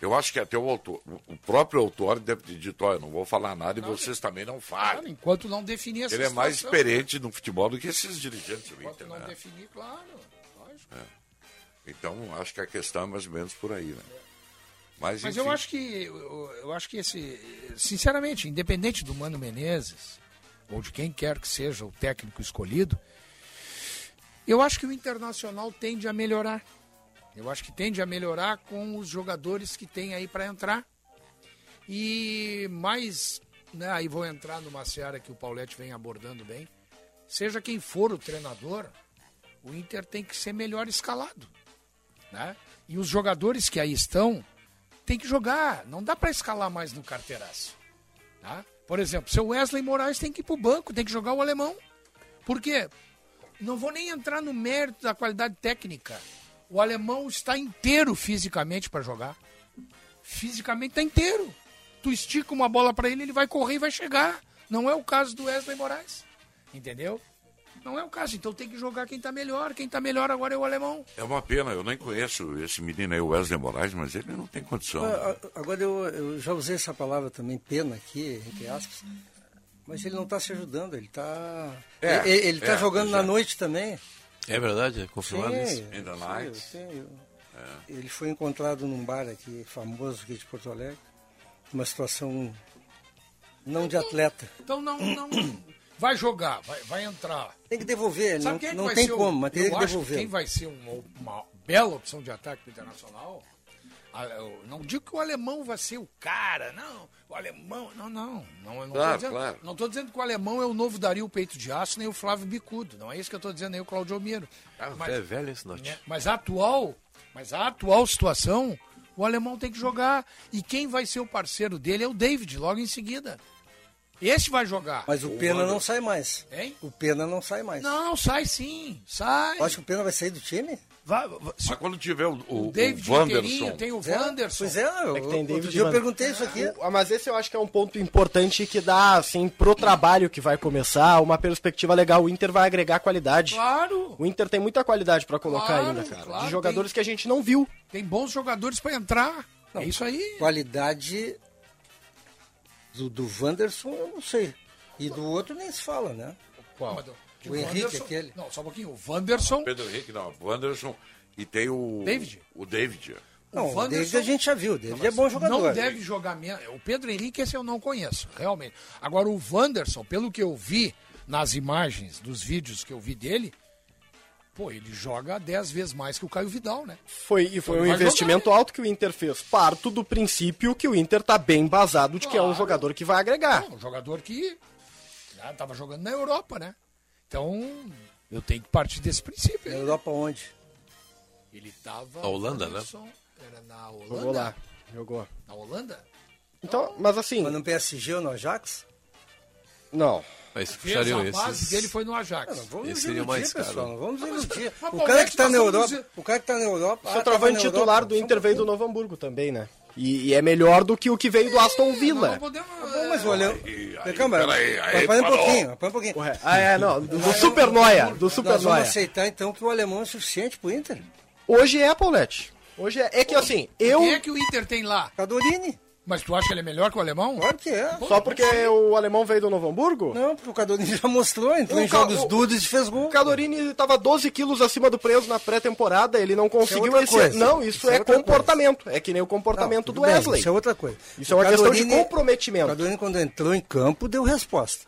[SPEAKER 1] Eu acho que até o autor, o próprio autor deve ter dito, olha, não vou falar nada e vocês também não
[SPEAKER 4] Claro,
[SPEAKER 1] falem.
[SPEAKER 4] enquanto não definir essa
[SPEAKER 1] Ele é mais
[SPEAKER 4] situação. né?
[SPEAKER 1] experiente no futebol do que esses dirigentes do
[SPEAKER 4] Enquanto
[SPEAKER 1] Inter,
[SPEAKER 4] não
[SPEAKER 1] né?
[SPEAKER 4] definir, claro. lógico.
[SPEAKER 1] Então, acho que a questão é mais ou menos por aí, né? Mas,
[SPEAKER 4] Mas
[SPEAKER 1] enfim,
[SPEAKER 4] eu acho que eu, eu acho que esse, sinceramente, independente do Mano Menezes ou de quem quer que seja o técnico escolhido, eu acho que o Internacional tende a melhorar. Eu acho que tende a melhorar com os jogadores que tem aí para entrar. E mais, né, aí vou entrar numa seara que o Paulette vem abordando bem, seja quem for o treinador, o Inter tem que ser melhor escalado. Né? E os jogadores que aí estão tem que jogar. Não dá para escalar mais no carteiraço. Tá? Por exemplo, seu Wesley Moraes tem que ir pro banco, tem que jogar o alemão. Por quê? Não vou nem entrar no mérito da qualidade técnica. O alemão está inteiro fisicamente para jogar. Fisicamente está inteiro. Tu estica uma bola para ele, ele vai correr e vai chegar. Não é o caso do Wesley Moraes. Entendeu? Não é o caso. Então tem que jogar quem tá melhor. Quem tá melhor agora é o alemão.
[SPEAKER 1] É uma pena, eu nem conheço esse menino aí, o Wesley Moraes, mas ele não tem condição. né?
[SPEAKER 4] É,
[SPEAKER 3] Ah, ah, Agora eu, eu já usei essa palavra também, pena aqui, entre aspas. Mas ele não está se ajudando, ele está.
[SPEAKER 12] É,
[SPEAKER 3] ele está
[SPEAKER 12] é,
[SPEAKER 3] jogando na
[SPEAKER 12] já.
[SPEAKER 3] noite também.
[SPEAKER 12] É verdade? É confirmado
[SPEAKER 3] Sim,
[SPEAKER 12] isso?
[SPEAKER 3] sim, eu tenho.
[SPEAKER 4] É.
[SPEAKER 3] Ele foi encontrado num bar aqui, famoso aqui de Porto Alegre, numa situação não de atleta.
[SPEAKER 4] Então não. não vai jogar, vai, vai entrar.
[SPEAKER 3] Tem que devolver,
[SPEAKER 4] Sabe
[SPEAKER 3] não-
[SPEAKER 4] quem é que
[SPEAKER 3] não
[SPEAKER 4] vai
[SPEAKER 3] tem
[SPEAKER 4] ser o-
[SPEAKER 3] como, mas teria
[SPEAKER 4] eu
[SPEAKER 3] que
[SPEAKER 4] acho
[SPEAKER 3] devolver.
[SPEAKER 4] Quem vai ser uma, uma bela opção de ataque do internacional? ah, eu não digo que o alemão vai ser o cara, não. O alemão, não, não. não, eu não
[SPEAKER 1] Claro,
[SPEAKER 4] tô dizendo,
[SPEAKER 1] claro.
[SPEAKER 4] Não estou dizendo que o alemão é o novo Dario Peito de Aço, nem o Flávio Bicudo. Não é isso que eu estou dizendo, nem o Claudio Miro.
[SPEAKER 1] Ah,
[SPEAKER 12] É velho esse note.
[SPEAKER 4] Né? Mas a atual, mas a atual situação, o alemão tem que jogar. E quem vai ser o parceiro dele é o David, logo em seguida. Esse vai jogar.
[SPEAKER 3] Mas o Pena não sai mais.
[SPEAKER 4] Hein?
[SPEAKER 3] O Pena não sai mais.
[SPEAKER 4] Não, sai sim. Sai.
[SPEAKER 3] Acho que o Pena vai sair do time?
[SPEAKER 4] Vai,
[SPEAKER 1] Mas quando tiver o, o, o
[SPEAKER 4] David
[SPEAKER 1] Wanderson.
[SPEAKER 4] tem o
[SPEAKER 3] Wanderson. Pois é, eu,
[SPEAKER 2] É que tem
[SPEAKER 3] outro
[SPEAKER 2] David
[SPEAKER 3] dia eu
[SPEAKER 2] Wanderson.
[SPEAKER 3] perguntei isso aqui.
[SPEAKER 2] O- Mas esse eu acho que é um ponto importante que dá, assim, pro trabalho que vai começar, uma perspectiva legal. O Inter vai agregar qualidade.
[SPEAKER 4] Claro!
[SPEAKER 2] O Inter tem muita qualidade pra colocar
[SPEAKER 4] Claro,
[SPEAKER 2] ainda, cara.
[SPEAKER 4] claro,
[SPEAKER 2] de jogadores que a gente não viu.
[SPEAKER 4] Tem bons jogadores para entrar. é isso aí.
[SPEAKER 3] Qualidade do, do Wanderson, eu não sei. E do outro nem se fala, né?
[SPEAKER 4] Qual?
[SPEAKER 3] O Henrique, aquele.
[SPEAKER 4] Não, só um pouquinho. O Wanderson.
[SPEAKER 1] Pedro Henrique, não. O Wanderson. E tem o.
[SPEAKER 4] David.
[SPEAKER 1] O David.
[SPEAKER 3] Não, o David
[SPEAKER 4] Wanderson-
[SPEAKER 3] a gente já viu. O David é
[SPEAKER 4] Mas
[SPEAKER 3] bom jogador.
[SPEAKER 4] Não deve jogar menos. O Pedro Henrique, esse eu não conheço, realmente. Agora, o Wanderson, pelo que eu vi nas imagens, dos vídeos que eu vi dele, pô, ele joga 10 vezes mais que o Caio Vidal, né?
[SPEAKER 2] Foi, e foi
[SPEAKER 4] Ele
[SPEAKER 2] um
[SPEAKER 4] vai
[SPEAKER 2] investimento alto que o Inter fez. Parto do princípio que o Inter tá bem basado de que é um jogador que vai agregar.
[SPEAKER 4] Um jogador que já tava jogando na Europa, né? Então, eu tenho que partir desse princípio.
[SPEAKER 3] Na Europa onde?
[SPEAKER 4] Ele tava.
[SPEAKER 2] Na Holanda, né?
[SPEAKER 4] Wanderson Era na Holanda.
[SPEAKER 2] Jogou lá. Jogou.
[SPEAKER 4] Na Holanda?
[SPEAKER 2] Então, mas assim.
[SPEAKER 3] Mas no PSG ou no Ajax?
[SPEAKER 2] Não.
[SPEAKER 6] Mas
[SPEAKER 4] Fez a base dele foi no Ajax.
[SPEAKER 3] Não, vamos Esse iludir, seria mais caro. pessoal, não vamos iludir.
[SPEAKER 4] mas
[SPEAKER 3] O
[SPEAKER 4] como
[SPEAKER 3] cara
[SPEAKER 4] é
[SPEAKER 3] que tá
[SPEAKER 4] nós
[SPEAKER 3] na
[SPEAKER 4] vamos
[SPEAKER 3] Europa,
[SPEAKER 4] dizer-
[SPEAKER 3] o cara que tá na Europa,
[SPEAKER 2] O
[SPEAKER 3] ah, tava
[SPEAKER 2] centroavante
[SPEAKER 3] na
[SPEAKER 2] titular
[SPEAKER 3] Europa.
[SPEAKER 2] do Inter veio do Novo Hamburgo também, né? E, e é melhor do que o que veio do Aston
[SPEAKER 3] Tá
[SPEAKER 2] Villa.
[SPEAKER 3] bom, mas olha, calma,
[SPEAKER 2] peraí, aí
[SPEAKER 3] apanha um
[SPEAKER 2] falou.
[SPEAKER 3] pouquinho, apanha um pouquinho.
[SPEAKER 2] Ah, é, não, do, do Super Noia, do Super
[SPEAKER 3] Nós vamos
[SPEAKER 2] Noia.
[SPEAKER 3] aceitar então que o alemão é suficiente pro Inter.
[SPEAKER 2] Hoje é, Paulette. Hoje é, é que assim, eu
[SPEAKER 4] Quem é que o Inter tem lá?
[SPEAKER 3] Cadorini.
[SPEAKER 4] Mas tu acha ele é melhor que o alemão?
[SPEAKER 3] Claro que é.
[SPEAKER 2] só porque o alemão veio do Novo Hamburgo?
[SPEAKER 3] Não, porque o Cadorini já mostrou, entrou em jogos duros e fez gol.
[SPEAKER 2] O Cadorini estava 12 quilos acima do preso na pré-temporada, ele não conseguiu
[SPEAKER 3] é outra
[SPEAKER 2] esse.
[SPEAKER 3] coisa.
[SPEAKER 2] Não, isso,
[SPEAKER 3] Isso é
[SPEAKER 2] é,
[SPEAKER 3] outra
[SPEAKER 2] comportamento. É que nem o comportamento do
[SPEAKER 3] Tudo bem,
[SPEAKER 2] Wesley.
[SPEAKER 3] Isso é outra coisa.
[SPEAKER 2] Isso é uma
[SPEAKER 3] O
[SPEAKER 2] questão de
[SPEAKER 3] Cadorini-
[SPEAKER 2] comprometimento.
[SPEAKER 3] O Cadorini, quando entrou em campo, deu resposta.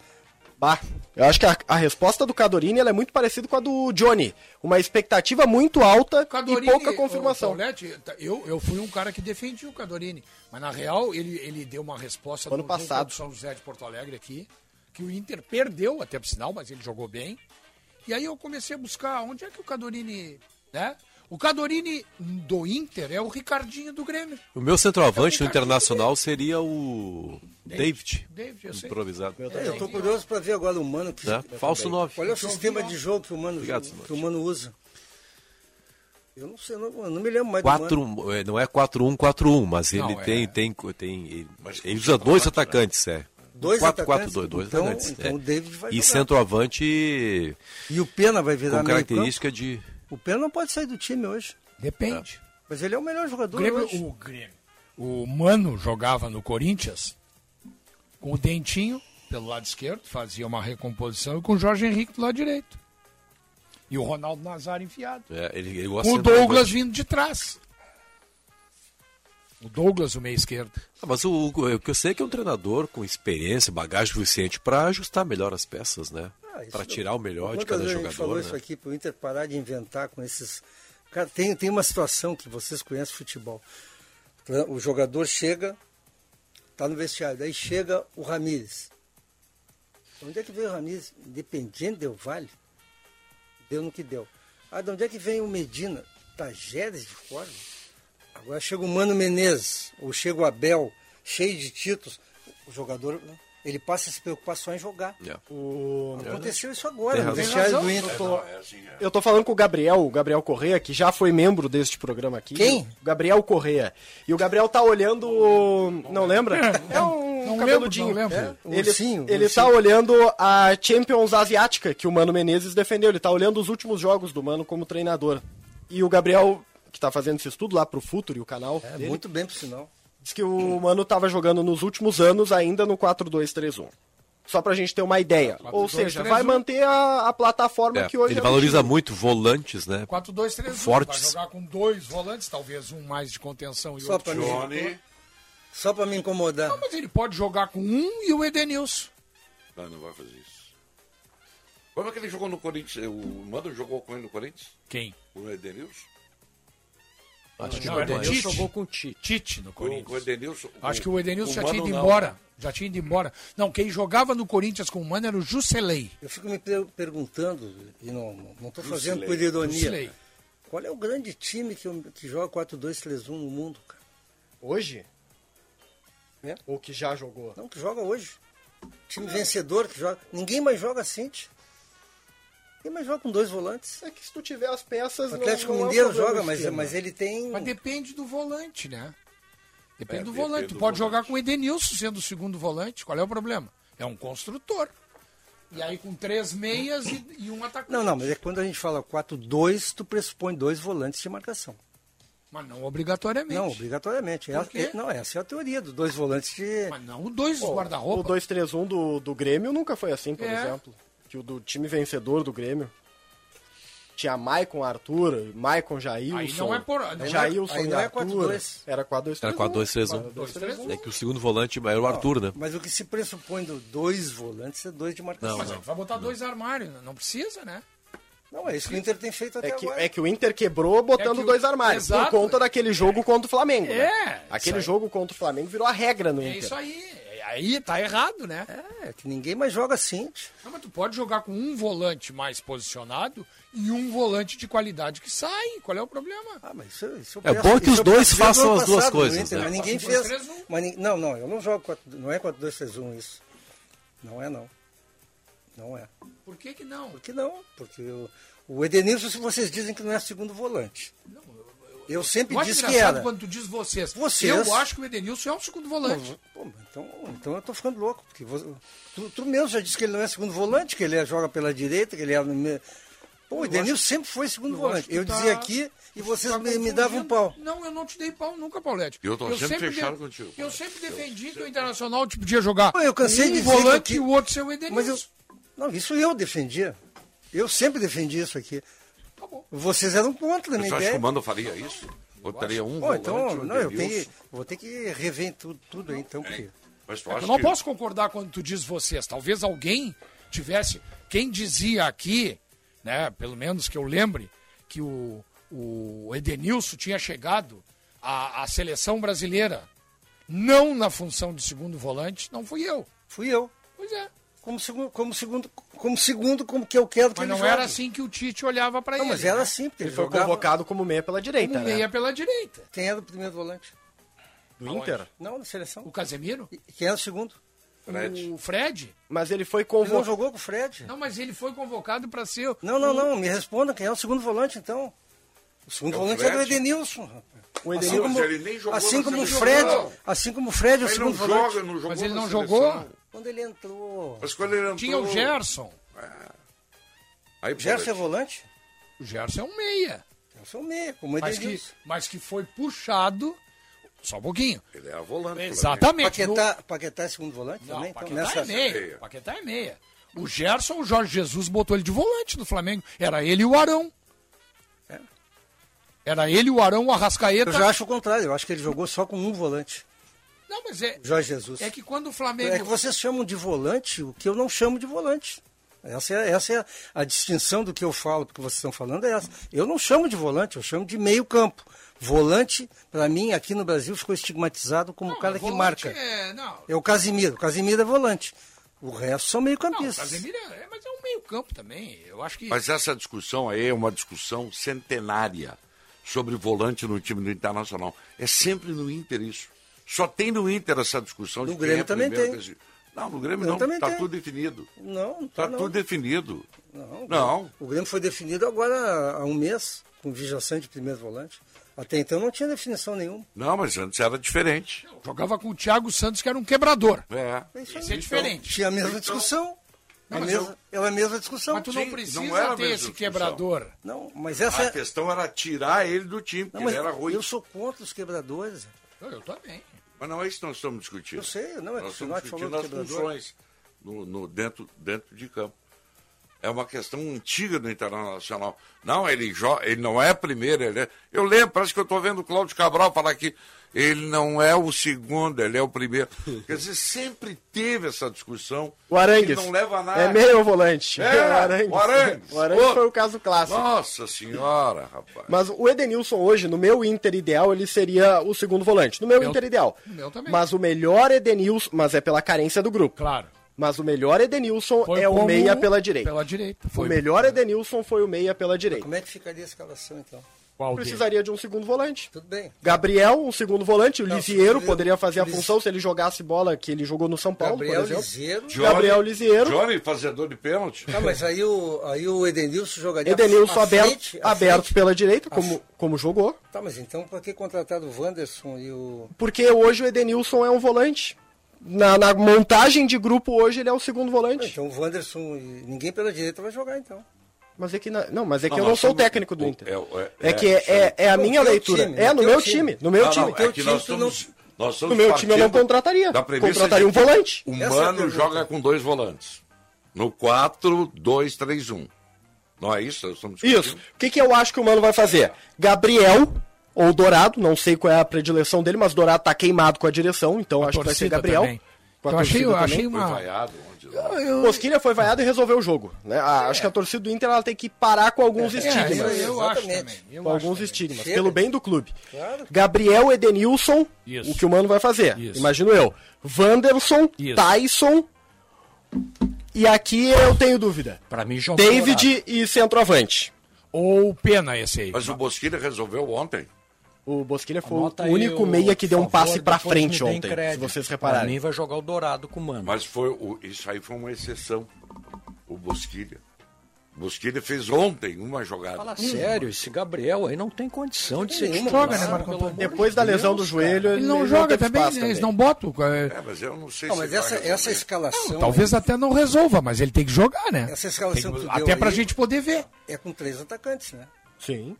[SPEAKER 2] Bah, eu acho que a, a resposta do Cadorini ela é muito parecida com a do Johnny. Uma expectativa muito alta
[SPEAKER 4] Cadorini,
[SPEAKER 2] e pouca confirmação.
[SPEAKER 4] ô, Paulette, eu, eu fui um cara que defendia o Cadorini. Mas na real, ele, ele deu uma resposta
[SPEAKER 2] Ano
[SPEAKER 4] no jogo
[SPEAKER 2] passado.
[SPEAKER 4] contra o São José de Porto Alegre aqui, que o Inter perdeu, até por sinal, mas ele jogou bem. E aí eu comecei a buscar onde é que o Cadorini. Né? O Cadorini do Inter é o Ricardinho do Grêmio.
[SPEAKER 6] O meu
[SPEAKER 4] É
[SPEAKER 6] centroavante no internacional seria o David.
[SPEAKER 4] um David, eu sei.
[SPEAKER 6] Improvisado.
[SPEAKER 3] É, eu tô curioso pra ver agora o Mano que.
[SPEAKER 6] Né? Falso nove.
[SPEAKER 3] Qual é o sistema de jogo que o Mano,
[SPEAKER 6] Obrigado,
[SPEAKER 3] que o Mano usa? Eu não sei, não, eu não me lembro mais do Mano.
[SPEAKER 6] 4, é, não é 4-1, 4-1, mas ele
[SPEAKER 3] Não, é-
[SPEAKER 6] tem, tem, tem. Ele, ele usa dois atacantes, é.
[SPEAKER 3] né? Dois
[SPEAKER 6] 4, 4,
[SPEAKER 3] atacantes?
[SPEAKER 6] 2, dois
[SPEAKER 3] Então-
[SPEAKER 6] atacantes.
[SPEAKER 3] então
[SPEAKER 6] é.
[SPEAKER 3] o David vai
[SPEAKER 6] e
[SPEAKER 3] jogar.
[SPEAKER 6] centroavante.
[SPEAKER 3] E o Pena vai virar
[SPEAKER 6] Com
[SPEAKER 3] meio
[SPEAKER 6] característica de.
[SPEAKER 3] O Pena não pode sair do time hoje.
[SPEAKER 4] Depende.
[SPEAKER 3] Mas ele é o melhor jogador
[SPEAKER 4] O Grêmio-
[SPEAKER 3] hoje.
[SPEAKER 4] o Grêmio. O Mano jogava no Corinthians com o Dentinho pelo lado esquerdo, fazia uma recomposição, e com o Jorge Henrique do lado direito. E o Ronaldo Nazário enfiado.
[SPEAKER 6] É, ele, ele gosta
[SPEAKER 4] Com o
[SPEAKER 6] de centroavante.
[SPEAKER 4] Douglas vindo de trás. O Douglas, o meio esquerdo.
[SPEAKER 6] Ah, mas o, o- o que eu sei é que é um treinador com experiência, bagagem suficiente para ajustar melhor as peças, né? para tirar o melhor de
[SPEAKER 3] Ah, Quantas
[SPEAKER 6] É cada
[SPEAKER 3] vezes A gente falou
[SPEAKER 6] jogador.
[SPEAKER 3] isso
[SPEAKER 6] Né?
[SPEAKER 3] aqui pro Inter parar de inventar com esses. Cara, tem, tem uma situação que vocês conhecem futebol. O jogador chega, tá no vestiário, daí chega o Ramires. Onde é que veio o Ramires? Independiente Del Vale? Deu no que deu. Ah, de onde é que vem o Medina? Tajeres de Córdoba? Agora chega o Mano Menezes, ou chega o Abel, cheio de títulos. O jogador, né? ele passa a se preocupar só em jogar.
[SPEAKER 2] O...
[SPEAKER 3] Aconteceu isso agora,
[SPEAKER 2] É. né? Tem
[SPEAKER 3] no vestiário
[SPEAKER 2] razão.
[SPEAKER 3] do
[SPEAKER 2] Tem
[SPEAKER 3] Inter.
[SPEAKER 2] razão.
[SPEAKER 3] É.
[SPEAKER 2] Eu tô falando com o Gabriel, o Gabriel Correia, que já foi membro deste programa aqui. Quem? O Gabriel Correia. E o Gabriel tá olhando. Não lembra? É um
[SPEAKER 4] Não
[SPEAKER 2] cabeludinho.
[SPEAKER 4] lembro, não lembro.
[SPEAKER 3] um
[SPEAKER 2] É, Ele, ele tá olhando a Champions Asiática, que o Mano Menezes defendeu. Ele tá olhando os últimos jogos do Mano como treinador. E o Gabriel, que tá fazendo esse estudo lá pro Futuro e o canal.
[SPEAKER 3] É,
[SPEAKER 2] dele,
[SPEAKER 3] muito bem pro sinal.
[SPEAKER 2] Diz que o Mano tava jogando nos últimos anos ainda no 4-2-3-1. Só pra gente ter uma
[SPEAKER 4] É,
[SPEAKER 2] ideia. Ou seja, vai
[SPEAKER 4] 4-2-3-1.
[SPEAKER 2] manter a, a plataforma
[SPEAKER 6] É,
[SPEAKER 2] que hoje
[SPEAKER 6] ele
[SPEAKER 2] é
[SPEAKER 6] valoriza
[SPEAKER 2] do time.
[SPEAKER 6] muito volantes, né?
[SPEAKER 4] 4, 2, 3, 1.
[SPEAKER 6] Fortes.
[SPEAKER 4] Vai jogar com dois volantes, talvez um mais de contenção e
[SPEAKER 3] Só pra
[SPEAKER 4] outro
[SPEAKER 3] mim.
[SPEAKER 4] Johnny.
[SPEAKER 3] Só pra me incomodar.
[SPEAKER 4] Não, mas ele pode jogar com um e o Edenilson.
[SPEAKER 1] Não, não vai fazer isso. Como é que ele jogou no Corinthians? O Mano jogou com ele no Corinthians?
[SPEAKER 4] Quem?
[SPEAKER 1] O Edenilson?
[SPEAKER 4] Acho que Não, é o o Edenilson Edenilson jogou com o Tite. Tite no Corinthians.
[SPEAKER 1] Com o Edenilson.
[SPEAKER 4] Acho
[SPEAKER 1] o-
[SPEAKER 4] que o Edenilson
[SPEAKER 1] o
[SPEAKER 4] já tinha
[SPEAKER 1] Mano
[SPEAKER 4] ido
[SPEAKER 1] não. né?
[SPEAKER 4] embora. Já tinha ido embora. Não, quem jogava no Corinthians com o Mano era o Juscelei.
[SPEAKER 3] Eu fico me per- perguntando, e não estou não tô fazendo
[SPEAKER 4] Jusilei.
[SPEAKER 3] por ironia,
[SPEAKER 4] Jusilei.
[SPEAKER 3] qual é o grande time que, que joga 4-2-3-1 no mundo, cara? É.
[SPEAKER 2] Hoje? Ou que já jogou?
[SPEAKER 3] Não, que joga hoje. Time vencedor que joga. Ninguém mais joga assim, tio. Ninguém mais joga com dois volantes.
[SPEAKER 2] É que se tu tiver as peças...
[SPEAKER 3] O Atlético
[SPEAKER 2] não- não é um
[SPEAKER 3] Mineiro
[SPEAKER 2] problema
[SPEAKER 3] joga,
[SPEAKER 2] do
[SPEAKER 3] mas,
[SPEAKER 2] esquema.
[SPEAKER 3] mas ele tem...
[SPEAKER 4] Mas depende do volante, né? Depende
[SPEAKER 3] É, depende
[SPEAKER 4] do volante. tu
[SPEAKER 3] do
[SPEAKER 4] pode jogar com o Edenilson sendo o segundo volante. Qual é o problema? É um construtor. E aí com três meias e, e um atacante.
[SPEAKER 3] Não, não, mas é que quando a gente fala 4-2, tu pressupõe dois volantes de marcação.
[SPEAKER 4] Mas não obrigatoriamente.
[SPEAKER 3] Não, obrigatoriamente. É,
[SPEAKER 4] Por quê?
[SPEAKER 3] é- não, essa é a teoria dos dois volantes de...
[SPEAKER 4] Mas não dois
[SPEAKER 2] Pô, O 2-3-1 do, do Grêmio nunca foi assim, por
[SPEAKER 3] É.
[SPEAKER 2] exemplo. Que o do time vencedor do Grêmio. Tinha Maicon, Arthur, Maicon, Jailson.
[SPEAKER 4] Aí não é por- não é-
[SPEAKER 2] Jailson
[SPEAKER 4] aí
[SPEAKER 2] e
[SPEAKER 4] não é
[SPEAKER 2] Arthur.
[SPEAKER 4] 4-2.
[SPEAKER 2] era 4-2-3.
[SPEAKER 6] Era 4-2-3-1. É que o segundo volante era o Arthur, né?
[SPEAKER 3] Mas o que se pressupõe do dois volantes é dois de marcação.
[SPEAKER 6] Não,
[SPEAKER 4] Mas aí tu vai botar dois armários. né? Não precisa, né?
[SPEAKER 3] Não, é isso que o Inter tem feito até
[SPEAKER 2] É que,
[SPEAKER 3] agora.
[SPEAKER 2] é que o Inter quebrou botando
[SPEAKER 4] É que o-
[SPEAKER 2] dois armários.
[SPEAKER 4] Exato.
[SPEAKER 2] Por conta daquele jogo contra o Flamengo. né?
[SPEAKER 4] É, isso
[SPEAKER 2] Aquele
[SPEAKER 4] aí.
[SPEAKER 2] jogo contra o Flamengo virou a regra no
[SPEAKER 4] É
[SPEAKER 2] Inter.
[SPEAKER 4] isso aí. Aí tá errado, né?
[SPEAKER 3] É, que ninguém mais joga assim.
[SPEAKER 4] Não, mas tu pode jogar com um volante mais posicionado e um volante de qualidade que sai. Qual é o problema?
[SPEAKER 3] Ah, mas isso, isso
[SPEAKER 6] É bom que os dois façam as duas coisas, né?
[SPEAKER 3] Mas ninguém
[SPEAKER 4] Quatro, dois,
[SPEAKER 3] fez. Mas nin- não, não, eu não jogo 4, não é 4 2 3 1 isso. Não é não. Não é.
[SPEAKER 4] Por que que não?
[SPEAKER 3] Porque não, porque o, o Edenilson, se vocês dizem que não é segundo volante. eu, sempre
[SPEAKER 4] Eu acho
[SPEAKER 3] disse que
[SPEAKER 4] engraçado
[SPEAKER 3] era.
[SPEAKER 4] quando tu diz vocês.
[SPEAKER 3] Vocês.
[SPEAKER 4] Eu acho que o Edenilson é um segundo volante.
[SPEAKER 3] Pô, mas então, então eu tô ficando louco, porque você- tu, tu mesmo já disse que ele não é segundo volante, que ele é- joga pela direita, que ele é no meio. Pô, o Edenilson sempre foi segundo
[SPEAKER 4] eu acho
[SPEAKER 3] volante.
[SPEAKER 4] que
[SPEAKER 3] Eu
[SPEAKER 4] tá-
[SPEAKER 3] dizia aqui e vocês
[SPEAKER 4] tá
[SPEAKER 3] me, me davam um pau.
[SPEAKER 4] Não, eu não te dei pau nunca, Paulete.
[SPEAKER 1] Eu tô sempre fechado
[SPEAKER 4] de-
[SPEAKER 1] contigo,
[SPEAKER 4] Eu sempre defendi que o Internacional te podia jogar
[SPEAKER 3] Pô, eu cansei
[SPEAKER 4] um
[SPEAKER 3] de dizer
[SPEAKER 4] volante
[SPEAKER 3] que-
[SPEAKER 4] e o outro ser o Edenilson.
[SPEAKER 3] Mas eu, não, isso eu defendia. Eu sempre defendi isso aqui.
[SPEAKER 4] Tá
[SPEAKER 3] Vocês eram contra a
[SPEAKER 4] né?
[SPEAKER 1] Você
[SPEAKER 3] minha
[SPEAKER 1] acha que o
[SPEAKER 3] ideia.
[SPEAKER 1] Mano faria isso? Botaria um
[SPEAKER 3] Pô,
[SPEAKER 1] volante,
[SPEAKER 3] então,
[SPEAKER 1] um
[SPEAKER 3] não, eu tenho,
[SPEAKER 1] Edenilson?
[SPEAKER 3] que- vou ter que rever tudo, tudo aí, então, porque...
[SPEAKER 1] Mas tu
[SPEAKER 4] É que
[SPEAKER 1] acha
[SPEAKER 4] eu não
[SPEAKER 1] que-
[SPEAKER 4] posso concordar quando tu diz vocês. Talvez alguém tivesse. Quem dizia aqui, né, pelo menos que eu lembre, que o, o Edenilson tinha chegado à, à seleção brasileira não na função de segundo volante, não fui eu.
[SPEAKER 3] Fui eu.
[SPEAKER 4] Pois é.
[SPEAKER 3] Como segundo, como segundo, como segundo, como que eu quero que
[SPEAKER 4] Mas
[SPEAKER 3] ele
[SPEAKER 4] não
[SPEAKER 3] jogue.
[SPEAKER 4] era assim que o Tite olhava pra
[SPEAKER 3] Não,
[SPEAKER 4] ele.
[SPEAKER 3] mas era
[SPEAKER 4] né?
[SPEAKER 3] assim, porque
[SPEAKER 2] Ele foi
[SPEAKER 3] jogava-
[SPEAKER 2] convocado como meia pela direita,
[SPEAKER 4] Como
[SPEAKER 2] né?
[SPEAKER 4] meia pela direita.
[SPEAKER 3] Quem era o primeiro volante?
[SPEAKER 2] Do Inter.
[SPEAKER 3] Não, na seleção.
[SPEAKER 4] O Casemiro?
[SPEAKER 3] Quem era o segundo?
[SPEAKER 1] Fred.
[SPEAKER 4] O Fred?
[SPEAKER 2] Mas ele foi
[SPEAKER 3] Ele não
[SPEAKER 2] convocado.
[SPEAKER 3] jogou com o Fred?
[SPEAKER 4] Não, mas ele foi convocado pra ser. o-
[SPEAKER 3] Não, não, não, me responda quem é o segundo volante, então. O segundo
[SPEAKER 4] É o
[SPEAKER 3] volante
[SPEAKER 4] Fred?
[SPEAKER 3] era o Edenilson. rapaz.
[SPEAKER 2] O
[SPEAKER 3] Assim
[SPEAKER 2] Edenilson,
[SPEAKER 3] como-
[SPEAKER 2] ele nem jogou
[SPEAKER 3] assim
[SPEAKER 2] na
[SPEAKER 3] como o
[SPEAKER 2] seleção.
[SPEAKER 3] Fred,
[SPEAKER 2] Não.
[SPEAKER 3] assim como o Fred, é o
[SPEAKER 1] Mas
[SPEAKER 3] segundo
[SPEAKER 1] não
[SPEAKER 3] volante.
[SPEAKER 1] joga, não jogou
[SPEAKER 4] Mas ele
[SPEAKER 1] na
[SPEAKER 4] não
[SPEAKER 1] seleção.
[SPEAKER 4] jogou?
[SPEAKER 3] Quando ele entrou.
[SPEAKER 1] Mas quando ele entrou... É.
[SPEAKER 4] Tinha o Gerson.
[SPEAKER 1] Aí, pô,
[SPEAKER 3] Gerson é volante?
[SPEAKER 4] O Gerson é um meia.
[SPEAKER 3] Gerson é um meia, como
[SPEAKER 4] mas que,
[SPEAKER 3] Edenilson.
[SPEAKER 4] mas que foi puxado. Só um pouquinho.
[SPEAKER 1] Ele era volante.
[SPEAKER 4] Exatamente.
[SPEAKER 3] Paquetá, Paquetá é segundo volante
[SPEAKER 4] Não,
[SPEAKER 3] também?
[SPEAKER 4] Paquetá é meia. Paquetá é meia. O Gerson, o Jorge Jesus botou ele de volante do Flamengo. Era ele e o Arão.
[SPEAKER 3] É.
[SPEAKER 4] Era ele, o Arão, o Arrascaeta.
[SPEAKER 3] Eu já acho o contrário, eu acho que ele jogou só com um volante.
[SPEAKER 4] Não, mas é.
[SPEAKER 3] Jorge Jesus.
[SPEAKER 4] É que quando o Flamengo.
[SPEAKER 3] É que vocês chamam de volante o que eu não chamo de volante. Essa é, essa é a distinção do que eu falo, porque vocês estão falando é essa. Eu não chamo de volante, eu chamo de meio campo. Volante, para mim, aqui no Brasil, ficou estigmatizado como o cara que
[SPEAKER 4] volante
[SPEAKER 3] marca.
[SPEAKER 4] é- não.
[SPEAKER 3] É o Casimiro. O Casimiro é volante. O resto são
[SPEAKER 4] Não, o
[SPEAKER 3] meio-campistas.
[SPEAKER 4] Casemiro é, mas é um meio-campo também. Eu acho que.
[SPEAKER 1] Mas essa discussão aí é uma discussão centenária sobre volante no time do Internacional. É sempre no Inter isso. Só tem no Inter essa discussão.
[SPEAKER 3] No
[SPEAKER 1] de quem
[SPEAKER 3] Grêmio
[SPEAKER 1] é
[SPEAKER 3] também
[SPEAKER 1] primeiro,
[SPEAKER 3] tem.
[SPEAKER 1] quem é- Não, no Grêmio
[SPEAKER 3] Eu
[SPEAKER 1] não.
[SPEAKER 3] também
[SPEAKER 1] Está
[SPEAKER 3] tenho.
[SPEAKER 1] tudo definido.
[SPEAKER 3] Não, não
[SPEAKER 1] Está
[SPEAKER 3] tá, não.
[SPEAKER 1] tudo definido.
[SPEAKER 3] Não.
[SPEAKER 1] Não.
[SPEAKER 3] O Grêmio foi definido agora há um mês, com o Vijaçante de primeiro volante. Até então não tinha definição nenhuma.
[SPEAKER 1] Não, mas antes era diferente.
[SPEAKER 4] Jogava com o Thiago Santos, que era um quebrador.
[SPEAKER 1] É.
[SPEAKER 4] Isso é diferente. Então,
[SPEAKER 3] Tinha a mesma discussão.
[SPEAKER 4] Não,
[SPEAKER 3] a
[SPEAKER 4] mas
[SPEAKER 3] mesma,
[SPEAKER 4] eu-
[SPEAKER 3] Era a mesma discussão.
[SPEAKER 4] Mas tu não
[SPEAKER 3] Sim,
[SPEAKER 4] precisa
[SPEAKER 3] não era a
[SPEAKER 4] ter
[SPEAKER 3] mesma
[SPEAKER 4] esse
[SPEAKER 3] discussão.
[SPEAKER 4] quebrador.
[SPEAKER 3] Não, mas essa
[SPEAKER 1] A questão era tirar ele do time, porque
[SPEAKER 3] Não, mas
[SPEAKER 1] ele era ruim.
[SPEAKER 3] eu sou contra os quebradores.
[SPEAKER 4] Eu, eu também.
[SPEAKER 1] Mas não é isso que nós estamos discutindo.
[SPEAKER 3] Eu sei, não, é que
[SPEAKER 1] Nós
[SPEAKER 3] o
[SPEAKER 1] estamos
[SPEAKER 3] Sinote falou
[SPEAKER 1] discutindo
[SPEAKER 3] do
[SPEAKER 1] as
[SPEAKER 3] quebrador.
[SPEAKER 1] funções no, no- dentro, dentro de campo. É uma questão antiga do Internacional. Não, ele, jo- ele não é primeiro. Ele é... Eu lembro, parece que eu estou vendo o Cláudio Cabral falar que ele não é o segundo, ele é o primeiro. Quer dizer, sempre teve essa discussão.
[SPEAKER 2] O Arangues.
[SPEAKER 1] Que não leva a nada.
[SPEAKER 2] É meio ou volante.
[SPEAKER 1] É,
[SPEAKER 2] o Arangues.
[SPEAKER 1] o Arangues.
[SPEAKER 2] O Arangues
[SPEAKER 1] Pô.
[SPEAKER 2] foi o caso clássico.
[SPEAKER 1] Nossa senhora, rapaz.
[SPEAKER 2] Mas o Edenilson hoje, no meu Inter ideal, ele seria o segundo volante. No meu,
[SPEAKER 1] Meu-
[SPEAKER 2] Inter ideal.
[SPEAKER 1] no meu também.
[SPEAKER 2] Mas o melhor Edenilson, mas é pela carência do grupo.
[SPEAKER 4] Claro.
[SPEAKER 2] Mas o melhor Edenilson
[SPEAKER 4] Foi
[SPEAKER 2] é o
[SPEAKER 4] como-
[SPEAKER 2] meia pela direita.
[SPEAKER 4] Pela direita.
[SPEAKER 2] O
[SPEAKER 4] Foi.
[SPEAKER 2] melhor Edenilson foi o meia pela direita.
[SPEAKER 3] Como é que ficaria a escalação então?
[SPEAKER 4] Qual
[SPEAKER 2] Precisaria de um segundo volante.
[SPEAKER 3] Tudo bem.
[SPEAKER 2] Gabriel, um segundo volante, o
[SPEAKER 3] Não,
[SPEAKER 2] Lisiero
[SPEAKER 3] eu-
[SPEAKER 2] poderia fazer a
[SPEAKER 3] Lis-
[SPEAKER 2] função se ele jogasse bola que ele jogou no São Paulo,
[SPEAKER 3] Gabriel
[SPEAKER 2] Então, por exemplo.
[SPEAKER 3] Lisiero.
[SPEAKER 2] Gabriel Lisiero.
[SPEAKER 1] Johnny, fazedor de pênalti.
[SPEAKER 3] Tá, mas aí o, aí o Edenilson jogaria
[SPEAKER 2] Edenilson
[SPEAKER 3] à
[SPEAKER 2] aberto,
[SPEAKER 3] frente- à
[SPEAKER 2] aberto
[SPEAKER 3] frente.
[SPEAKER 2] pela direita, como, como jogou.
[SPEAKER 3] Tá, mas então pra que contratar o Wanderson e o.
[SPEAKER 2] Porque hoje o Edenilson é um volante. Na, na montagem de grupo hoje ele é o segundo volante.
[SPEAKER 3] Então o Wanderson e ninguém pela direita vai jogar então.
[SPEAKER 2] Mas é que na- não, mas é que
[SPEAKER 1] Não,
[SPEAKER 2] eu não
[SPEAKER 1] nós
[SPEAKER 2] sou o
[SPEAKER 1] somos-
[SPEAKER 2] técnico do
[SPEAKER 1] o-
[SPEAKER 2] Inter.
[SPEAKER 1] é-
[SPEAKER 2] É,
[SPEAKER 1] é-
[SPEAKER 2] que é, é, é a
[SPEAKER 3] No
[SPEAKER 2] minha
[SPEAKER 3] teu
[SPEAKER 2] leitura.
[SPEAKER 3] time,
[SPEAKER 2] é
[SPEAKER 3] no
[SPEAKER 2] no
[SPEAKER 3] teu
[SPEAKER 2] meu
[SPEAKER 3] time.
[SPEAKER 2] time. No meu
[SPEAKER 1] Não,
[SPEAKER 2] time.
[SPEAKER 1] não, é que nós somos, nós
[SPEAKER 2] No
[SPEAKER 1] somos
[SPEAKER 2] meu time eu não
[SPEAKER 1] partindo
[SPEAKER 2] contrataria.
[SPEAKER 1] da premissa
[SPEAKER 2] Contrataria
[SPEAKER 1] de
[SPEAKER 2] um
[SPEAKER 1] que
[SPEAKER 2] volante.
[SPEAKER 1] O
[SPEAKER 2] Essa é a
[SPEAKER 1] Mano
[SPEAKER 2] pergunta.
[SPEAKER 1] joga com dois volantes. No 4, 2, 3, 1. Não é isso? Nós estamos discutindo?
[SPEAKER 2] Isso. O que, que eu acho que o Mano vai fazer? Gabriel ou Dourado, não sei qual é a predileção dele, mas Dourado tá queimado com a direção, então acho que vai ser
[SPEAKER 4] torcida
[SPEAKER 2] Gabriel.
[SPEAKER 4] também.
[SPEAKER 2] Com a
[SPEAKER 4] Eu achei-
[SPEAKER 2] torcida
[SPEAKER 4] eu achei
[SPEAKER 2] também.
[SPEAKER 4] uma- Foi
[SPEAKER 1] vaiado
[SPEAKER 2] O Bosquilha foi vaiado e resolveu o jogo. né? A- Acho que a torcida do Inter ela tem que parar com alguns
[SPEAKER 4] É,
[SPEAKER 2] estigmas.
[SPEAKER 4] eu- eu acho
[SPEAKER 3] Exatamente.
[SPEAKER 4] também. Eu
[SPEAKER 2] com
[SPEAKER 4] acho
[SPEAKER 2] alguns
[SPEAKER 4] também.
[SPEAKER 2] estigmas,
[SPEAKER 4] Chega.
[SPEAKER 2] pelo bem do clube.
[SPEAKER 3] Claro.
[SPEAKER 2] Gabriel Edenilson,
[SPEAKER 4] Isso.
[SPEAKER 2] o que o Mano vai fazer, imagino eu. Wanderson,
[SPEAKER 5] Isso.
[SPEAKER 2] Tyson, e aqui eu tenho dúvida.
[SPEAKER 5] Para mim, João
[SPEAKER 2] David e centroavante.
[SPEAKER 4] Ou Pena esse aí.
[SPEAKER 1] Mas o Bosquilha resolveu ontem.
[SPEAKER 2] O Bosquilha foi
[SPEAKER 5] Anota
[SPEAKER 2] o
[SPEAKER 5] aí
[SPEAKER 2] único
[SPEAKER 5] o
[SPEAKER 2] meia que deu um
[SPEAKER 5] favor,
[SPEAKER 2] passe pra
[SPEAKER 5] depois me
[SPEAKER 2] frente
[SPEAKER 5] deem
[SPEAKER 2] ontem, se
[SPEAKER 5] crédito.
[SPEAKER 2] vocês
[SPEAKER 5] Pra
[SPEAKER 2] repararem.
[SPEAKER 5] mim vai jogar o Dourado com o Mano.
[SPEAKER 1] Mas foi o- isso aí foi uma exceção. O Bosquilha. O Bosquilha fez ontem uma jogada.
[SPEAKER 5] Fala sério, esse Gabriel aí não tem condição de ser
[SPEAKER 4] nenhuma
[SPEAKER 5] titular,
[SPEAKER 4] condição, né, Marco
[SPEAKER 5] pelo
[SPEAKER 4] Antônio?
[SPEAKER 5] amor de
[SPEAKER 2] Depois da
[SPEAKER 5] Deus,
[SPEAKER 2] lesão do
[SPEAKER 5] cara.
[SPEAKER 2] joelho,
[SPEAKER 4] Ele não
[SPEAKER 2] ele
[SPEAKER 4] joga
[SPEAKER 2] teve
[SPEAKER 4] também,
[SPEAKER 2] espaço
[SPEAKER 4] eles
[SPEAKER 2] também.
[SPEAKER 4] não botam. é,
[SPEAKER 1] É, mas eu não sei
[SPEAKER 3] Não,
[SPEAKER 1] se é
[SPEAKER 3] mas
[SPEAKER 1] vai
[SPEAKER 3] essa,
[SPEAKER 1] resolver.
[SPEAKER 3] essa escalação.
[SPEAKER 4] Talvez até não resolva, mas ele tem que jogar, né?
[SPEAKER 3] Essa escalação
[SPEAKER 4] Tem-
[SPEAKER 3] que tu deu
[SPEAKER 4] Até pra
[SPEAKER 3] aí-
[SPEAKER 4] gente poder ver.
[SPEAKER 3] É com três atacantes, né?
[SPEAKER 2] Sim.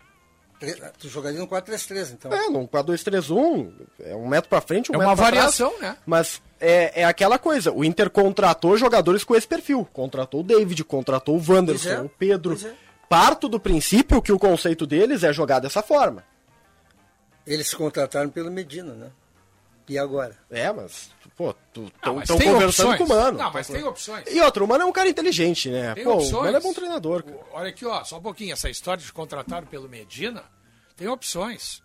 [SPEAKER 3] Tre- Tu jogaria no 4-3-3, então.
[SPEAKER 2] É, num 4-2-3-1, é um metro pra frente, um
[SPEAKER 4] É
[SPEAKER 2] metro
[SPEAKER 4] uma
[SPEAKER 2] pra trás.
[SPEAKER 4] variação, né?
[SPEAKER 2] Mas é, é aquela coisa, o Inter contratou jogadores com esse perfil. Contratou o David, contratou o Wanderson,
[SPEAKER 3] Pois é,
[SPEAKER 2] o Pedro.
[SPEAKER 3] pois é.
[SPEAKER 2] Parto do princípio que o conceito deles é jogar dessa forma.
[SPEAKER 3] Eles se contrataram pelo Medina, né? E agora?
[SPEAKER 2] É, mas, pô, tu-
[SPEAKER 4] Não,
[SPEAKER 2] tão
[SPEAKER 4] Ah, mas
[SPEAKER 2] Então, tão
[SPEAKER 4] tem
[SPEAKER 2] conversando
[SPEAKER 4] opções.
[SPEAKER 2] com o Mano.
[SPEAKER 4] Não, mas tem opções.
[SPEAKER 2] E outro, o Mano é um cara inteligente, né?
[SPEAKER 4] Tem
[SPEAKER 2] pô, o
[SPEAKER 4] opções.
[SPEAKER 2] Mano é bom treinador. cara.
[SPEAKER 4] O- Olha aqui, ó, só um pouquinho. Essa história de contratar pelo Medina, tem opções.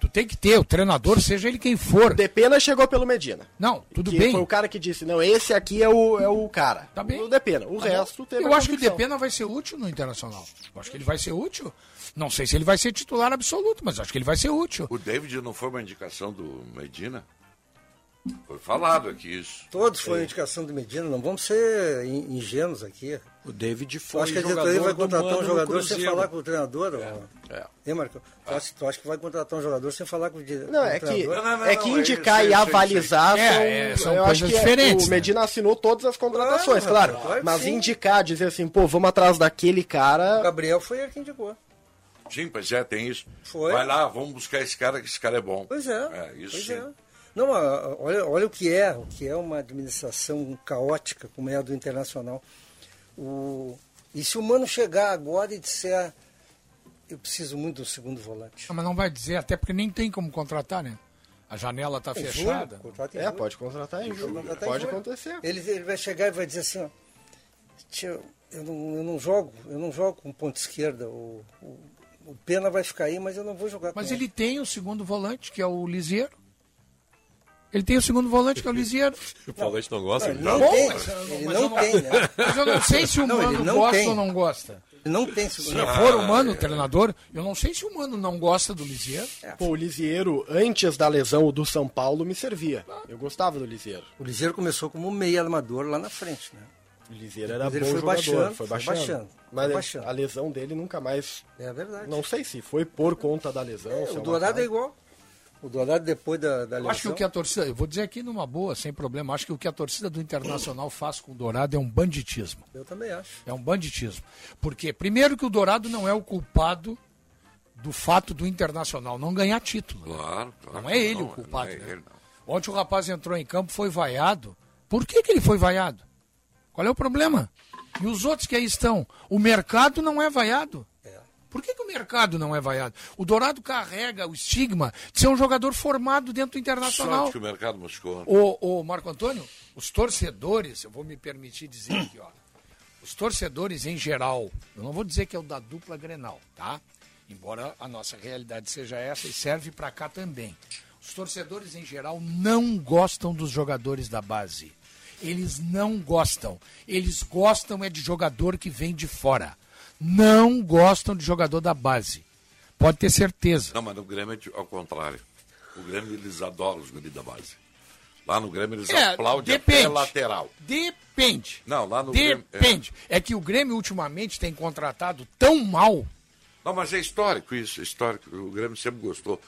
[SPEAKER 4] Tu tem que ter, o treinador, seja ele quem for.
[SPEAKER 2] De Pena chegou pelo Medina.
[SPEAKER 4] Não, tudo
[SPEAKER 2] que
[SPEAKER 4] bem.
[SPEAKER 2] Foi o cara que disse, não, esse aqui é o, é o cara.
[SPEAKER 4] Tá bem.
[SPEAKER 2] O De Pena. O
[SPEAKER 4] Tá bom.
[SPEAKER 2] resto teve
[SPEAKER 4] Eu
[SPEAKER 2] a
[SPEAKER 4] acho que o
[SPEAKER 2] convicção.
[SPEAKER 4] Depena vai ser útil no Internacional. Eu acho que ele vai ser útil. Não sei se ele vai ser titular absoluto, mas acho que ele vai ser útil.
[SPEAKER 1] O David não foi uma indicação do Medina? Foi falado aqui isso.
[SPEAKER 3] Todos foram indicação do Medina, não vamos ser in- ingênuos aqui.
[SPEAKER 5] O David
[SPEAKER 3] Eu
[SPEAKER 5] foi
[SPEAKER 3] acho que a
[SPEAKER 5] jogador
[SPEAKER 3] diretoria vai
[SPEAKER 5] do
[SPEAKER 3] contratar
[SPEAKER 5] Mano
[SPEAKER 3] um
[SPEAKER 5] no
[SPEAKER 3] jogador sem
[SPEAKER 5] Cruzeiro.
[SPEAKER 3] falar com o treinador? É. Hein, Marcão? Tu acha, tu acha que vai contratar um jogador sem falar com o diretor?
[SPEAKER 2] Não, é que,
[SPEAKER 3] treinador?
[SPEAKER 2] é que indicar e avalizar
[SPEAKER 4] isso aí.
[SPEAKER 2] são,
[SPEAKER 4] É, é, são
[SPEAKER 2] eu acho
[SPEAKER 4] coisas
[SPEAKER 2] que é,
[SPEAKER 4] diferentes,
[SPEAKER 2] o
[SPEAKER 4] né?
[SPEAKER 2] Medina assinou todas as contratações,
[SPEAKER 3] Claro,
[SPEAKER 2] claro.
[SPEAKER 3] Ah, claro que
[SPEAKER 2] mas
[SPEAKER 3] sim.
[SPEAKER 2] indicar, dizer assim, pô, vamos atrás daquele
[SPEAKER 3] O
[SPEAKER 2] cara.
[SPEAKER 3] Gabriel foi ele que indicou.
[SPEAKER 1] Sim, pois é, tem isso.
[SPEAKER 3] Foi.
[SPEAKER 1] Vai lá, vamos buscar esse cara, que esse cara é bom.
[SPEAKER 3] Pois é.
[SPEAKER 1] É, isso
[SPEAKER 3] pois
[SPEAKER 1] sim.
[SPEAKER 3] é. Não, a- a- olha, olha o que é, o que é uma administração caótica, como é a do Internacional. O, e se o Mano chegar agora e disser, eu preciso muito de um segundo volante.
[SPEAKER 4] Não, mas não vai dizer, até porque nem tem como contratar, né? A janela tá
[SPEAKER 3] Em
[SPEAKER 4] fechada.
[SPEAKER 3] julho, contrato em
[SPEAKER 2] É,
[SPEAKER 3] julho.
[SPEAKER 2] pode contratar aí.
[SPEAKER 3] Não tá até
[SPEAKER 2] Pode
[SPEAKER 3] em julho.
[SPEAKER 2] acontecer.
[SPEAKER 3] Ele, ele vai chegar e vai dizer assim, ó, tio, eu não, eu não jogo, eu não jogo com ponta esquerda, o, o, o É. Pena vai ficar aí, mas eu não vou jogar
[SPEAKER 4] Mas
[SPEAKER 3] com
[SPEAKER 4] ele tem o segundo volante, que é o Liseiro. Ele tem o segundo volante, que é o Lisieiro.
[SPEAKER 6] O Paulete não
[SPEAKER 4] Não,
[SPEAKER 6] gosta. ele
[SPEAKER 4] não
[SPEAKER 6] joga.
[SPEAKER 4] tem.
[SPEAKER 6] Mas-
[SPEAKER 4] Ele
[SPEAKER 3] Ele
[SPEAKER 4] Mas eu
[SPEAKER 3] não
[SPEAKER 4] não-
[SPEAKER 3] tem, né?
[SPEAKER 4] mas eu não sei se o
[SPEAKER 3] Não,
[SPEAKER 4] Mano
[SPEAKER 3] ele não
[SPEAKER 4] gosta
[SPEAKER 3] tem.
[SPEAKER 4] ou não gosta.
[SPEAKER 3] Ele não tem segundo
[SPEAKER 4] Se
[SPEAKER 3] volante.
[SPEAKER 4] for o Mano, o treinador, eu não sei se o Mano não gosta do Lisieiro.
[SPEAKER 3] É.
[SPEAKER 2] Pô, o Lisieiro, antes da lesão do São Paulo, me servia. Eu gostava do Lisieiro.
[SPEAKER 3] O Liseiro começou como meio armador lá na frente, né?
[SPEAKER 2] O Liseiro era
[SPEAKER 3] Mas
[SPEAKER 2] bom
[SPEAKER 3] ele foi
[SPEAKER 2] jogador,
[SPEAKER 3] baixando,
[SPEAKER 2] foi
[SPEAKER 3] foi
[SPEAKER 2] baixando.
[SPEAKER 3] baixando,
[SPEAKER 2] Mas
[SPEAKER 3] foi baixando.
[SPEAKER 2] a lesão dele nunca mais...
[SPEAKER 3] É verdade.
[SPEAKER 2] Não sei se foi por conta da lesão. se
[SPEAKER 3] o
[SPEAKER 2] um
[SPEAKER 3] Dourado
[SPEAKER 2] acaso.
[SPEAKER 3] é igual. O Dourado depois da, da
[SPEAKER 4] Eu Acho que o
[SPEAKER 3] lesão-
[SPEAKER 4] que a torcida, eu vou dizer aqui numa boa, sem problema, acho que o que a torcida do Internacional faz com o Dourado é um banditismo.
[SPEAKER 3] Eu também acho.
[SPEAKER 4] É um banditismo. Porque, primeiro, que o Dourado não é o culpado do fato do Internacional não ganhar título.
[SPEAKER 1] Claro, claro.
[SPEAKER 4] Não é ele
[SPEAKER 1] Não,
[SPEAKER 4] o culpado.
[SPEAKER 1] não é
[SPEAKER 4] né?
[SPEAKER 1] ele, não.
[SPEAKER 4] Ontem o rapaz entrou em campo, foi vaiado. Por que, que ele foi vaiado? Qual é o problema? E os outros que aí estão? O mercado não é vaiado. Por que, que o mercado não é vaiado? O Dourado carrega o estigma de ser um jogador formado dentro do
[SPEAKER 1] Sorte
[SPEAKER 4] Internacional.
[SPEAKER 1] que o mercado né? moscou.
[SPEAKER 4] O, Marco Antônio, os torcedores, eu vou me permitir dizer aqui, ó. Os torcedores em geral, eu não vou dizer que é o da dupla Grenal, tá? Embora a nossa realidade seja essa e serve pra cá também. Os torcedores em geral não gostam dos jogadores da base. Eles não gostam. Eles gostam é de jogador que vem de fora. Não gostam de jogador da base. Pode ter certeza.
[SPEAKER 1] Não, mas no Grêmio é de- ao contrário. O Grêmio eles adoram os guris da base. Lá no Grêmio eles
[SPEAKER 4] É,
[SPEAKER 1] aplaudem
[SPEAKER 4] depende.
[SPEAKER 1] até lateral.
[SPEAKER 4] Depende.
[SPEAKER 1] Não, lá no Grêmio. é.
[SPEAKER 4] Depende. É. que o Grêmio ultimamente tem contratado tão mal.
[SPEAKER 1] Não, mas é histórico isso, é histórico. O Grêmio sempre gostou.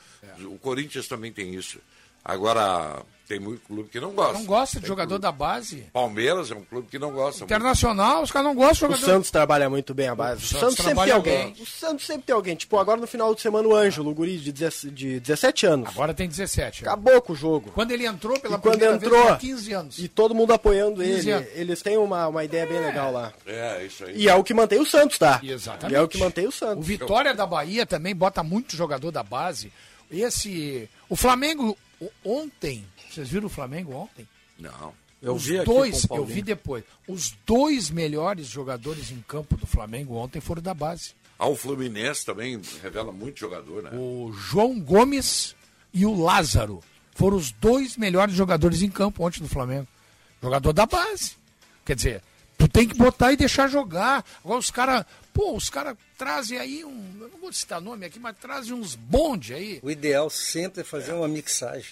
[SPEAKER 1] O Corinthians também tem isso. Agora, tem muito clube que não gosta.
[SPEAKER 4] Não gosta de
[SPEAKER 1] Tem
[SPEAKER 4] jogador da base.
[SPEAKER 1] clube- Palmeiras é um clube que não gosta.
[SPEAKER 4] Internacional, os caras não gostam
[SPEAKER 2] O
[SPEAKER 4] de jogador.
[SPEAKER 2] Santos trabalha é muito bem a base. O
[SPEAKER 4] Santos
[SPEAKER 2] Santos, sempre tem
[SPEAKER 4] trabalha
[SPEAKER 2] alguém.
[SPEAKER 4] bem.
[SPEAKER 2] O Santos sempre tem alguém. Tipo, agora no final de semana o Ângelo, o guri de 17 de 17 anos.
[SPEAKER 4] Agora tem 17. né?
[SPEAKER 2] Acabou com o jogo.
[SPEAKER 4] Quando ele entrou pela
[SPEAKER 2] e quando
[SPEAKER 4] primeira
[SPEAKER 2] entrou,
[SPEAKER 4] vez, tinha 15 anos.
[SPEAKER 2] e todo mundo apoiando
[SPEAKER 4] 15
[SPEAKER 2] ele,
[SPEAKER 4] anos.
[SPEAKER 2] eles têm uma, uma ideia bem legal lá.
[SPEAKER 1] É, isso aí.
[SPEAKER 2] E é o que mantém o Santos, tá?
[SPEAKER 4] Exatamente.
[SPEAKER 2] E é o que mantém o Santos.
[SPEAKER 4] O Vitória da Bahia também bota muito jogador da base. Esse. O Flamengo o- ontem. Vocês viram o Flamengo ontem?
[SPEAKER 1] Não.
[SPEAKER 5] Eu
[SPEAKER 4] Os
[SPEAKER 5] vi aqui
[SPEAKER 4] dois,
[SPEAKER 5] com
[SPEAKER 4] eu
[SPEAKER 5] o Paulinho.
[SPEAKER 4] vi depois. Os dois melhores jogadores em campo do Flamengo ontem foram da base.
[SPEAKER 1] Ah, o Fluminense também revela muito jogador, né?
[SPEAKER 4] O João Gomes e o Lázaro foram os dois melhores jogadores em campo ontem do Flamengo. Jogador da base. Quer dizer, tu tem que botar e deixar jogar. Agora os caras, pô, os caras trazem aí um, eu não vou citar nome aqui, mas trazem uns bonde aí.
[SPEAKER 3] O ideal sempre é fazer uma mixagem.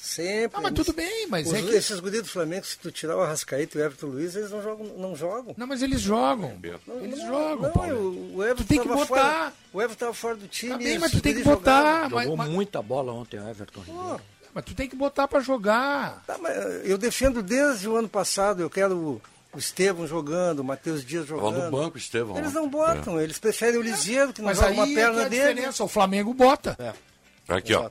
[SPEAKER 3] Sempre.
[SPEAKER 4] Ah, mas tudo bem, mas
[SPEAKER 3] Os-
[SPEAKER 4] é que-
[SPEAKER 3] Esses guris do Flamengo, se tu tirar o Arrascaeta e o Everton Luiz, eles não jogam. Não jogam.
[SPEAKER 4] Não, mas eles jogam.
[SPEAKER 3] Não,
[SPEAKER 4] Eles
[SPEAKER 3] não,
[SPEAKER 4] jogam,
[SPEAKER 3] não,
[SPEAKER 4] Paulo.
[SPEAKER 3] o- o Everton
[SPEAKER 4] Tu tem que
[SPEAKER 3] tava
[SPEAKER 4] botar.
[SPEAKER 3] Fora, o Everton tava fora do time.
[SPEAKER 4] Tá bem,
[SPEAKER 3] esses
[SPEAKER 4] mas tu tem que
[SPEAKER 3] guris
[SPEAKER 4] botar.
[SPEAKER 3] jogavam.
[SPEAKER 4] mas-
[SPEAKER 5] Jogou
[SPEAKER 4] mas-
[SPEAKER 5] muita bola ontem o Everton Ribeiro.
[SPEAKER 4] É, Mas tu tem que botar pra jogar.
[SPEAKER 3] Tá, mas eu defendo desde o ano passado, eu quero o Estevam jogando, o Matheus Dias
[SPEAKER 1] Lá no
[SPEAKER 3] jogando.
[SPEAKER 1] banco, Estevão.
[SPEAKER 3] Eles não
[SPEAKER 5] É.
[SPEAKER 3] botam, eles preferem o Lisieiro, que não
[SPEAKER 4] Mas
[SPEAKER 3] joga
[SPEAKER 4] aí
[SPEAKER 3] uma perna
[SPEAKER 4] é que é a
[SPEAKER 3] dele. É.
[SPEAKER 4] diferença, o Flamengo bota.
[SPEAKER 1] Tá Aqui, ó.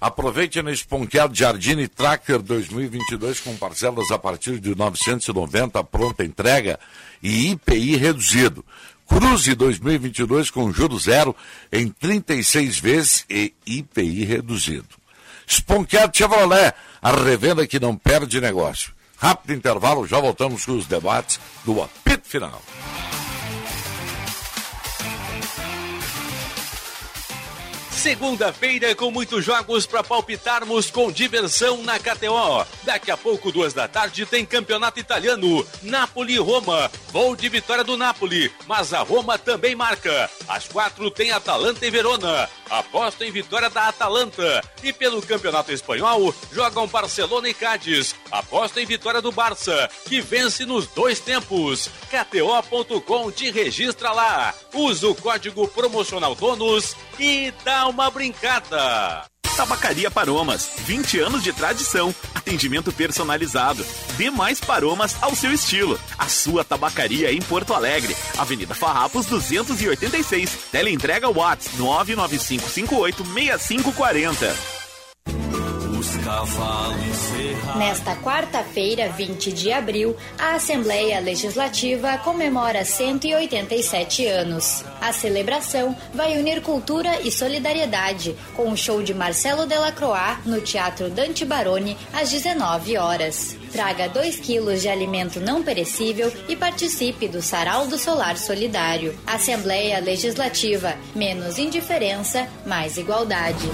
[SPEAKER 1] Aproveite nesse ponqueado Jardine Tracker 2022 com parcelas a partir de 990, pronta entrega e IPI reduzido. Cruze 2022 com juro zero em 36 vezes e IPI reduzido. Sponqueado Chevrolet, a revenda que não perde negócio. Rápido intervalo, já voltamos com os debates do apito final.
[SPEAKER 12] Segunda-feira com muitos jogos para palpitarmos com diversão na KTO. Daqui a pouco, duas da tarde, tem campeonato italiano. Napoli e Roma. Voo de vitória do Napoli, mas a Roma também marca. Às quatro tem Atalanta e Verona. Aposta em vitória da Atalanta. E pelo campeonato espanhol, jogam Barcelona e Cádiz. Aposta em vitória do Barça, que vence nos dois tempos. KTO.com te registra lá. Usa o código promocional DONOS e dá uma brincada.
[SPEAKER 9] Tabacaria Paromas, 20 anos de tradição, atendimento personalizado. Dê mais paromas ao seu estilo. A sua tabacaria em Porto Alegre, Avenida Farrapos 286. Teleentrega Whats 995586540.
[SPEAKER 12] Os cavalos
[SPEAKER 13] Nesta quarta-feira, 20 de abril, a Assembleia Legislativa comemora 187 anos. A celebração vai unir cultura e solidariedade com o show de Marcelo Delacroix no Teatro Dante Baroni às 19 horas. Traga 2 quilos de alimento não perecível e participe do Sarau do Solar Solidário. Assembleia Legislativa, menos indiferença, mais igualdade.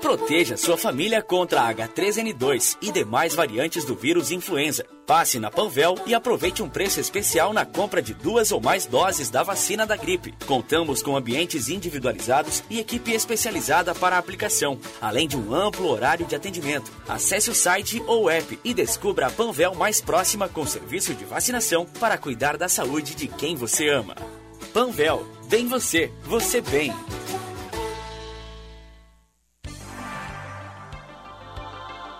[SPEAKER 14] Proteja sua família contra a H3N2 e demais variantes do vírus influenza. Passe na Panvel e aproveite um preço especial na compra de duas ou mais doses da vacina da gripe. Contamos com ambientes individualizados e equipe especializada para a aplicação, além de um amplo horário de atendimento. Acesse o site ou app e descubra a Panvel mais próxima com serviço de vacinação para cuidar da saúde de quem você ama. Panvel, bem você, você bem.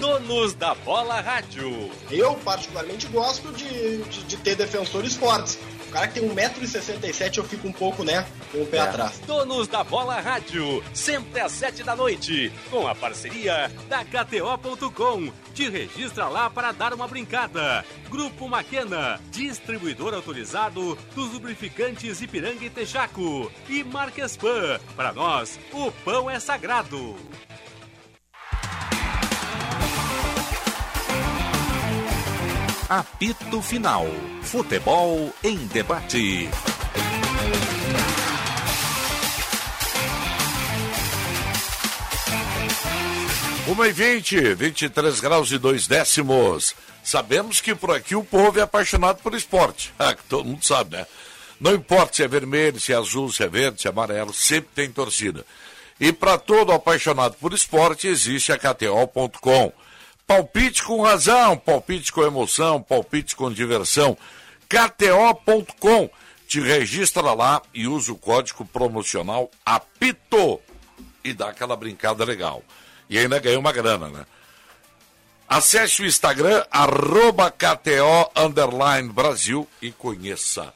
[SPEAKER 12] Donos da Bola Rádio.
[SPEAKER 15] Eu, particularmente, gosto de, de, de ter defensores fortes. O cara que tem 1,67m, eu fico um pouco, né, com o
[SPEAKER 2] É.
[SPEAKER 15] pé atrás.
[SPEAKER 12] Donos da Bola Rádio, sempre às sete da noite, com a parceria da KTO.com. Te registra lá para dar uma brincada. Grupo Maquena, distribuidor autorizado dos lubrificantes Ipiranga e Texaco. E Marquespan, para nós, o pão é sagrado.
[SPEAKER 9] Apito Final. Futebol em debate.
[SPEAKER 1] Uma e 20, 23 graus e dois décimos. Sabemos que por aqui o povo é apaixonado por esporte. Ah, que todo mundo sabe, né? Não importa se é vermelho, se é azul, se é verde, se é amarelo, sempre tem torcida. E para todo apaixonado por esporte existe a KTO.com. Palpite com razão, palpite com emoção, palpite com diversão. KTO.com. Te registra lá e usa o código promocional APITO e dá aquela brincada legal. E ainda ganha uma grana, né? Acesse o Instagram, arroba KTO underline Brasil e conheça.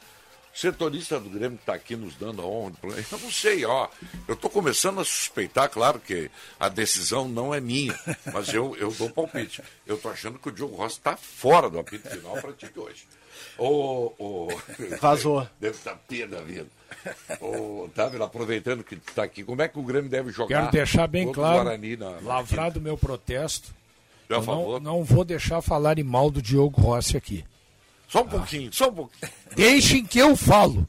[SPEAKER 1] O setorista do Grêmio está aqui nos dando a honra. Eu não sei, ó. Eu estou começando a suspeitar, claro que a decisão não é minha, mas eu, eu dou palpite. Eu estou achando que o Diogo Rossi está fora do apito final para ti de hoje. Ô, ô,
[SPEAKER 2] Vazou.
[SPEAKER 1] Deve estar pé da vida. Ô, Otávio, aproveitando que tu está aqui, como é que o Grêmio deve jogar?
[SPEAKER 4] Quero deixar bem
[SPEAKER 1] contra o
[SPEAKER 4] claro,
[SPEAKER 1] Guarani na- na
[SPEAKER 4] lavrado meu protesto,
[SPEAKER 1] Já
[SPEAKER 4] eu não,
[SPEAKER 1] falou?
[SPEAKER 4] não vou deixar falarem mal do Diogo Rossi aqui.
[SPEAKER 1] Só um pouquinho, só um pouquinho.
[SPEAKER 4] Deixem que eu falo.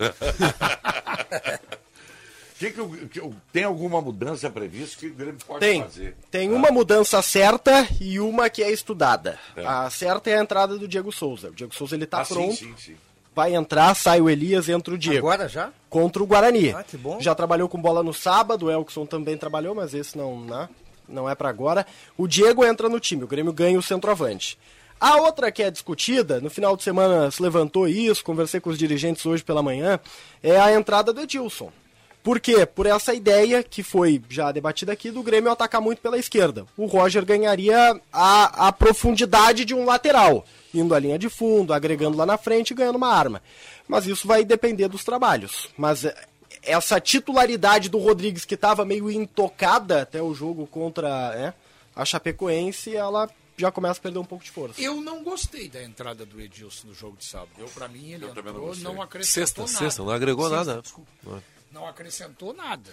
[SPEAKER 1] Que que o- que o- tem alguma mudança prevista que o Grêmio pode
[SPEAKER 2] Tem. Tá
[SPEAKER 1] fazer? Tá.
[SPEAKER 2] Tem uma mudança certa e uma que é estudada. A certa é a entrada do Diego Souza. O Diego Souza ele tá
[SPEAKER 1] Ah, sim,
[SPEAKER 2] pronto.
[SPEAKER 1] sim, sim.
[SPEAKER 2] Vai entrar, sai o Elias, entra o Diego.
[SPEAKER 3] Agora já?
[SPEAKER 2] Contra o Guarani.
[SPEAKER 3] Ah, que bom.
[SPEAKER 2] Já trabalhou com bola no sábado, o Elkson também trabalhou, mas esse não, né? não é pra agora. O Diego entra no time, o Grêmio ganha o centroavante. A outra que é discutida, no final de semana se levantou isso, conversei com os dirigentes hoje pela manhã, é a entrada do Edilson. Por quê? Por essa ideia que foi já debatida aqui do Grêmio atacar muito pela esquerda. O Roger ganharia a, a profundidade de um lateral, indo à linha de fundo, agregando lá na frente e ganhando uma arma. Mas isso vai depender dos trabalhos. Mas eh, essa titularidade do Rodrigues, que estava meio intocada até o jogo contra né, a Chapecoense, ela já começa a perder um pouco de força.
[SPEAKER 4] Eu não gostei da entrada do Edilson no jogo de sábado. Eu, para mim, ele entrou, não,
[SPEAKER 6] Sexta,
[SPEAKER 4] acrescentou nada.
[SPEAKER 6] sexta, não agregou
[SPEAKER 4] Sexta,
[SPEAKER 6] nada.
[SPEAKER 4] desculpa. Não acrescentou nada.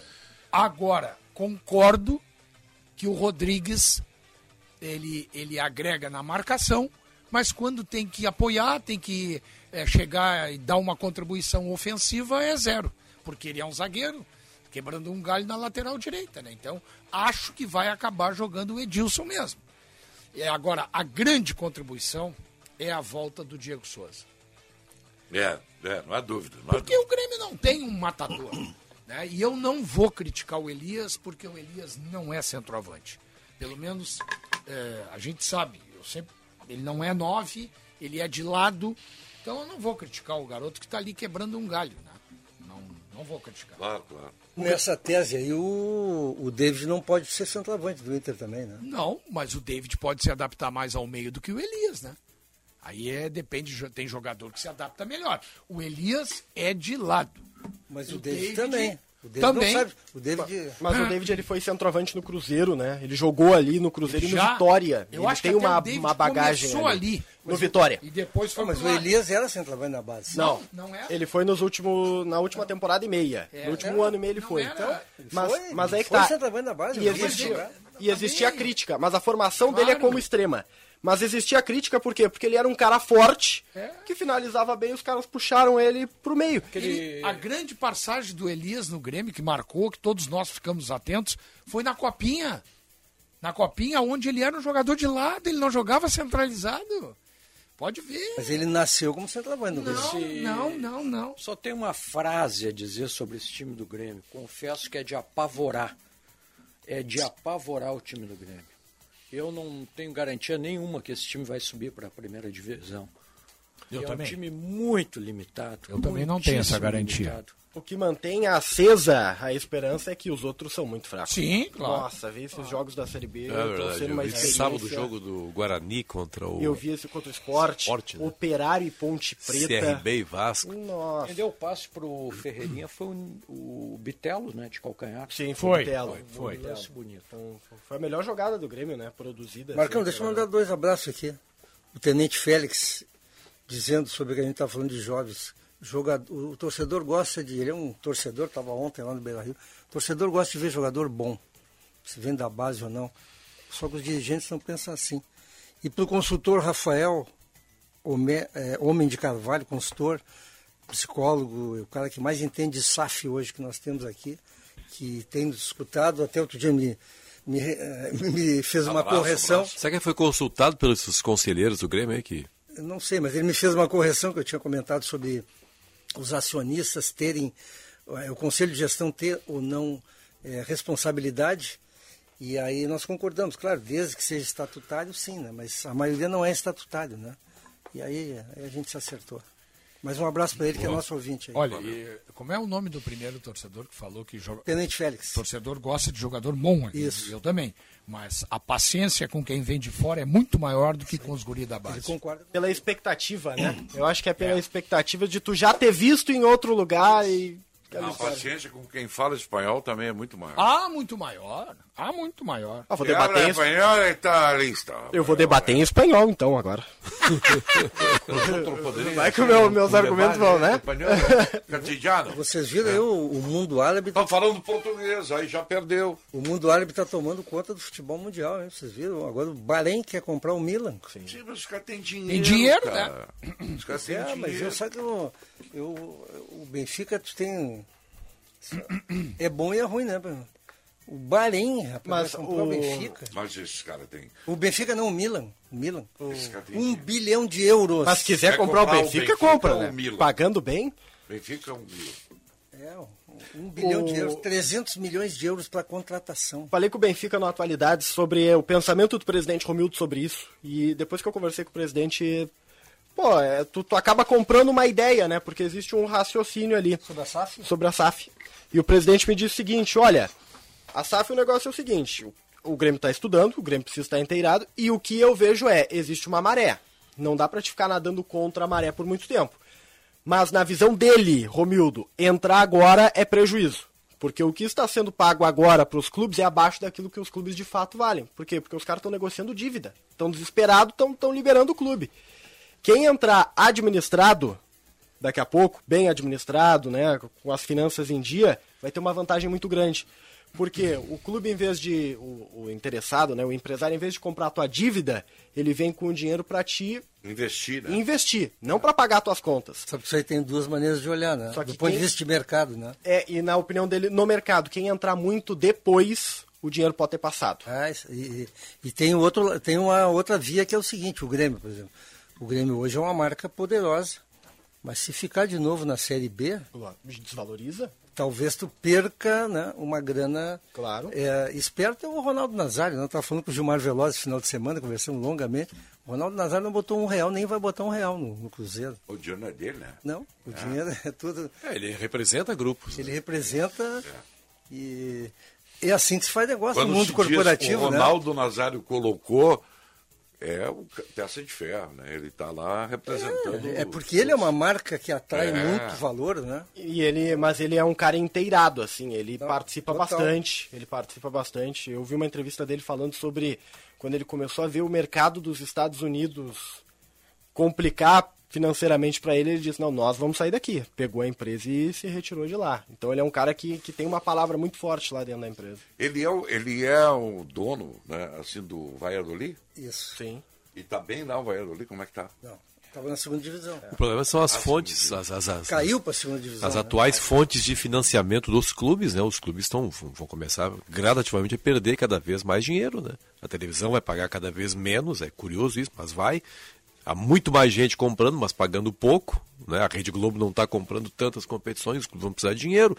[SPEAKER 4] Agora, concordo que o Rodrigues ele, ele agrega na marcação, mas quando tem que apoiar, tem que eh, chegar e dar uma contribuição ofensiva, é zero, porque ele é um zagueiro, quebrando um galho na lateral direita, né? Então, acho que vai acabar jogando o Edilson mesmo. E agora, a grande contribuição é a volta do Diego Souza.
[SPEAKER 1] É, é, não há dúvida. Não há
[SPEAKER 4] Porque o Grêmio não tem um matador. né? E eu não vou criticar o Elias, porque o Elias não é centroavante. Pelo menos é, a gente sabe. Eu sempre, ele não é nove, ele é de lado. Então eu não vou criticar o garoto que está ali quebrando um galho. Né? Não, não vou criticar.
[SPEAKER 1] Claro, claro.
[SPEAKER 3] Nessa tese aí, o, o David não pode ser centroavante do Inter também, né?
[SPEAKER 4] Não, mas o David pode se adaptar mais ao meio do que o Elias, né? Aí é, depende, jo- tem jogador que se adapta melhor. O Elias é de lado.
[SPEAKER 3] Mas
[SPEAKER 4] o,
[SPEAKER 3] David também. O David
[SPEAKER 4] também.
[SPEAKER 3] não sabe. O David...
[SPEAKER 2] Mas o David ele foi centroavante no Cruzeiro, né? Ele jogou ali no Cruzeiro e no Vitória.
[SPEAKER 3] Eu
[SPEAKER 2] ele
[SPEAKER 3] acho que
[SPEAKER 2] tem
[SPEAKER 3] até
[SPEAKER 2] uma,
[SPEAKER 3] o David
[SPEAKER 2] uma bagagem
[SPEAKER 3] começou ali.
[SPEAKER 2] no
[SPEAKER 3] Mas o-
[SPEAKER 2] Vitória.
[SPEAKER 4] E depois foi
[SPEAKER 3] Ah, Mas
[SPEAKER 4] pro
[SPEAKER 3] o
[SPEAKER 4] lado.
[SPEAKER 3] Elias era centroavante na base.
[SPEAKER 2] Não,
[SPEAKER 4] não é.
[SPEAKER 2] Ele foi nos último, na última temporada e meia.
[SPEAKER 3] É,
[SPEAKER 2] no último
[SPEAKER 3] era-
[SPEAKER 2] ano e meio ele
[SPEAKER 3] não
[SPEAKER 2] foi.
[SPEAKER 3] era-
[SPEAKER 2] Então,
[SPEAKER 3] ele
[SPEAKER 2] mas,
[SPEAKER 3] foi-
[SPEAKER 2] mas aí que
[SPEAKER 3] foi
[SPEAKER 2] tá.
[SPEAKER 3] centroavante da base,
[SPEAKER 2] e
[SPEAKER 3] eu não lembro.
[SPEAKER 2] existia, e existia a crítica, mas a formação dele é como extrema. Mas existia a crítica por quê? Porque ele era um cara forte
[SPEAKER 3] É.
[SPEAKER 2] que finalizava bem, os caras puxaram ele pro meio.
[SPEAKER 4] Ele- a grande passagem do Elias no Grêmio, que marcou, que todos nós ficamos atentos, foi na Copinha. Na Copinha, onde ele era um jogador de lado, ele não jogava centralizado. Pode ver.
[SPEAKER 3] Mas ele nasceu como centroavante no
[SPEAKER 4] Não,
[SPEAKER 3] Brasil.
[SPEAKER 4] não, não, não.
[SPEAKER 5] Só tem uma frase a dizer sobre esse time do Grêmio. Confesso que é de apavorar. É de apavorar o time do Grêmio. Eu não tenho garantia nenhuma que esse time vai subir para a primeira divisão.
[SPEAKER 4] Eu
[SPEAKER 5] é
[SPEAKER 4] também.
[SPEAKER 5] um time muito limitado. Eu
[SPEAKER 4] também não tenho essa garantia.
[SPEAKER 2] O que mantém acesa a esperança é que os outros são muito fracos.
[SPEAKER 4] Sim, claro.
[SPEAKER 2] Nossa, ver esses jogos da Série B
[SPEAKER 6] É
[SPEAKER 2] estão
[SPEAKER 6] verdade.
[SPEAKER 2] sendo
[SPEAKER 6] Eu
[SPEAKER 2] uma
[SPEAKER 6] vi
[SPEAKER 2] experiência.
[SPEAKER 6] sábado o jogo do Guarani contra o
[SPEAKER 2] Eu vi esse contra o esporte,
[SPEAKER 6] Sport, né?
[SPEAKER 2] Operário e Ponte Preta.
[SPEAKER 6] CRB e Vasco.
[SPEAKER 2] Nossa.
[SPEAKER 5] Quem deu o passe pro Ferreirinha foi o, o Bitelo, né? De calcanhar.
[SPEAKER 2] Sim,
[SPEAKER 5] foi o
[SPEAKER 2] foi.
[SPEAKER 5] Bitelo.
[SPEAKER 2] Foi,
[SPEAKER 5] Um
[SPEAKER 2] foi.
[SPEAKER 5] lance bonito.
[SPEAKER 2] Então, Foi a melhor jogada do Grêmio, né? Produzida.
[SPEAKER 3] Marcão,
[SPEAKER 2] assim,
[SPEAKER 3] deixa eu mandar dois abraços aqui. O Tenente Félix dizendo sobre o que a gente está falando de jovens. Jogador, o torcedor gosta de. Ele é um torcedor, estava ontem lá no Beira Rio. O torcedor gosta de ver jogador bom, se vem da base ou não. Só que os dirigentes não pensam assim. E para o consultor Rafael Homé- eh, Homem de Carvalho, consultor, psicólogo, é o cara que mais entende de SAF hoje que nós temos aqui, que tem nos escutado, até outro dia me, me, eh, me fez uma
[SPEAKER 6] Abraço,
[SPEAKER 3] correção.
[SPEAKER 6] abraço. Será que foi consultado pelos conselheiros do Grêmio aí que
[SPEAKER 3] Eu não sei, mas ele me fez uma correção que eu tinha comentado sobre os acionistas terem, eh, o conselho de gestão ter ou não eh, responsabilidade. E aí nós concordamos, claro, desde que seja estatutário, sim, né? mas a maioria não é estatutário, né? E aí, aí a gente se acertou. Mas um abraço para ele, que é
[SPEAKER 4] Boa.
[SPEAKER 3] nosso ouvinte aí.
[SPEAKER 4] Olha, e como é o nome do primeiro torcedor que falou que joga.
[SPEAKER 3] Tenente Félix.
[SPEAKER 4] Torcedor gosta de jogador bom aqui. Isso. Eu também. Mas a paciência com quem vem de fora é muito maior do que com os guris da base.
[SPEAKER 2] assim, Pela expectativa, né? Eu acho que é pela expectativa de tu já ter visto em outro lugar e.
[SPEAKER 1] A paciência com quem fala espanhol também é muito maior.
[SPEAKER 4] Há muito maior. Há muito Ah, maior.
[SPEAKER 2] Ah, vou
[SPEAKER 1] Quem
[SPEAKER 2] debater
[SPEAKER 1] habla
[SPEAKER 2] isso.
[SPEAKER 1] espanhol está listo.
[SPEAKER 2] Eu vou debater em espanhol então agora.
[SPEAKER 1] né?
[SPEAKER 2] Vai que o meu- meus argumentos vão, né?
[SPEAKER 3] Vocês viram aí o, o mundo árabe. tá
[SPEAKER 1] Estão é. falando português, aí já perdeu.
[SPEAKER 3] O mundo árabe está tomando conta do futebol mundial, hein? Vocês viram? Agora o Bahrein quer comprar o Milan.
[SPEAKER 1] Sim, mas os caras têm dinheiro.
[SPEAKER 3] Tem dinheiro,
[SPEAKER 4] né?
[SPEAKER 1] cara. Os caras têm
[SPEAKER 3] é, mas
[SPEAKER 1] dinheiro.
[SPEAKER 3] eu só que eu, eu- o Benfica tu tem um- é bom e é ruim, né? O Bahrein, rapaz,
[SPEAKER 2] Mas
[SPEAKER 3] vai comprar é o...
[SPEAKER 2] o-
[SPEAKER 3] Benfica.
[SPEAKER 1] Mas esses caras têm.
[SPEAKER 3] O Benfica não, o Milan, o Milan.
[SPEAKER 1] Esse cara tem
[SPEAKER 3] Um bilhão de euros.
[SPEAKER 2] Mas se quiser comprar, o Benfica, compra,
[SPEAKER 1] ou
[SPEAKER 2] né?
[SPEAKER 1] o Milan?
[SPEAKER 2] Pagando bem.
[SPEAKER 1] Benfica é um mil.
[SPEAKER 3] É, um bilhão
[SPEAKER 2] O-
[SPEAKER 3] de euros, 300 milhões de euros para contratação.
[SPEAKER 2] Falei com o Benfica na atualidade sobre o pensamento do presidente Romildo sobre isso. E depois que eu conversei com o presidente, pô, é, tu, tu acaba comprando uma ideia, né? Porque existe um raciocínio ali.
[SPEAKER 3] Sobre a SAF?
[SPEAKER 2] Sobre a SAF. E o presidente me disse o seguinte: olha, a SAF o negócio é o seguinte: o, o Grêmio tá estudando, o Grêmio precisa estar inteirado, e o que eu vejo é, existe uma maré. Não dá pra te ficar nadando contra a maré por muito tempo. Mas na visão dele, Romildo, entrar agora é prejuízo. Porque o que está sendo pago agora para os clubes é abaixo daquilo que os clubes de fato valem. Por quê? Porque os caras estão negociando dívida. Estão desesperados, estão liberando o clube. Quem entrar administrado, daqui a pouco, bem administrado, né, com as finanças em dia, vai ter uma vantagem muito grande. Porque o clube, em vez de. O, o interessado, né? O empresário, em vez de comprar a tua dívida, ele vem com o dinheiro pra ti
[SPEAKER 1] Investir, né?
[SPEAKER 2] investir, não pra pagar tuas contas.
[SPEAKER 3] Só que isso aí tem duas maneiras de olhar, né?
[SPEAKER 2] Só que
[SPEAKER 3] Do ponto
[SPEAKER 2] quem-
[SPEAKER 3] de vista de mercado, né?
[SPEAKER 2] É, e na opinião dele, no mercado, quem entrar muito depois, o dinheiro pode ter passado.
[SPEAKER 3] Ah, isso- e, e- e tem, outro, tem uma outra via que é o seguinte, o Grêmio, por exemplo. O Grêmio hoje é uma marca poderosa, mas se ficar de novo na Série B,
[SPEAKER 2] Desvaloriza?
[SPEAKER 3] talvez tu perca né, uma grana
[SPEAKER 2] Claro.
[SPEAKER 3] é, esperta. É o Ronaldo Nazário, não estava falando com o Gilmar Veloz esse final de semana, conversamos longamente. O Ronaldo Nazário não botou um real, nem vai botar um real no, no Cruzeiro.
[SPEAKER 1] O dinheiro não é dele, né?
[SPEAKER 3] Não, o dinheiro é tudo...
[SPEAKER 6] É, ele representa grupos. né?
[SPEAKER 3] Ele representa e... É assim que se faz negócio
[SPEAKER 1] Quando
[SPEAKER 3] no
[SPEAKER 1] se
[SPEAKER 3] mundo
[SPEAKER 1] diz
[SPEAKER 3] corporativo,
[SPEAKER 1] o
[SPEAKER 3] né?
[SPEAKER 1] Ronaldo Nazário colocou, é o ca- peça de ferro, né? Ele tá lá representando.
[SPEAKER 3] É porque ele é uma marca que atrai
[SPEAKER 1] É.
[SPEAKER 3] muito valor, né?
[SPEAKER 2] E ele, mas ele é um cara inteirado, assim, ele participa
[SPEAKER 3] total.
[SPEAKER 2] bastante. Ele participa bastante. Eu vi uma entrevista dele falando sobre quando ele começou a ver o mercado dos Estados Unidos complicar financeiramente para ele, ele disse, não, nós vamos sair daqui. Pegou a empresa e se retirou de lá. Então ele é um cara que, que tem uma palavra muito forte lá dentro da empresa.
[SPEAKER 1] Ele é, o- ele é o dono, né? Assim, do Valladolid?
[SPEAKER 3] Isso.
[SPEAKER 2] Sim.
[SPEAKER 1] E tá bem lá o Valladolid? Como é que tá?
[SPEAKER 3] Não. Estava na segunda divisão.
[SPEAKER 6] O problema são as fontes, as, as, as,
[SPEAKER 3] Caiu para a segunda divisão.
[SPEAKER 6] as
[SPEAKER 3] né?
[SPEAKER 6] atuais fontes de financiamento dos clubes, né? Os clubes estão, vão começar gradativamente a perder cada vez mais dinheiro, né? A televisão vai pagar cada vez menos, é curioso isso, mas vai. Há muito mais gente comprando, mas pagando pouco, né? A Rede Globo não está comprando tantas competições, os clubes vão precisar de dinheiro.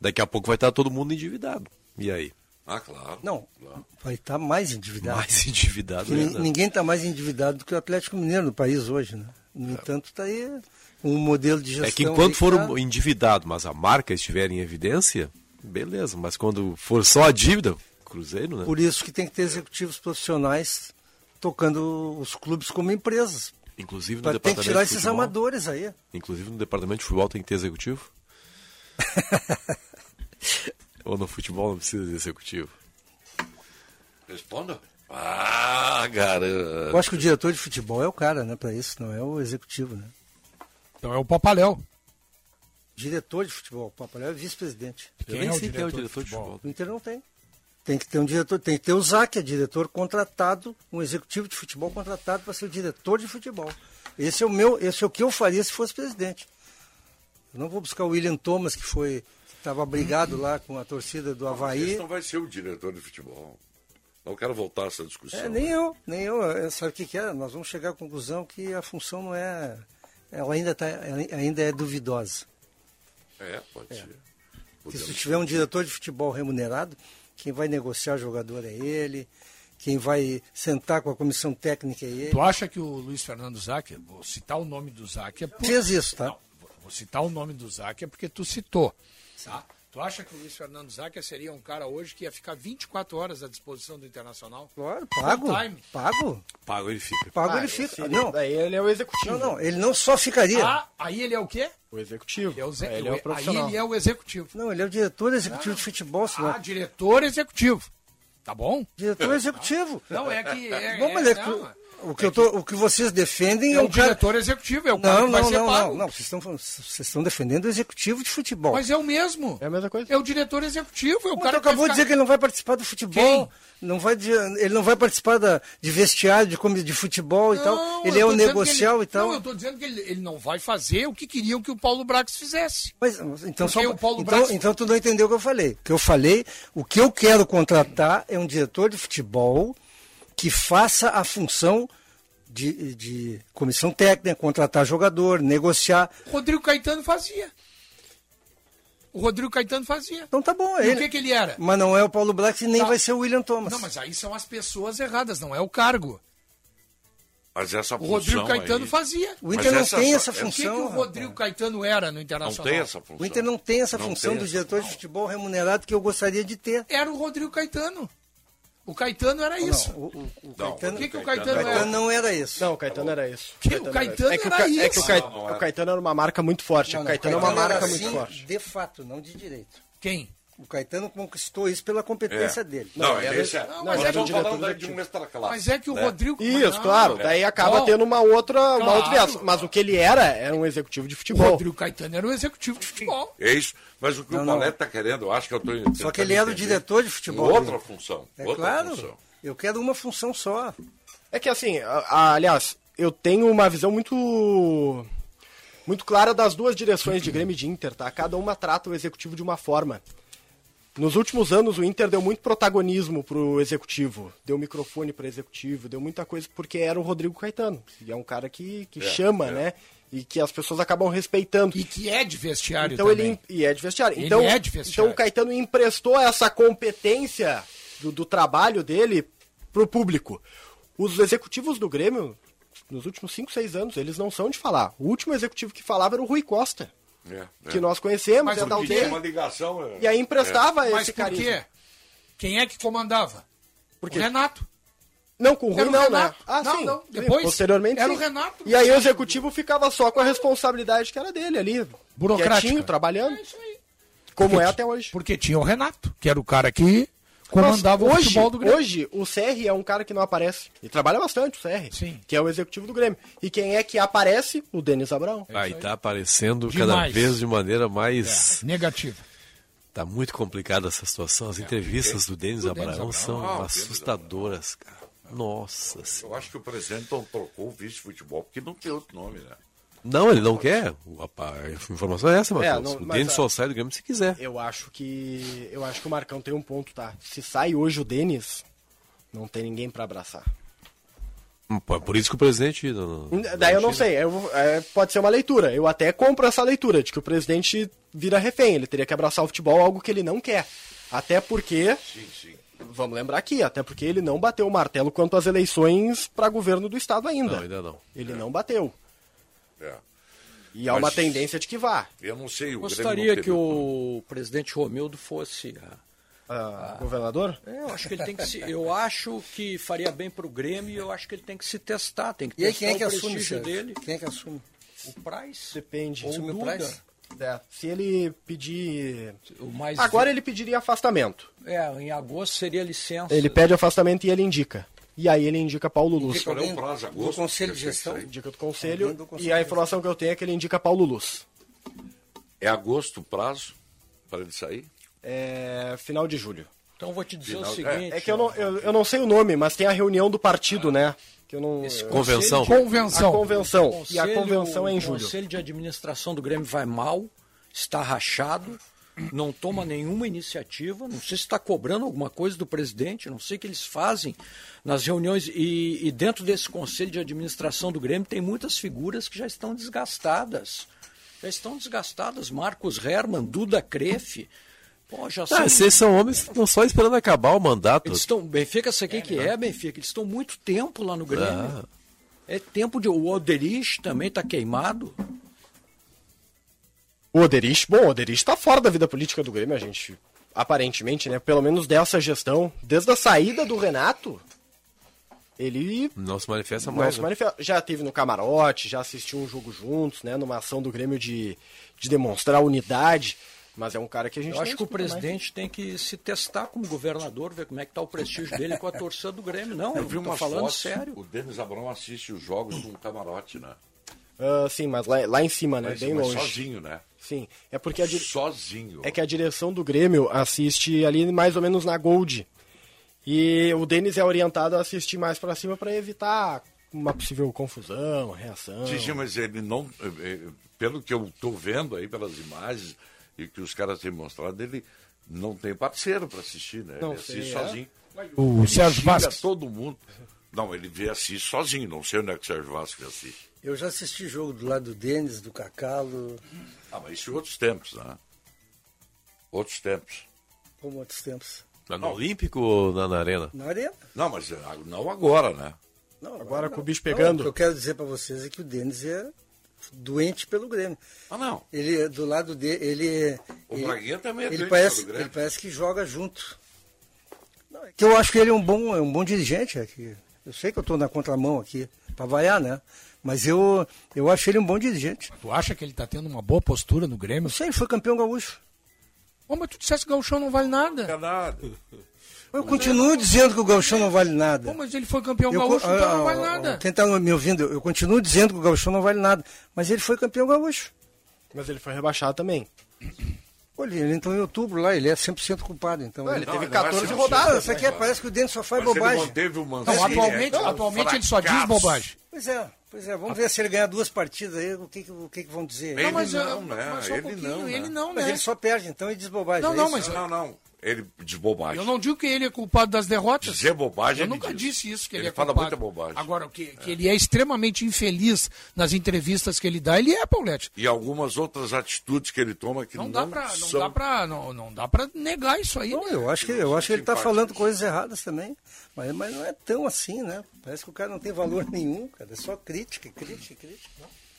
[SPEAKER 6] Daqui a pouco vai estar todo mundo endividado. E aí?
[SPEAKER 1] Ah, claro.
[SPEAKER 3] Não, vai estar tá mais endividado.
[SPEAKER 6] Mais endividado
[SPEAKER 3] Porque
[SPEAKER 6] ainda.
[SPEAKER 3] nin- Ninguém está mais endividado do que o Atlético Mineiro no país hoje, né? No entanto, está aí um modelo de gestão.
[SPEAKER 6] É que
[SPEAKER 3] aí
[SPEAKER 6] enquanto for
[SPEAKER 3] tá-
[SPEAKER 6] um endividado, mas a marca estiver em evidência, beleza. Mas quando for só a dívida, Cruzeiro, né?
[SPEAKER 3] Por isso que tem que ter executivos profissionais tocando os clubes como empresas.
[SPEAKER 6] Inclusive no
[SPEAKER 3] Pra- tem que
[SPEAKER 6] departamento
[SPEAKER 3] tirar
[SPEAKER 6] de
[SPEAKER 3] esses
[SPEAKER 6] futebol.
[SPEAKER 3] amadores aí.
[SPEAKER 6] Inclusive no departamento de futebol tem que ter executivo? Ou no futebol não precisa de executivo?
[SPEAKER 1] Responda. Ah, garoto.
[SPEAKER 3] Eu acho que o diretor de futebol é o cara, né? Para isso, não é o executivo, né?
[SPEAKER 4] Então é o Papaléu.
[SPEAKER 3] Diretor de futebol, o Papaléu é vice-presidente.
[SPEAKER 6] Quem Eu nem é o sei quem é o diretor de diretor de futebol?
[SPEAKER 3] O Inter não tem. Tem que ter um diretor, tem que ter o ZAC, é diretor contratado, um executivo de futebol contratado para ser o diretor de futebol. Esse é o meu, esse é o que eu faria se fosse presidente. Eu não vou buscar o William Thomas, que foi estava brigado lá com a torcida do
[SPEAKER 1] Esse
[SPEAKER 3] Havaí.
[SPEAKER 1] não vai ser o diretor de futebol. Não quero voltar a essa discussão.
[SPEAKER 3] É, nem eu, nem eu. É, Sabe o que, que é? Nós vamos chegar à conclusão que a função não é. Ela ainda, tá, ela ainda é duvidosa.
[SPEAKER 1] É, pode ser.
[SPEAKER 3] Porque se
[SPEAKER 1] Podemos-
[SPEAKER 3] tu tiver um diretor de futebol remunerado, quem vai negociar jogador é ele, quem vai sentar com a comissão técnica é ele.
[SPEAKER 4] Tu acha que o Luiz Fernando Zac, vou citar o nome do Zac, é por...
[SPEAKER 3] Fez isso, tá?
[SPEAKER 4] Não, vou- vou citar o nome do Zac é porque tu citou. Tá? Tu acha que o Luiz Fernando Zac seria um cara hoje que ia ficar 24 horas à disposição do Internacional? Tá,
[SPEAKER 3] Claro, Pago?
[SPEAKER 4] Full time.
[SPEAKER 3] Pago?
[SPEAKER 6] Pago ele fica.
[SPEAKER 3] Pago
[SPEAKER 4] Ah,
[SPEAKER 3] ele
[SPEAKER 4] esse
[SPEAKER 3] fica.
[SPEAKER 4] ele-
[SPEAKER 3] não.
[SPEAKER 2] Daí ele é o executivo.
[SPEAKER 3] Não, não, ele não só ficaria.
[SPEAKER 4] Ah, aí ele é o quê?
[SPEAKER 2] O executivo.
[SPEAKER 4] Ele é o, ze-
[SPEAKER 2] Ele é o profissional.
[SPEAKER 4] Aí ele é o executivo.
[SPEAKER 3] Não, ele é o diretor executivo de futebol, senão.
[SPEAKER 4] Ah, diretor executivo. Tá bom?
[SPEAKER 3] Diretor executivo.
[SPEAKER 4] Não, é que. É,
[SPEAKER 3] Bom,
[SPEAKER 4] é-
[SPEAKER 3] mas é
[SPEAKER 4] não,
[SPEAKER 3] que- o, que eu tô, o que vocês defendem
[SPEAKER 4] é
[SPEAKER 3] é
[SPEAKER 4] o
[SPEAKER 3] o cara.
[SPEAKER 4] diretor executivo, é o cara
[SPEAKER 3] Não,
[SPEAKER 4] que vai
[SPEAKER 3] não,
[SPEAKER 4] ser
[SPEAKER 3] não,
[SPEAKER 4] pago.
[SPEAKER 3] não, não. Vocês estão, falando- vocês estão defendendo o executivo de futebol.
[SPEAKER 4] Mas é o mesmo. É
[SPEAKER 2] a mesma coisa.
[SPEAKER 4] É o diretor executivo, é o
[SPEAKER 3] Mas
[SPEAKER 4] cara
[SPEAKER 3] tu acabou
[SPEAKER 4] que
[SPEAKER 3] de
[SPEAKER 4] vai
[SPEAKER 3] dizer
[SPEAKER 4] ficar-
[SPEAKER 3] que ele não vai participar do futebol. Não vai, de- ele não vai participar da, de vestiário, de, comi- de futebol e
[SPEAKER 4] Não,
[SPEAKER 3] tal. Ele é
[SPEAKER 4] eu tô
[SPEAKER 3] o
[SPEAKER 4] dizendo que
[SPEAKER 3] negocial então.
[SPEAKER 4] ele-
[SPEAKER 3] e tal.
[SPEAKER 4] Não, eu tô dizendo que ele, ele não vai fazer o que queriam que o Paulo Brax fizesse.
[SPEAKER 3] Mas, então, só,
[SPEAKER 4] Porque o Paulo
[SPEAKER 3] então,
[SPEAKER 4] Brax-
[SPEAKER 3] então tu não entendeu o que eu falei. O que eu falei, o que eu quero contratar é um diretor de futebol que faça a função de, de comissão técnica, contratar jogador, negociar.
[SPEAKER 4] O Rodrigo Caetano fazia. O Rodrigo Caetano fazia.
[SPEAKER 3] Então tá bom.
[SPEAKER 4] E
[SPEAKER 3] Ele,
[SPEAKER 4] o que, que ele era?
[SPEAKER 3] Mas não é o Paulo Black e nem
[SPEAKER 4] Tá.
[SPEAKER 3] vai ser o William Thomas.
[SPEAKER 4] Não, mas aí são as pessoas erradas, não é o cargo.
[SPEAKER 1] Mas essa
[SPEAKER 4] O Rodrigo
[SPEAKER 1] função
[SPEAKER 4] Caetano
[SPEAKER 1] aí-
[SPEAKER 4] fazia.
[SPEAKER 3] O Inter
[SPEAKER 1] Mas é
[SPEAKER 3] não tem essa
[SPEAKER 4] O que, que o
[SPEAKER 3] função, né?
[SPEAKER 4] Rodrigo Caetano era no
[SPEAKER 1] Não
[SPEAKER 4] Internacional?
[SPEAKER 1] tem essa função.
[SPEAKER 3] O Inter não tem essa
[SPEAKER 1] Não
[SPEAKER 3] função
[SPEAKER 1] tem
[SPEAKER 3] do
[SPEAKER 1] essa
[SPEAKER 3] diretor de futebol remunerado que eu gostaria de ter.
[SPEAKER 4] Era o Rodrigo Caetano. O Caetano era isso.
[SPEAKER 3] Não, o, o- o
[SPEAKER 1] Não,
[SPEAKER 3] Caetano,
[SPEAKER 4] o que, que o
[SPEAKER 1] Caetano
[SPEAKER 4] Caetano
[SPEAKER 1] era-
[SPEAKER 3] Caetano
[SPEAKER 4] era?
[SPEAKER 3] não era isso.
[SPEAKER 2] Não, o Caetano era isso.
[SPEAKER 4] Que o Caetano
[SPEAKER 2] é que o,
[SPEAKER 4] era
[SPEAKER 2] Ca- é que
[SPEAKER 4] isso.
[SPEAKER 2] o, Cai-
[SPEAKER 1] Não, não era.
[SPEAKER 2] o Caetano era uma marca muito forte.
[SPEAKER 3] Não, não,
[SPEAKER 2] o Caetano é uma
[SPEAKER 3] era
[SPEAKER 2] marca
[SPEAKER 3] assim
[SPEAKER 2] muito forte.
[SPEAKER 3] De fato, não de direito.
[SPEAKER 4] Quem?
[SPEAKER 3] O Caetano conquistou isso pela competência
[SPEAKER 1] É.
[SPEAKER 3] dele.
[SPEAKER 1] Não, ele- esse é- Não, mas
[SPEAKER 3] ele
[SPEAKER 1] é que
[SPEAKER 3] um
[SPEAKER 1] eu tô
[SPEAKER 3] diretor
[SPEAKER 1] falando
[SPEAKER 3] executivo.
[SPEAKER 1] de um extra-classe.
[SPEAKER 4] Mas é que o
[SPEAKER 1] né?
[SPEAKER 4] Rodrigo.
[SPEAKER 2] Isso, claro. Daí acaba
[SPEAKER 4] Bom,
[SPEAKER 3] um-
[SPEAKER 2] tendo uma outra, uma
[SPEAKER 4] claro.
[SPEAKER 2] outra viação. Mas o que ele era, era um executivo de
[SPEAKER 4] O
[SPEAKER 2] futebol.
[SPEAKER 4] Rodrigo Caetano era um executivo de futebol.
[SPEAKER 1] É isso. Mas o que o
[SPEAKER 4] Não, não.
[SPEAKER 1] Paulete está querendo, eu acho que eu estou
[SPEAKER 3] Só que ele era o diretor de futebol.
[SPEAKER 1] Outra
[SPEAKER 3] dele.
[SPEAKER 1] função.
[SPEAKER 3] É
[SPEAKER 1] outra
[SPEAKER 3] claro.
[SPEAKER 1] função.
[SPEAKER 3] Eu quero uma função só.
[SPEAKER 2] É que assim, a- a- aliás, eu tenho uma visão muito muito clara das duas direções de Grêmio e de Inter, tá? Cada uma trata o executivo de uma forma. Nos últimos anos, o Inter deu muito protagonismo pro executivo, deu microfone para executivo, deu muita coisa porque era o Rodrigo Caetano, e é um cara que, que
[SPEAKER 4] É,
[SPEAKER 2] chama,
[SPEAKER 4] é.
[SPEAKER 2] né? E que as pessoas acabam respeitando. E
[SPEAKER 4] que é de vestiário
[SPEAKER 2] então
[SPEAKER 4] também.
[SPEAKER 2] Ele, e é de vestiário.
[SPEAKER 4] Ele
[SPEAKER 2] Então,
[SPEAKER 4] é de vestiário.
[SPEAKER 2] então o Caetano emprestou essa competência do, do trabalho dele pro público. Os executivos do Grêmio, nos últimos 5, 6 anos, eles não são de falar. O último executivo que falava era o Rui Costa,
[SPEAKER 1] É, é.
[SPEAKER 2] que nós conhecemos,
[SPEAKER 1] Mas
[SPEAKER 2] é da
[SPEAKER 1] por quê?
[SPEAKER 2] aldeia.
[SPEAKER 1] Uma ligação, é.
[SPEAKER 2] E aí emprestava
[SPEAKER 4] Mas
[SPEAKER 2] esse
[SPEAKER 4] por
[SPEAKER 2] carisma.
[SPEAKER 4] quê? Quem é que comandava? O Renato.
[SPEAKER 2] Não, com o Rui
[SPEAKER 4] Era o
[SPEAKER 2] não, né?
[SPEAKER 4] Renato.
[SPEAKER 2] Ah,
[SPEAKER 4] Não,
[SPEAKER 2] sim.
[SPEAKER 4] não,
[SPEAKER 2] Sim,
[SPEAKER 4] depois
[SPEAKER 2] Posteriormente,
[SPEAKER 4] era
[SPEAKER 2] sim.
[SPEAKER 4] o Renato.
[SPEAKER 2] E aí o executivo ficava só com a responsabilidade que era dele ali.
[SPEAKER 4] Burocrática.
[SPEAKER 2] Quietinho,
[SPEAKER 4] É
[SPEAKER 2] trabalhando. Como é até hoje.
[SPEAKER 4] Porque tinha o Renato, que era o cara que comandava
[SPEAKER 2] Mas
[SPEAKER 4] o futebol do Grêmio.
[SPEAKER 2] Hoje, o CR é um cara que não aparece. E trabalha bastante, o CR. Sim. Que é o executivo do Grêmio. E quem é que aparece? O Denis Abraão.
[SPEAKER 6] Aí É, tá aparecendo cada
[SPEAKER 2] Demais.
[SPEAKER 6] vez de maneira mais.
[SPEAKER 4] negativa.
[SPEAKER 6] Tá muito complicada essa situação. As entrevistas É, do Denis Abraão são assustadoras, cara. Nossa.
[SPEAKER 1] Eu acho que o presidente não trocou o vice-futebol porque não tem outro nome, né?
[SPEAKER 6] Não, ele não quer. O- A a informação é essa, Matheus.
[SPEAKER 2] não,
[SPEAKER 6] o
[SPEAKER 2] mas,
[SPEAKER 6] Denis
[SPEAKER 2] ah,
[SPEAKER 6] só sai do Grêmio se quiser.
[SPEAKER 2] Eu acho que. Eu acho que o Marcão tem um ponto, tá? Se sai hoje o Denis, não tem ninguém pra abraçar.
[SPEAKER 6] Hum, pô, é Por isso que o presidente. não- não-
[SPEAKER 2] Daí eu não sei, eu vou- é, pode ser uma leitura. Eu até compro essa leitura de que o presidente vira refém, ele teria que abraçar o futebol, algo que ele não quer. Até porque,
[SPEAKER 1] Sim, sim.
[SPEAKER 2] vamos lembrar aqui, até porque ele não bateu o martelo quanto às eleições para governo do estado ainda.
[SPEAKER 6] Não, ainda não.
[SPEAKER 2] Ele não bateu.
[SPEAKER 1] É.
[SPEAKER 2] E há
[SPEAKER 1] Mas
[SPEAKER 2] uma tendência de que vá.
[SPEAKER 1] Eu não sei.
[SPEAKER 5] Gostaria que o presidente Romildo fosse. a-
[SPEAKER 2] governador?
[SPEAKER 5] É, eu acho que ele tem que se. Eu acho que faria bem pro Grêmio e eu acho que ele tem que se testar. Tem que
[SPEAKER 3] E aí,
[SPEAKER 5] testar
[SPEAKER 3] quem é que
[SPEAKER 5] o
[SPEAKER 3] assume,
[SPEAKER 5] prestígio
[SPEAKER 3] chefe?
[SPEAKER 5] dele.
[SPEAKER 3] Quem é que assume?
[SPEAKER 5] O Price.
[SPEAKER 2] Depende.
[SPEAKER 5] Ou
[SPEAKER 2] Assume o
[SPEAKER 5] Duda.
[SPEAKER 2] Price? É, se ele pedir.
[SPEAKER 5] mais-
[SPEAKER 2] Agora ele pediria afastamento.
[SPEAKER 5] É, em agosto seria licença.
[SPEAKER 2] Ele pede afastamento e ele indica. E aí ele indica Paulo Lúcio.
[SPEAKER 5] Qual é o prazo? Agosto?
[SPEAKER 3] Do Conselho de
[SPEAKER 5] Então,
[SPEAKER 3] Gestão?
[SPEAKER 2] Indica do Conselho. E a informação que eu tenho é que ele indica Paulo Luz.
[SPEAKER 1] É agosto o prazo para ele sair?
[SPEAKER 2] É, final de julho.
[SPEAKER 5] Então vou te dizer
[SPEAKER 1] Final-
[SPEAKER 5] o seguinte.
[SPEAKER 2] É que eu não, eu, eu não sei o nome, mas tem a reunião do partido, né? Que eu não. eu-
[SPEAKER 6] Convenção.
[SPEAKER 2] A convenção. e a convenção é em
[SPEAKER 5] O
[SPEAKER 2] julho.
[SPEAKER 5] conselho de administração do Grêmio vai mal, está rachado, não toma nenhuma iniciativa, não sei se está cobrando alguma coisa do presidente, não sei o que eles fazem nas reuniões. E, e dentro desse conselho de administração do Grêmio tem muitas figuras que já estão desgastadas. Já estão desgastadas. Marcos Herman, Duda Crefe. Pô, já
[SPEAKER 6] Ah,
[SPEAKER 5] são-
[SPEAKER 6] vocês são homens que estão só esperando acabar o mandato.
[SPEAKER 5] eles estão, Benfica, sei quem que é, Benfica. Eles estão muito tempo lá no Grêmio. É tempo de. O Oderich também está queimado.
[SPEAKER 2] O Oderich, bom, o Oderich tá fora da vida política do Grêmio, a gente. Aparentemente, né? Pelo menos dessa gestão. Desde a saída do Renato, ele
[SPEAKER 6] Não se manifesta
[SPEAKER 2] Não
[SPEAKER 6] mais.
[SPEAKER 2] se
[SPEAKER 6] né?
[SPEAKER 2] manifesta. Já teve no camarote, já assistiu um jogo juntos, né? Numa ação do Grêmio de, de demonstrar unidade. Mas é um cara que a gente
[SPEAKER 5] Eu acho
[SPEAKER 2] não
[SPEAKER 5] que o
[SPEAKER 2] escuta mais.
[SPEAKER 5] presidente tem que se testar como governador, ver como é que está o prestígio dele com a torcida do Grêmio. Não, eu,
[SPEAKER 1] vi
[SPEAKER 5] tô
[SPEAKER 1] uma
[SPEAKER 5] falando
[SPEAKER 1] foto,
[SPEAKER 5] sério.
[SPEAKER 1] O Denis Abrão assiste os jogos de um camarote, né?
[SPEAKER 2] Ah, sim, mas lá, lá em cima, né?
[SPEAKER 1] Mas-
[SPEAKER 2] Bem
[SPEAKER 1] mas
[SPEAKER 2] longe.
[SPEAKER 1] Sozinho, né?
[SPEAKER 2] Sim. É porque a, dire-
[SPEAKER 1] Sozinho.
[SPEAKER 2] é que a direção do Grêmio assiste ali mais ou menos na Gold. E o Denis é orientado a assistir mais pra cima pra evitar uma possível confusão, reação.
[SPEAKER 1] Sim, sim, mas ele não. eh, eh, Pelo que eu estou vendo aí pelas imagens e que os caras têm mostrado, ele não tem parceiro para assistir, né?
[SPEAKER 2] Não
[SPEAKER 1] ele
[SPEAKER 2] sei,
[SPEAKER 1] assiste
[SPEAKER 2] é.
[SPEAKER 1] sozinho.
[SPEAKER 4] O
[SPEAKER 1] ele
[SPEAKER 4] Sérgio
[SPEAKER 1] xinga
[SPEAKER 4] Vasquez.
[SPEAKER 1] todo mundo. Não, ele vê assiste sozinho, não sei onde é que o Sérgio Vasquez assiste.
[SPEAKER 3] Eu já assisti jogo do lado do Denis, do Cacalo,
[SPEAKER 1] Ah, mas isso em outros tempos, né? Outros tempos.
[SPEAKER 3] como outros tempos.
[SPEAKER 6] Lá no Olímpico ou na, na Arena?
[SPEAKER 3] Na arena.
[SPEAKER 1] Não, mas eh, não agora, né?
[SPEAKER 3] Não,
[SPEAKER 2] Agora com o
[SPEAKER 3] não.
[SPEAKER 2] bicho
[SPEAKER 3] Não,
[SPEAKER 2] pegando.
[SPEAKER 3] o que eu quero dizer para vocês é que o Denis é doente pelo Grêmio.
[SPEAKER 1] Ah, não.
[SPEAKER 3] Ele, do lado dele, ele...
[SPEAKER 1] O
[SPEAKER 3] ele-
[SPEAKER 1] Braguinha também é
[SPEAKER 3] ele
[SPEAKER 1] doente
[SPEAKER 3] parece,
[SPEAKER 1] pelo Grêmio.
[SPEAKER 3] Ele parece que joga junto. Não, é que eu acho que ele é um bom, é um bom dirigente. É que eu sei que eu estou na contramão aqui, para vaiar, né? Mas eu, eu acho ele um bom dirigente.
[SPEAKER 4] tá Tu acha que ele está tendo uma boa postura no Grêmio?
[SPEAKER 3] Não sei, ele foi campeão gaúcho.
[SPEAKER 4] Ô, mas tu dissesse que o gauchão não vale nada.
[SPEAKER 1] É nada.
[SPEAKER 3] Eu continuo dizendo que o é um gauchão não vale nada.
[SPEAKER 4] Pô, mas ele foi é, campeão
[SPEAKER 3] Eu
[SPEAKER 4] gaúcho,
[SPEAKER 3] co-
[SPEAKER 4] então
[SPEAKER 3] ah,
[SPEAKER 4] não vale
[SPEAKER 3] ah,
[SPEAKER 4] nada.
[SPEAKER 3] Quem está me ouvindo, eu continuo dizendo que o Gauchão não vale nada, mas ele foi campeão gaúcho.
[SPEAKER 2] Mas ele foi rebaixado também.
[SPEAKER 3] Olha, ele entrou em outubro lá, ele é 100% culpado. Então,
[SPEAKER 2] Não, ele teve 14 rodadas,
[SPEAKER 3] Não, Isso aqui é,
[SPEAKER 2] né?
[SPEAKER 3] parece que o Dente só faz
[SPEAKER 1] Mas ele
[SPEAKER 3] bobagem.
[SPEAKER 1] manteve o Mancini,
[SPEAKER 3] Não,
[SPEAKER 1] é um fracasso.
[SPEAKER 3] Pois é, pois é. Vamos ver se ele ganhar duas partidas aí, o que, que- o que que vão dizer.
[SPEAKER 1] Ele Não, mas, não, ah, né? mas só um Ele pouquinho, não, né?
[SPEAKER 4] ele não,
[SPEAKER 3] Mas
[SPEAKER 4] né?
[SPEAKER 3] ele só perde, então ele diz bobagem.
[SPEAKER 4] Não,
[SPEAKER 3] é
[SPEAKER 4] não,
[SPEAKER 3] isso?
[SPEAKER 4] mas- Não,
[SPEAKER 1] não. Ele de bobagem.
[SPEAKER 4] Eu não digo que ele é culpado das derrotas.
[SPEAKER 1] Dizer bobagem
[SPEAKER 4] Eu
[SPEAKER 1] ele
[SPEAKER 4] nunca
[SPEAKER 1] diz.
[SPEAKER 4] disse isso, que ele,
[SPEAKER 1] Ele
[SPEAKER 4] é
[SPEAKER 1] fala
[SPEAKER 4] culpado.
[SPEAKER 1] muita bobagem.
[SPEAKER 4] Agora, o que, que ele é extremamente infeliz nas entrevistas que ele dá, ele é, Paulette.
[SPEAKER 1] E algumas outras atitudes que ele toma que não,
[SPEAKER 4] Não dá pra, não
[SPEAKER 1] são.
[SPEAKER 4] dá pra, não, não dá pra negar isso aí, né?
[SPEAKER 3] Eu acho que, eu acho que ele está falando coisas erradas também, mas, mas não é tão assim, né? Parece que o cara não tem valor nenhum, cara. É só crítica, crítica, crítica.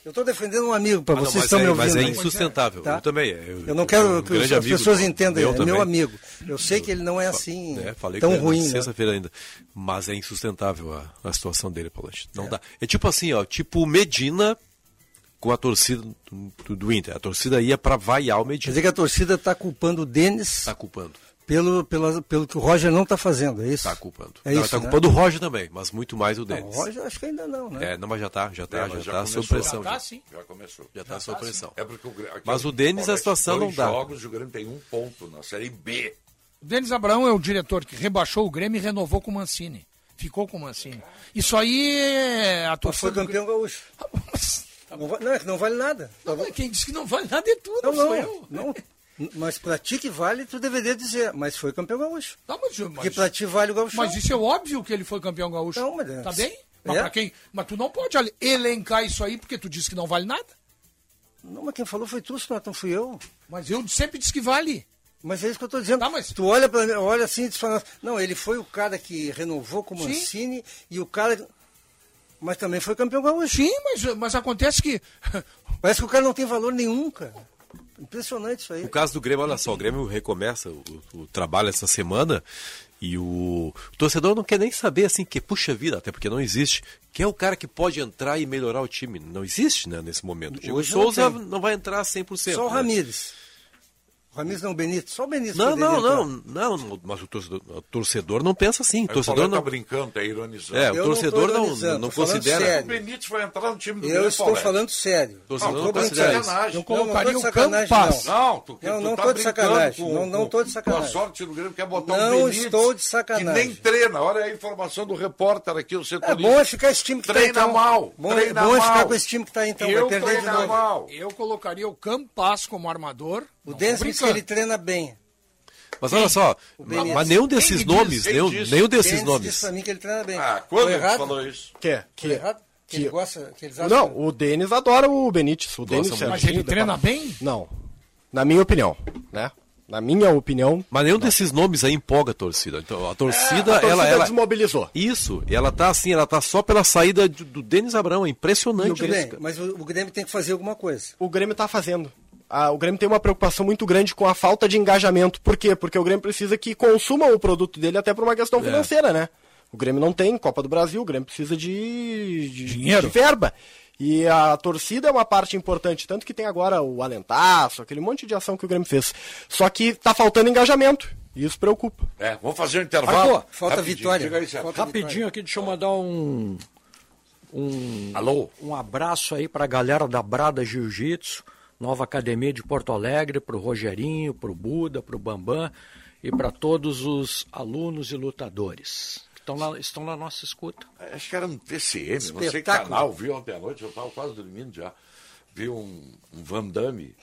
[SPEAKER 3] Eu estou defendendo um amigo para
[SPEAKER 6] Ah, não,
[SPEAKER 3] vocês
[SPEAKER 6] mas
[SPEAKER 3] estão
[SPEAKER 6] é-
[SPEAKER 3] me ouvindo.
[SPEAKER 6] mas é
[SPEAKER 3] aí.
[SPEAKER 6] insustentável.
[SPEAKER 3] Tá?
[SPEAKER 6] Eu também, eu-
[SPEAKER 3] eu não
[SPEAKER 6] eu sou
[SPEAKER 3] quero
[SPEAKER 6] um
[SPEAKER 3] que os-
[SPEAKER 6] grande
[SPEAKER 3] as
[SPEAKER 6] amigo
[SPEAKER 3] pessoas
[SPEAKER 6] do-
[SPEAKER 3] entendam.
[SPEAKER 6] eu
[SPEAKER 3] Ele é meu
[SPEAKER 6] também.
[SPEAKER 3] amigo. Eu sei que ele não é assim
[SPEAKER 6] É, falei
[SPEAKER 3] tão
[SPEAKER 6] com ele na
[SPEAKER 3] ruim. né?
[SPEAKER 6] sexta-feira ainda. Mas é insustentável a, a situação dele, Paulante. Não dá. É tipo assim, ó, tipo o Medina com a torcida do, do- do Inter. A torcida ia pra vaiar o
[SPEAKER 3] Quer
[SPEAKER 6] Medina.
[SPEAKER 3] dizer que a torcida está culpando o Denis.
[SPEAKER 6] Tá culpando.
[SPEAKER 3] Pelo, pela, pelo que o Roger não está fazendo, é isso? Está
[SPEAKER 6] culpando.
[SPEAKER 3] É
[SPEAKER 6] não,
[SPEAKER 3] isso,
[SPEAKER 6] tá
[SPEAKER 3] né?
[SPEAKER 6] culpando o Roger também, mas muito mais o Denis.
[SPEAKER 3] O Roger acho que ainda não, né?
[SPEAKER 6] É, não, mas já tá, já tá,
[SPEAKER 1] É,
[SPEAKER 6] já,
[SPEAKER 1] mas
[SPEAKER 6] tá
[SPEAKER 1] começou.
[SPEAKER 6] sob pressão.
[SPEAKER 1] Já
[SPEAKER 6] Já
[SPEAKER 1] tá, sim. Já começou.
[SPEAKER 6] Já tá sob pressão.
[SPEAKER 1] É porque o, Grê- aqui
[SPEAKER 6] Mas o Denis, a
[SPEAKER 1] Palmeiras,
[SPEAKER 6] situação
[SPEAKER 1] dois
[SPEAKER 6] não dá.
[SPEAKER 1] jogos, o Grêmio tem um ponto na Série B.
[SPEAKER 4] O Denis Abraão é o diretor que rebaixou o Grêmio e renovou com o Mancini. Ficou com o Mancini. Isso aí é a
[SPEAKER 3] Mas foi
[SPEAKER 4] torcida. do
[SPEAKER 3] campeão um gaúcho. Não, va- não, é que não vale nada.
[SPEAKER 4] quem disse que Ah, não vale nada é tudo,
[SPEAKER 3] não,
[SPEAKER 4] sou
[SPEAKER 3] não,
[SPEAKER 4] eu.
[SPEAKER 3] não. N- Mas pra ti que vale, tu deveria dizer. Mas foi campeão gaúcho.
[SPEAKER 4] Tá, mas,
[SPEAKER 3] Porque pra ti vale o gaúcho.
[SPEAKER 4] Mas isso é óbvio que ele foi campeão gaúcho.
[SPEAKER 3] Não, mas-
[SPEAKER 4] Tá bem? Mas,
[SPEAKER 3] É?
[SPEAKER 4] pra quem... mas tu não pode ale- elencar isso aí porque tu disse que não vale nada.
[SPEAKER 3] Não, mas quem falou foi tu, senão não fui eu.
[SPEAKER 4] é- Mas eu sempre disse que vale. Tá,
[SPEAKER 3] Mas é isso que eu tô dizendo. Tu olha pra mim, olha assim e diz pra nós, Não, ele foi o cara que renovou com o
[SPEAKER 4] Sim.
[SPEAKER 3] Mancini e o cara. Mas também foi campeão gaúcho.
[SPEAKER 4] Sim, mas, mas acontece que.
[SPEAKER 3] Parece que o cara não tem valor nenhum, cara. Impressionante isso aí.
[SPEAKER 6] O caso do Grêmio, olha só, o Grêmio recomeça o, o trabalho essa semana e o, torcedor não quer nem saber assim que puxa vida, até porque não existe. Quem é o cara que pode entrar e melhorar o time? Não existe, né, nesse momento. O Diego
[SPEAKER 3] Hoje não
[SPEAKER 6] Souza
[SPEAKER 3] tem.
[SPEAKER 6] não, vai entrar 100%.
[SPEAKER 3] Só o
[SPEAKER 6] né?
[SPEAKER 3] Ramires. O Ramires não, o Benito. Só o Benito.
[SPEAKER 6] Não,
[SPEAKER 3] poderia
[SPEAKER 6] não,
[SPEAKER 3] entrar.
[SPEAKER 6] não, não, não, mas o torcedor, o torcedor não pensa assim. O
[SPEAKER 1] Aí O
[SPEAKER 6] torcedor
[SPEAKER 1] Palmeiras
[SPEAKER 6] não
[SPEAKER 1] tá brincando, tá ironizando.
[SPEAKER 6] É, o Eu não tô torcedor não- ironizando, não tô falando considera- sério.
[SPEAKER 1] O Benítez vai entrar no time do Grêmio.
[SPEAKER 3] Eu estou
[SPEAKER 1] Paulete.
[SPEAKER 3] falando sério.
[SPEAKER 1] Torcedor
[SPEAKER 3] Não
[SPEAKER 1] não
[SPEAKER 3] tô
[SPEAKER 1] tá
[SPEAKER 3] brincando.
[SPEAKER 1] sacanagem.
[SPEAKER 3] Não
[SPEAKER 1] Eu colocaria
[SPEAKER 3] colocaria
[SPEAKER 1] o
[SPEAKER 3] o sacanagem,
[SPEAKER 1] Campas.
[SPEAKER 3] não.
[SPEAKER 1] Não, tu-
[SPEAKER 3] não,
[SPEAKER 1] tu
[SPEAKER 3] não
[SPEAKER 1] tá
[SPEAKER 3] tô de
[SPEAKER 1] brincando
[SPEAKER 3] sacanagem.
[SPEAKER 1] com-
[SPEAKER 3] não, não tô de
[SPEAKER 1] Com a
[SPEAKER 3] sacanagem.
[SPEAKER 1] sorte do Grêmio quer botar
[SPEAKER 3] Não
[SPEAKER 1] um Benítez.
[SPEAKER 3] estou de
[SPEAKER 1] Que
[SPEAKER 3] sacanagem.
[SPEAKER 1] nem treina. Olha a informação do repórter aqui, o
[SPEAKER 3] É
[SPEAKER 1] setorista.
[SPEAKER 3] bom é ficar esse time que
[SPEAKER 1] Treina
[SPEAKER 3] tá então.
[SPEAKER 1] mal,
[SPEAKER 3] Bom,
[SPEAKER 1] treina
[SPEAKER 3] bom é ficar
[SPEAKER 1] mal.
[SPEAKER 3] com esse time que tá então.
[SPEAKER 1] Eu
[SPEAKER 3] vai perder de
[SPEAKER 1] treino
[SPEAKER 3] novo.
[SPEAKER 1] mal.
[SPEAKER 4] Eu colocaria o Campas como armador.
[SPEAKER 3] O Dennis disse que ele treina bem.
[SPEAKER 6] Mas olha só,
[SPEAKER 3] O Benítez.
[SPEAKER 6] mas nenhum
[SPEAKER 3] Quem
[SPEAKER 6] desses
[SPEAKER 3] que
[SPEAKER 6] nomes,
[SPEAKER 3] diz? Quem
[SPEAKER 6] nenhum,
[SPEAKER 3] diz?
[SPEAKER 6] nenhum
[SPEAKER 3] Dennis
[SPEAKER 6] desses
[SPEAKER 3] disse
[SPEAKER 6] nomes. é.
[SPEAKER 3] pra mim que ele treina bem.
[SPEAKER 1] Ah,
[SPEAKER 3] Tô
[SPEAKER 1] quando
[SPEAKER 3] errado?
[SPEAKER 1] falou isso?
[SPEAKER 2] Que,
[SPEAKER 3] Tô errado? Que, ele gosta, que eles acham
[SPEAKER 2] Não, o Denis adora o Benítez. O
[SPEAKER 6] Gosta
[SPEAKER 2] Denis é
[SPEAKER 6] muito.
[SPEAKER 2] certinho,
[SPEAKER 6] é Mas ele
[SPEAKER 2] dá
[SPEAKER 6] treina
[SPEAKER 2] pra-
[SPEAKER 4] bem?
[SPEAKER 2] Não. Na minha opinião, né? Na minha opinião.
[SPEAKER 6] Mas nenhum desses nomes aí empolga a torcida. Então, a torcida,
[SPEAKER 2] É, a torcida
[SPEAKER 6] ela, ela
[SPEAKER 2] desmobilizou.
[SPEAKER 6] Isso, e ela tá assim, ela tá só pela saída de- do Denis Abrão, é impressionante
[SPEAKER 3] Muito bem,
[SPEAKER 6] isso. cara.
[SPEAKER 3] mas o, o Grêmio tem que fazer alguma coisa.
[SPEAKER 2] O Grêmio tá fazendo. Ah, o Grêmio tem uma preocupação muito grande com a falta de engajamento. Por quê? Porque o Grêmio precisa que consumam o produto dele até por uma questão
[SPEAKER 6] É.
[SPEAKER 2] financeira, né? O Grêmio não tem Copa do Brasil, o Grêmio precisa de, de-
[SPEAKER 4] Dinheiro.
[SPEAKER 2] de verba. E a torcida é uma parte importante, tanto que tem agora o alentaço, aquele monte de ação que o Grêmio fez. Só que tá faltando engajamento. E isso preocupa.
[SPEAKER 1] É, vamos fazer um intervalo.
[SPEAKER 2] Marcou, falta
[SPEAKER 1] Rapidinho,
[SPEAKER 2] vitória.
[SPEAKER 1] chega aí, Zé.
[SPEAKER 5] Rapidinho aqui, deixa eu mandar um. um
[SPEAKER 1] Alô?
[SPEAKER 5] Um abraço aí pra galera da Brada Jiu-Jitsu, nova academia de Porto Alegre, pro Rogerinho, pro Buda, pro Bambam e pra todos os alunos e lutadores que estão na, estão na nossa escuta.
[SPEAKER 1] Acho que era um TCM, não sei que
[SPEAKER 5] Espetáculo.
[SPEAKER 1] canal, viu ontem à noite, eu estava quase dormindo já. Vi um, um Van Damme,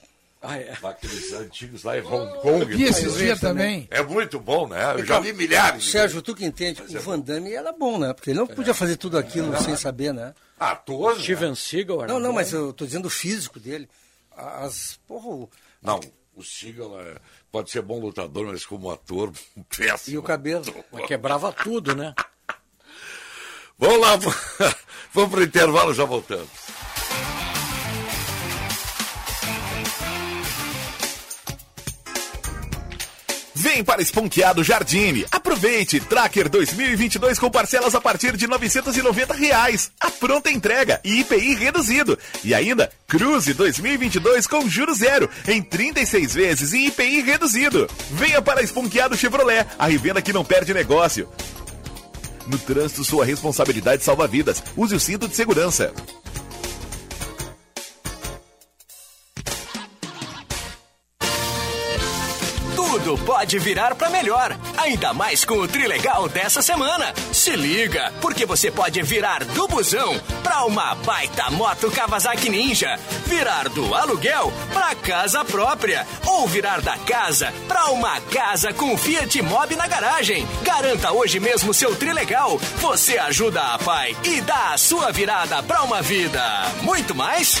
[SPEAKER 3] Ah, é.
[SPEAKER 1] daqueles antigos lá em Hong Kong.
[SPEAKER 3] Eu vi esses dias também.
[SPEAKER 1] É muito bom, né? Eu já
[SPEAKER 3] Então,
[SPEAKER 1] vi milhares. de
[SPEAKER 3] Sérgio, tu que entende, o Van Damme era bom, né? Porque ele não podia fazer tudo aquilo
[SPEAKER 1] É. Não. é.
[SPEAKER 3] sem saber, né?
[SPEAKER 1] Ah, todos.
[SPEAKER 5] Steven Seagal era
[SPEAKER 3] Não, não,
[SPEAKER 5] bom.
[SPEAKER 3] mas eu tô dizendo o físico dele. As. Porra, o-
[SPEAKER 1] Não, o Seagal é- pode ser bom lutador, mas como ator, um péssimo. E o
[SPEAKER 3] cabelo?
[SPEAKER 5] Quebrava tudo, né?
[SPEAKER 1] Vamos lá, vamos pro intervalo, já voltamos.
[SPEAKER 9] Vem Vem para Esponqueado Jardine. Aproveite Tracker 2022 com parcelas a partir de R$ 990 reais. A pronta entrega e IPI reduzido. E ainda Cruze 2022 com juro zero em 36 vezes e IPI reduzido. Venha para Esponqueado Chevrolet, a revenda que não perde negócio. No trânsito, sua responsabilidade salva vidas. Use o cinto de segurança.
[SPEAKER 16] Tudo pode virar pra melhor, ainda mais com o Trilegal dessa semana. Se liga, porque você pode virar do busão pra uma baita moto Kawasaki Ninja, virar do aluguel pra casa própria ou virar da casa pra uma casa com Fiat Mobi na garagem. Garanta hoje mesmo seu Trilegal. Você ajuda a pai e dá a sua virada pra uma vida muito mais.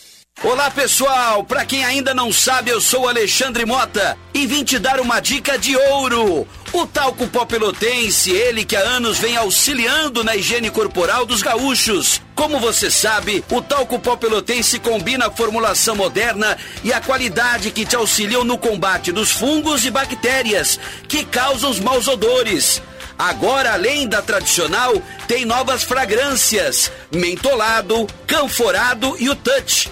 [SPEAKER 17] Olá pessoal, para quem ainda não sabe, eu sou o Alexandre Mota e vim te dar uma dica de ouro. O talco pó pelotense, ele que há anos vem auxiliando na higiene corporal dos gaúchos. Como você sabe, o talco pó pelotense combina a formulação moderna e a qualidade que te auxiliam no combate dos fungos e bactérias que causam os maus odores. Agora, além da tradicional, tem novas fragrâncias: mentolado, canforado e o touch.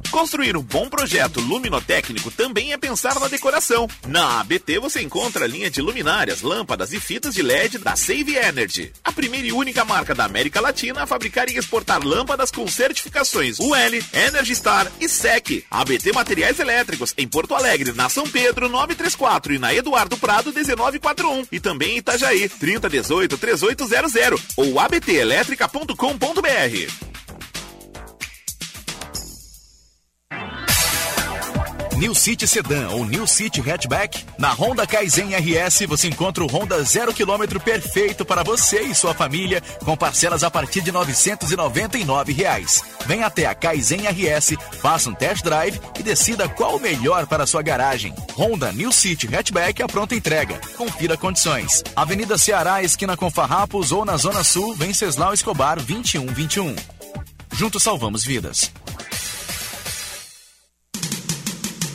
[SPEAKER 9] Construir um bom projeto luminotécnico também é pensar na decoração. Na ABT você encontra a linha de luminárias, lâmpadas e fitas de LED da Save Energy, a primeira e única marca da América Latina a fabricar e exportar lâmpadas com certificações UL, Energy Star e SEC. ABT Materiais Elétricos em Porto Alegre, na São Pedro 934 e na Eduardo Prado 1941 e também em Itajaí 3018 3800 ou abtelétrica.com.br.
[SPEAKER 18] New City Sedan ou New City Hatchback? Na Honda Kaizen RS você encontra o Honda 0 km perfeito para você e sua família, com parcelas a partir de R$ 999. Reais. Vem até a Kaizen RS, faça um test drive e decida qual o melhor para a sua garagem. Honda New City Hatchback é a pronta entrega. Confira condições. Avenida Ceará, esquina com Farrapos ou na Zona Sul, Venceslau Escobar 2121. Juntos salvamos vidas.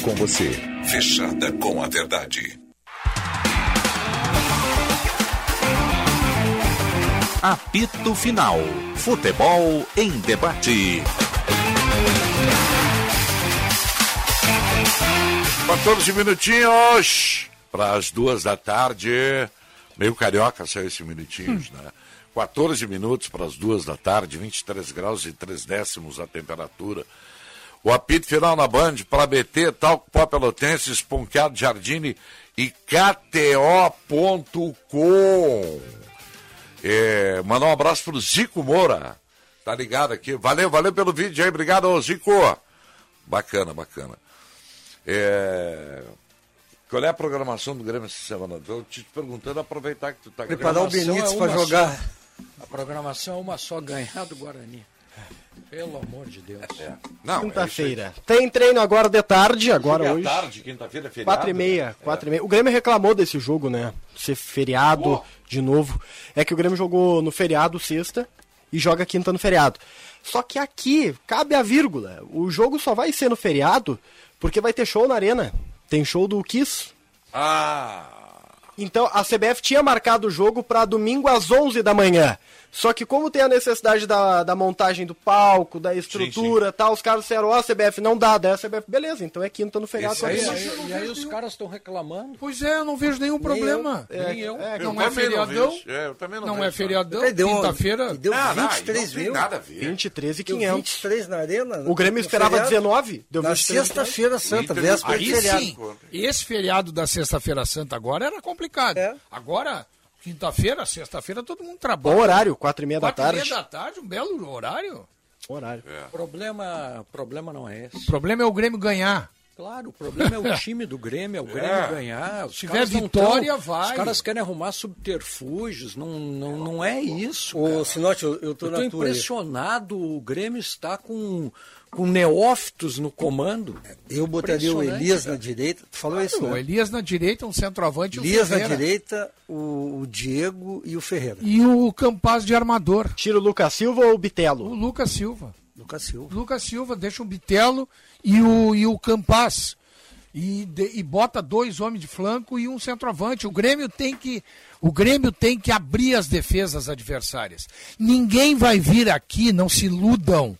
[SPEAKER 19] com você. Fechada com a verdade.
[SPEAKER 9] Apito Final. Futebol em debate.
[SPEAKER 1] Sim. 14 minutinhos para as duas da tarde. Meio carioca saiu esse minutinhos, né? 14 minutos para as duas da tarde, 23 graus e 3 décimos a temperatura. O apito final na Band para BT, Talco Pó Pelotense, Esponqueado Jardine e KTO.com. É, mandar um abraço pro Zico Moura. Tá ligado aqui. Valeu, valeu pelo vídeo aí. Obrigado, ô, Zico. Bacana, bacana. É, Qual é a programação do Grêmio essa semana? Estou te perguntando, aproveitar que tu tá
[SPEAKER 3] Preparar o Benítez pra jogar.
[SPEAKER 5] é A programação é uma só ganhar do Guarani. Pelo amor de Deus.
[SPEAKER 4] É.
[SPEAKER 5] é
[SPEAKER 1] Não, é
[SPEAKER 2] Quinta-feira. Tem treino agora de tarde, agora
[SPEAKER 1] Jogo é à
[SPEAKER 2] hoje.
[SPEAKER 1] tarde, quinta-feira, é feriado.
[SPEAKER 2] Quatro e meia, quatro e meia. O Grêmio reclamou desse jogo, né? Ser feriado de novo. É que o Grêmio jogou no feriado sexta e joga quinta no feriado. Só que aqui cabe a vírgula. O jogo só vai ser no feriado porque vai ter show na arena. Tem show do Kiss.
[SPEAKER 1] Ah,
[SPEAKER 2] Então a CBF tinha marcado o jogo para domingo às 11 da manhã. Só que como tem a necessidade da, da montagem do palco, da estrutura, tal, os caras disseram, ó, CBF não dá, daí a CBF, beleza, então é quinta no feriado.
[SPEAKER 5] Esse aí-
[SPEAKER 2] quarta-feira.
[SPEAKER 5] aí- e aí os caras estão reclamando.
[SPEAKER 4] Pois é, eu não vejo nenhum problema.
[SPEAKER 5] eu. É,
[SPEAKER 4] Nem eu.
[SPEAKER 5] é,
[SPEAKER 4] não
[SPEAKER 5] eu
[SPEAKER 4] é
[SPEAKER 5] também não
[SPEAKER 4] feriadão.
[SPEAKER 5] vejo. É, eu também não
[SPEAKER 4] Não
[SPEAKER 5] vejo.
[SPEAKER 4] é feriadão.
[SPEAKER 2] Peraí, deu um-
[SPEAKER 4] Quinta-feira.
[SPEAKER 2] deu Ah, não, 23
[SPEAKER 3] não tem mil. nada a ver.
[SPEAKER 2] 23 e
[SPEAKER 3] Deu
[SPEAKER 2] 500.
[SPEAKER 3] 23 na arena?
[SPEAKER 2] é? O
[SPEAKER 3] no
[SPEAKER 2] Grêmio esperava
[SPEAKER 3] feriado?
[SPEAKER 2] 19, deu
[SPEAKER 3] Na
[SPEAKER 2] 23
[SPEAKER 3] sexta-feira santa,
[SPEAKER 4] Aí
[SPEAKER 3] véspera de feriado.
[SPEAKER 4] sim, esse feriado da sexta-feira santa agora era complicado.
[SPEAKER 3] É.
[SPEAKER 4] Agora, quinta-feira, sexta-feira, todo mundo trabalha.
[SPEAKER 2] Bom horário, quatro e meia da
[SPEAKER 4] Quatro e meia
[SPEAKER 2] tarde.
[SPEAKER 4] da tarde, um belo horário.
[SPEAKER 2] Horário.
[SPEAKER 5] O problema, problema não é esse.
[SPEAKER 4] O problema é o Grêmio ganhar.
[SPEAKER 5] Claro, o problema é o time do Grêmio, é o Grêmio
[SPEAKER 4] É.
[SPEAKER 5] ganhar. Os
[SPEAKER 4] Se tiver
[SPEAKER 5] caras não
[SPEAKER 4] vitória,
[SPEAKER 5] tão-
[SPEAKER 4] vai.
[SPEAKER 5] Os caras querem arrumar subterfúgios, não, não, não é isso.
[SPEAKER 3] Ô, Sinote, eu, eu tô
[SPEAKER 5] Eu
[SPEAKER 3] na
[SPEAKER 5] tô
[SPEAKER 3] tua aí.
[SPEAKER 5] impressionado, o Grêmio está com, com neófitos no comando.
[SPEAKER 3] Eu botaria o
[SPEAKER 5] Impressionante,
[SPEAKER 3] Elias
[SPEAKER 5] cara.
[SPEAKER 3] na direita. Tu falou isso,
[SPEAKER 4] O
[SPEAKER 3] né?
[SPEAKER 4] Elias na direita, um centroavante e um
[SPEAKER 3] Elias na
[SPEAKER 4] Ferreira.
[SPEAKER 3] direita, o, o Diego e o Ferreira.
[SPEAKER 4] E o Campaz de armador.
[SPEAKER 2] Tira o Lucas Silva ou o Bitelo?
[SPEAKER 4] O Lucas Silva.
[SPEAKER 3] Lucas Silva.
[SPEAKER 4] Lucas Silva deixa o Bitelo e o, e o Campaz. E, de- e bota dois homens de flanco e um centroavante. O Grêmio tem que o Grêmio tem que abrir as defesas adversárias. Ninguém vai vir aqui, não se iludam.